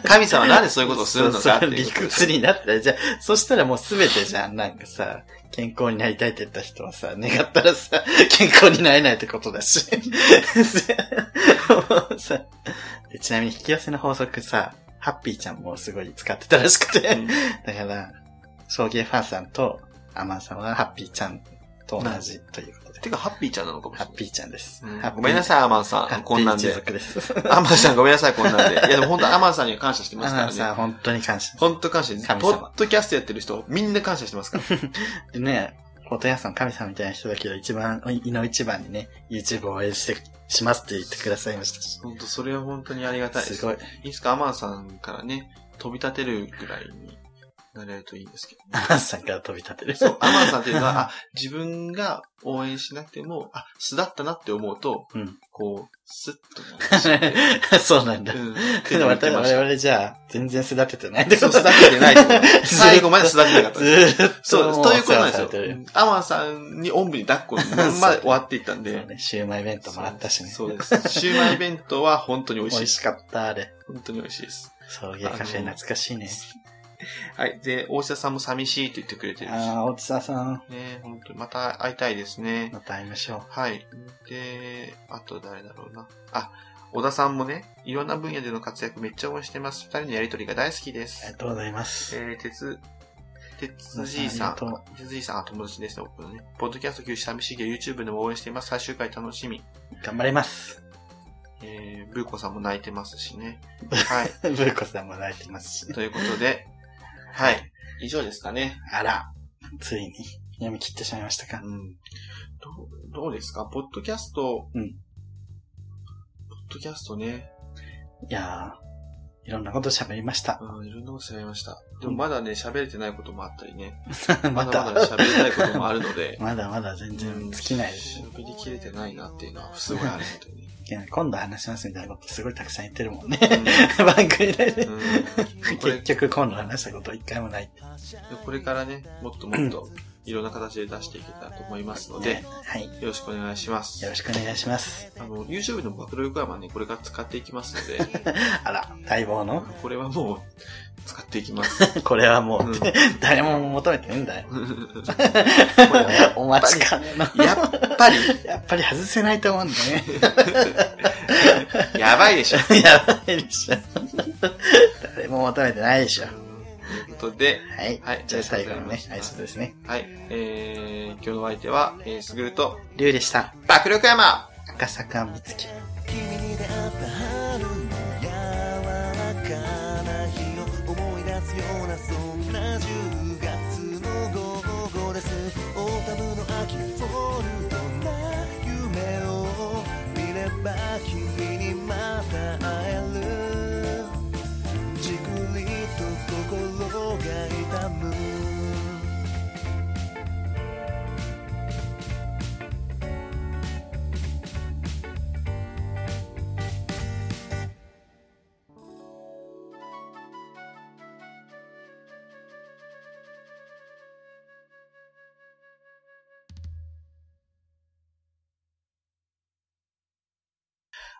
[SPEAKER 1] 神様はなんでそういうことをするの
[SPEAKER 2] そ
[SPEAKER 1] か
[SPEAKER 2] う
[SPEAKER 1] ってい
[SPEAKER 2] そ
[SPEAKER 1] うう
[SPEAKER 2] 理
[SPEAKER 1] ことで
[SPEAKER 2] 屈になったら、じゃあ、そしたらもうすべてじゃん、なんかさ、健康になりたいって言った人はさ、願ったらさ、健康になれないってことだし。 もうさでちなみに引き寄せの法則さ、ハッピーちゃんもすごい使ってたらしくて、だから、送迎ファンさんとアマンさんはハッピーちゃんと同じということで、
[SPEAKER 1] てか、ハッピーちゃんなのかもし
[SPEAKER 2] ハ
[SPEAKER 1] れ
[SPEAKER 2] ッ
[SPEAKER 1] ない。
[SPEAKER 2] ピーちゃんです。
[SPEAKER 1] うん
[SPEAKER 2] ハッピー
[SPEAKER 1] ごめんなさい、アマン
[SPEAKER 2] ハ
[SPEAKER 1] さ
[SPEAKER 2] ッ
[SPEAKER 1] ん。
[SPEAKER 2] ピ
[SPEAKER 1] こんな
[SPEAKER 2] ー
[SPEAKER 1] ん
[SPEAKER 2] 一
[SPEAKER 1] で。
[SPEAKER 2] 族です。
[SPEAKER 1] アマンさんごめんなさい、こんなんで。いや、でも本当アマンさんには感謝してま
[SPEAKER 2] ア
[SPEAKER 1] すか
[SPEAKER 2] マ
[SPEAKER 1] ら
[SPEAKER 2] ンさん
[SPEAKER 1] ね。
[SPEAKER 2] 本当に感謝です。
[SPEAKER 1] 本当感謝です。
[SPEAKER 2] 神
[SPEAKER 1] ポ
[SPEAKER 2] 様
[SPEAKER 1] ッドキャストやってる人、みんな感謝してますから。
[SPEAKER 2] でね、ホトヤさん神様みたいな人だけど、一番、いの一番にね、YouTube を応援して、しますって言ってくださいましたし。
[SPEAKER 1] 本当それは本当にありがたいです
[SPEAKER 2] す。ごい。
[SPEAKER 1] いつかアマンさんからね、飛び立てるぐらいになれるといいんですけど、ね。
[SPEAKER 2] アマンさんから飛び立てる。
[SPEAKER 1] そう、アマンさんっていうのは、あ、自分が応援しなくても、あ、巣だったなって思うと、
[SPEAKER 2] うん
[SPEAKER 1] こう、スッとなるし。
[SPEAKER 2] そうなんだ。
[SPEAKER 1] うん。
[SPEAKER 2] でも
[SPEAKER 1] って
[SPEAKER 2] 我
[SPEAKER 1] ました
[SPEAKER 2] 々じゃあ、全然巣立ててないって
[SPEAKER 1] そ
[SPEAKER 2] こ
[SPEAKER 1] う、巣
[SPEAKER 2] と
[SPEAKER 1] 立
[SPEAKER 2] だ。
[SPEAKER 1] ててないってこと
[SPEAKER 2] ずっと
[SPEAKER 1] 最後まで巣立てなかった
[SPEAKER 2] ず
[SPEAKER 1] です。
[SPEAKER 2] ーっと。
[SPEAKER 1] そう、ということなんですよ
[SPEAKER 2] もお世話されてる。
[SPEAKER 1] アマンさんにおんぶに抱っこまで終わっていったん
[SPEAKER 2] そう
[SPEAKER 1] で。
[SPEAKER 2] ね、シューマイ弁当もらったしね。
[SPEAKER 1] そうです。シューマイ弁当は本当に美
[SPEAKER 2] 美
[SPEAKER 1] 味
[SPEAKER 2] 味
[SPEAKER 1] し
[SPEAKER 2] し
[SPEAKER 1] い。
[SPEAKER 2] かった、あれ。
[SPEAKER 1] 本当に美味しいです。
[SPEAKER 2] 送迎カフェ懐かしいね。
[SPEAKER 1] はい。で、大下さんも寂しいって言ってくれてるし。
[SPEAKER 2] ああ、大津田さん、
[SPEAKER 1] ね本当にまた会いたいですね。
[SPEAKER 2] また会いましょ
[SPEAKER 1] はい。で、あと誰だろうな。あ、小田さんもね、いろんな分野での活躍めっちゃ応援してます。二人のやりとりが大好きで
[SPEAKER 2] う。あり
[SPEAKER 1] す。
[SPEAKER 2] がとうございます。
[SPEAKER 1] えー、鉄、鉄じいさん
[SPEAKER 2] ありが。とう
[SPEAKER 1] 鉄じいさん、あ友達ですね、僕のね。ポッドキャスト休止寂しいけど YouTube でも応援しています。最終回楽しみ。
[SPEAKER 2] 頑張ります。
[SPEAKER 1] えー、ブーコさんも泣いてますしね。はい。
[SPEAKER 2] ブーコさんも泣いてますし。
[SPEAKER 1] ということで、はい。以上ですかね。
[SPEAKER 2] あら、ついに読み切ってしまいましたか。
[SPEAKER 1] うん。どう、どうですかポッドキャスト。
[SPEAKER 2] うん
[SPEAKER 1] ポッドキャストね。
[SPEAKER 2] いやー、いろんなこと喋りました。
[SPEAKER 1] うん、いろんなこと喋りました。でもまだね、喋れてないこともあったりね。ま
[SPEAKER 2] ま
[SPEAKER 1] だま
[SPEAKER 2] だ。
[SPEAKER 1] だ喋りたいこともあるので
[SPEAKER 2] まだまだ全然尽きないです。
[SPEAKER 1] 喋りきれてないなっていうのはすごいあるのでね。
[SPEAKER 2] いや今度話しますみたいなことすごいたくさん言ってるもんね。
[SPEAKER 1] う
[SPEAKER 2] 番組内で
[SPEAKER 1] ん。うん。こ
[SPEAKER 2] 結
[SPEAKER 1] れ、
[SPEAKER 2] 局今度話したこと一回もない。
[SPEAKER 1] これからね、もっともっといろんな形で出していけたらと思いますので、
[SPEAKER 2] はい。よ
[SPEAKER 1] よろしくお願いします。
[SPEAKER 2] ろしくお願いします。
[SPEAKER 1] あの、YouTube の暴露横山はね、これから使っていきますので、
[SPEAKER 2] あら、待望の
[SPEAKER 1] これはもう、使っていきます。
[SPEAKER 2] これはもう、
[SPEAKER 1] うん
[SPEAKER 2] 誰も求めてないんだよ。
[SPEAKER 1] これは
[SPEAKER 2] お待ちかねの。
[SPEAKER 1] やっぱり、
[SPEAKER 2] やっぱり外せないと思うんだ
[SPEAKER 1] やばいでしょ。
[SPEAKER 2] ね。やばいでしょ。 誰も求めてないでしょ。
[SPEAKER 1] ということで、
[SPEAKER 2] はい。
[SPEAKER 1] はい
[SPEAKER 2] じゃあ最後のね、
[SPEAKER 1] あ
[SPEAKER 2] 挨
[SPEAKER 1] りがとうございます
[SPEAKER 2] 拶ですね。
[SPEAKER 1] はい、えー、今日のお相手は、えー、すぐると、
[SPEAKER 2] りゅうでした。
[SPEAKER 1] 爆力山
[SPEAKER 2] 赤坂みつき。
[SPEAKER 9] 君に出会った春の柔らかな日を思い出すようなそんな10月の午後ですオータムの秋フォルトな夢を見れば君にまた会えるじくりと心が痛む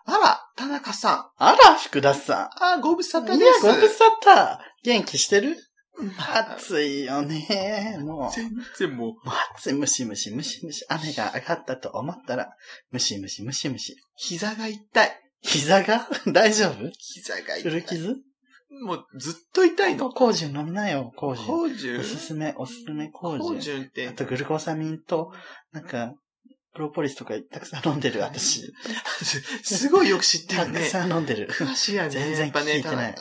[SPEAKER 1] あら、田中さん。
[SPEAKER 2] あら、福田さ
[SPEAKER 1] あー、ご無沙
[SPEAKER 2] ん。
[SPEAKER 1] 汰
[SPEAKER 2] い
[SPEAKER 1] で
[SPEAKER 2] や、
[SPEAKER 1] す。
[SPEAKER 2] ご無沙汰。元気してる
[SPEAKER 1] あ
[SPEAKER 2] 暑いよね。もう、
[SPEAKER 1] 全然もう、
[SPEAKER 2] 暑い、ムシムシ、ムシムシ。雨が上がったと思ったら、ムシムシ、ムシムシ。
[SPEAKER 1] 膝が痛い。
[SPEAKER 2] 膝が 大丈夫
[SPEAKER 1] 膝が痛
[SPEAKER 2] 古
[SPEAKER 1] い。
[SPEAKER 2] 傷
[SPEAKER 1] もうずっと痛いの。
[SPEAKER 2] コージュ飲みなよ、コージュ。
[SPEAKER 1] 芳醇
[SPEAKER 2] おすすめ、おすすめ、
[SPEAKER 1] 芳
[SPEAKER 2] コージュ。
[SPEAKER 1] 醇って、
[SPEAKER 2] あと、グルコサミンと、なんか、プロポリスとかたくさん飲んでる、私。
[SPEAKER 1] すごいよく知って
[SPEAKER 2] た
[SPEAKER 1] る
[SPEAKER 2] く
[SPEAKER 1] ね。
[SPEAKER 2] さん飲んでる。
[SPEAKER 1] 詳しいやね。
[SPEAKER 2] 全然聞いてな
[SPEAKER 1] や
[SPEAKER 2] い
[SPEAKER 1] っぱね。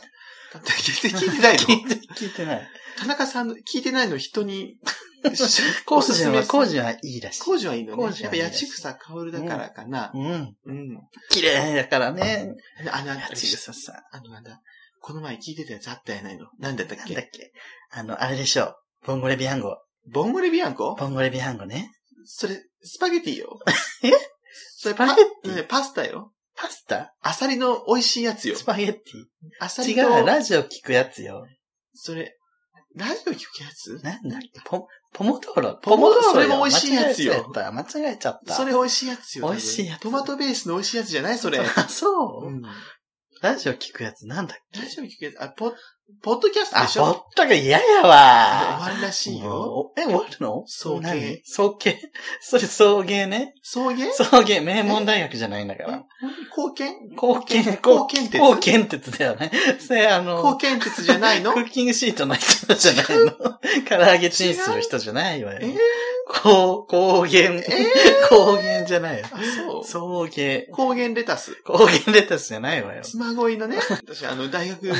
[SPEAKER 1] 田中全然聞いてないの
[SPEAKER 2] 聞いて聞いてない。
[SPEAKER 1] 田中さんの聞いてないの人に、
[SPEAKER 2] コ
[SPEAKER 1] お
[SPEAKER 2] ー
[SPEAKER 1] す
[SPEAKER 2] ジ
[SPEAKER 1] す
[SPEAKER 2] ュは、
[SPEAKER 1] め
[SPEAKER 2] コージュはいいらしい。
[SPEAKER 1] 工事はいいのね。
[SPEAKER 2] 工事
[SPEAKER 1] や
[SPEAKER 2] は
[SPEAKER 1] っ
[SPEAKER 2] い
[SPEAKER 1] ぱ
[SPEAKER 2] い
[SPEAKER 1] 八千草薫だからかな。
[SPEAKER 2] うん。
[SPEAKER 1] うん。
[SPEAKER 2] 綺麗だからね。
[SPEAKER 1] あの、あの
[SPEAKER 2] 八千草さん。
[SPEAKER 1] あの、なんだ。この前聞いてたやつあったやないの。なんだったっ
[SPEAKER 2] なんだっ
[SPEAKER 1] け
[SPEAKER 2] けあの、あれでしょう。ボンゴレビアンゴ。
[SPEAKER 1] ボンゴレビアンコ
[SPEAKER 2] ボンゴレビアンゴね。
[SPEAKER 1] それ、スパゲティよ。
[SPEAKER 2] え
[SPEAKER 1] それ
[SPEAKER 2] パ
[SPEAKER 1] パ
[SPEAKER 2] ゲティ
[SPEAKER 1] ねパスタよ。
[SPEAKER 2] パスタ
[SPEAKER 1] アサリの美味しいやつよ
[SPEAKER 2] ス。パゲッテ
[SPEAKER 1] アサ
[SPEAKER 2] ィ。
[SPEAKER 1] リ
[SPEAKER 2] 違
[SPEAKER 1] と、
[SPEAKER 2] う、ラジオ聞くやつよ。
[SPEAKER 1] それ、ラジオ聞くやつ
[SPEAKER 2] なんだっけポ、ポモドーロ。
[SPEAKER 1] ポモドーロ
[SPEAKER 2] ポよ
[SPEAKER 1] それも美味しいやつよ
[SPEAKER 2] 間違えちゃった。
[SPEAKER 1] それ美味しいやつよ。多分
[SPEAKER 2] 美味しいやつ
[SPEAKER 1] トマトベースの美味しいやつじゃないそれ。
[SPEAKER 2] あ、そうう。
[SPEAKER 1] ん。
[SPEAKER 2] ラジオ聞くやつなんだっけ
[SPEAKER 1] ラジオ聞くやつ、あ、ポ、ポッドキャスト
[SPEAKER 2] あ、
[SPEAKER 1] でしょ
[SPEAKER 2] ほっとく嫌や
[SPEAKER 1] 終
[SPEAKER 2] わ
[SPEAKER 1] わるらしいよ。
[SPEAKER 2] おえ、終わるの
[SPEAKER 1] 送迎
[SPEAKER 2] 何送迎。 それ送迎ね。
[SPEAKER 1] 送迎
[SPEAKER 2] 送迎、名門大学じゃないんだから。
[SPEAKER 1] 貢献
[SPEAKER 2] 貢献、
[SPEAKER 1] 貢献鉄
[SPEAKER 2] 貢献鉄だよね。それあの、
[SPEAKER 1] 貢献鉄じゃないの
[SPEAKER 2] クッキングシートの人じゃない の。唐揚げチンする人じゃないわよ。
[SPEAKER 1] えー
[SPEAKER 2] 高、高原、高原じゃないよ。
[SPEAKER 1] あ、そう。
[SPEAKER 2] 送迎、
[SPEAKER 1] 高原レタス。
[SPEAKER 2] 高原レタスじゃないわよ。
[SPEAKER 1] つまごいのね。私、あの、大学、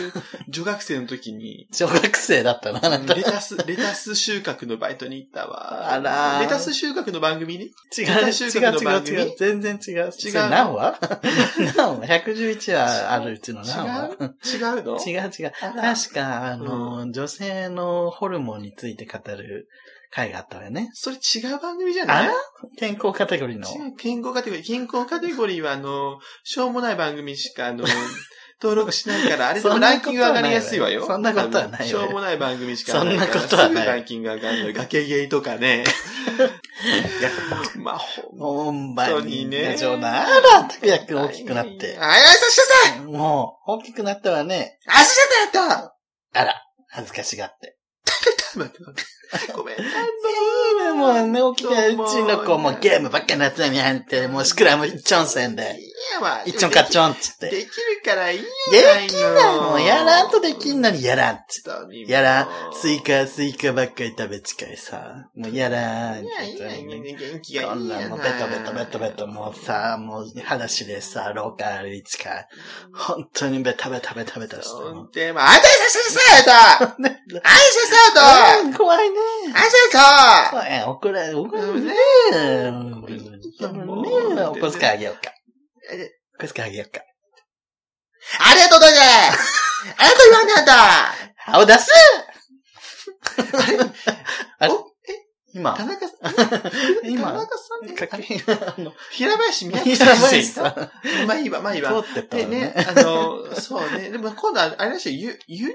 [SPEAKER 1] 女学生の時に、
[SPEAKER 2] 小学生だったな、あなた。
[SPEAKER 1] レタス、レタス収穫のバイトに行ったわ。
[SPEAKER 2] あらー
[SPEAKER 1] レタス収穫の番組ね。
[SPEAKER 2] 違う、違う
[SPEAKER 1] 私、収穫の番組
[SPEAKER 2] 違う、違う。全然違う。違う。
[SPEAKER 1] 違う
[SPEAKER 2] 何 話何話 ?111 話あるうちの
[SPEAKER 1] 違
[SPEAKER 2] 何話
[SPEAKER 1] う違うの
[SPEAKER 2] 違う違う。
[SPEAKER 1] あら
[SPEAKER 2] 確か、あの、女性のホルモンについて語る回があったわよね。
[SPEAKER 1] それ違う番組じゃ
[SPEAKER 2] あ
[SPEAKER 1] ない
[SPEAKER 2] ら健康カテゴリーの。
[SPEAKER 1] 違う、健康カテゴリー。健康カテゴリーは、あの、しょうもない番組しか、あの、登録しないから、あれでも
[SPEAKER 2] そんな
[SPEAKER 1] ラ
[SPEAKER 2] こ
[SPEAKER 1] ン
[SPEAKER 2] とは
[SPEAKER 1] キング上がりやすいわよ。
[SPEAKER 2] そんなことはないわよ
[SPEAKER 1] あのしょうもない番組しか上がらいから
[SPEAKER 2] そんなことはない
[SPEAKER 1] すぐランキング上がるのよ。崖ゲイとかね。まあ、ほん
[SPEAKER 2] 本番に
[SPEAKER 1] 本
[SPEAKER 2] ね。
[SPEAKER 1] 当
[SPEAKER 2] 上
[SPEAKER 1] にね
[SPEAKER 2] なあら、拓也くん大きくなって。
[SPEAKER 1] あい、あいさしなさい
[SPEAKER 2] もう、大きくなったわね。
[SPEAKER 1] あしなさいやった
[SPEAKER 2] あら、恥ずかしがって。
[SPEAKER 1] 待って待ってごめん。
[SPEAKER 2] いいね、もうね、起きて、うちの子もゲームばっかりなってたみたいて、もうシクラム一丁せんで。
[SPEAKER 1] いやわ。
[SPEAKER 2] 一丁かっち
[SPEAKER 1] ょ
[SPEAKER 2] ょんっつって。
[SPEAKER 1] できるからいい
[SPEAKER 2] で
[SPEAKER 1] やないの。
[SPEAKER 2] きないもん。やらんとできんのにやらんっつって。やら、スイ
[SPEAKER 1] カ。
[SPEAKER 2] カ、スイカばっかり食べちかいさ。もうやらーん。
[SPEAKER 1] いやいやいやいや、元気がいいや
[SPEAKER 2] こんなんもうベトベトベトベトもうさ、もう裸足でさ、廊下歩いてか、本当にベタベタベタベタして。
[SPEAKER 1] そ
[SPEAKER 2] も
[SPEAKER 1] んで、まあ、あいさしなさいやった
[SPEAKER 2] ね
[SPEAKER 1] あいさしなさいやった
[SPEAKER 2] うん怖いね。
[SPEAKER 1] あいさ
[SPEAKER 2] 怖い、怒られ、怒られねえ。
[SPEAKER 1] もう
[SPEAKER 2] ねえ、お小遣いあげようか。お小遣いあげようか。
[SPEAKER 1] ありがとうございますありがとうございま
[SPEAKER 2] 顔出すあれ
[SPEAKER 1] お
[SPEAKER 2] 今
[SPEAKER 1] 田、中さん、田
[SPEAKER 2] 今、
[SPEAKER 1] 中さんね
[SPEAKER 2] かけ、あの、
[SPEAKER 1] 平林宮崎
[SPEAKER 2] 平
[SPEAKER 1] 先
[SPEAKER 2] 林
[SPEAKER 1] 生。
[SPEAKER 2] さん、通
[SPEAKER 1] まあいいわ、まあいいわ。
[SPEAKER 2] ってった
[SPEAKER 1] で
[SPEAKER 2] よ
[SPEAKER 1] ね
[SPEAKER 2] ね。、
[SPEAKER 1] あの、そうね。でも今度は、あれらしいよ、ゆ、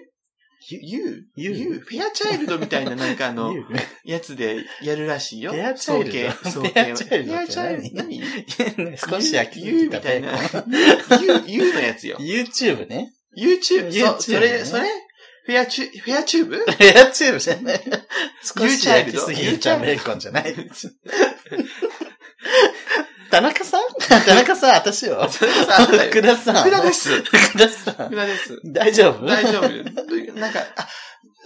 [SPEAKER 1] ゆ、ゆ、ゆ、
[SPEAKER 2] ゆ
[SPEAKER 1] ゆ、フェアチャイルドみたいななんかあの
[SPEAKER 2] 言、うね
[SPEAKER 1] やつでやるらしいよ。
[SPEAKER 2] フェアチャイルド
[SPEAKER 1] 総計
[SPEAKER 2] フェアチャイル
[SPEAKER 1] フ
[SPEAKER 2] ド
[SPEAKER 1] ェア
[SPEAKER 2] っ
[SPEAKER 1] チャイル
[SPEAKER 2] て
[SPEAKER 1] ド何
[SPEAKER 2] 何少し飽きて
[SPEAKER 1] ゆ、ゆ
[SPEAKER 2] き
[SPEAKER 1] み
[SPEAKER 2] た
[SPEAKER 1] たいな
[SPEAKER 2] ね。。
[SPEAKER 1] ゆ、ゆのやつよ。
[SPEAKER 2] YouTube ね。
[SPEAKER 1] YouTube。そ
[SPEAKER 2] YouTube
[SPEAKER 1] それ、それフェアチュ、フェアチューブ
[SPEAKER 2] YouTube じゃない。少し飽きすぎ
[SPEAKER 1] YouTube
[SPEAKER 2] るチャーベーコンじゃない。 田中さん 田中さん、私よ。
[SPEAKER 1] さあなたよ
[SPEAKER 2] 福田さん。
[SPEAKER 1] 福田です。
[SPEAKER 2] 福田さん
[SPEAKER 1] 福。田です。
[SPEAKER 2] 大丈夫
[SPEAKER 1] 大丈 夫。なんか、あ、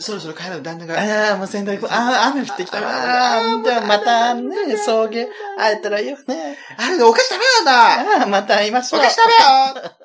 [SPEAKER 1] そろそろ帰らの旦那が、
[SPEAKER 2] ああ、もう仙台、ああ、雨降ってきたわ。ああ、ではまたね、送迎、会えたらいいよね。
[SPEAKER 1] あれお菓子食べなんだ
[SPEAKER 2] ああ、また会いまし
[SPEAKER 1] お
[SPEAKER 2] ょう
[SPEAKER 1] 菓。子食べよ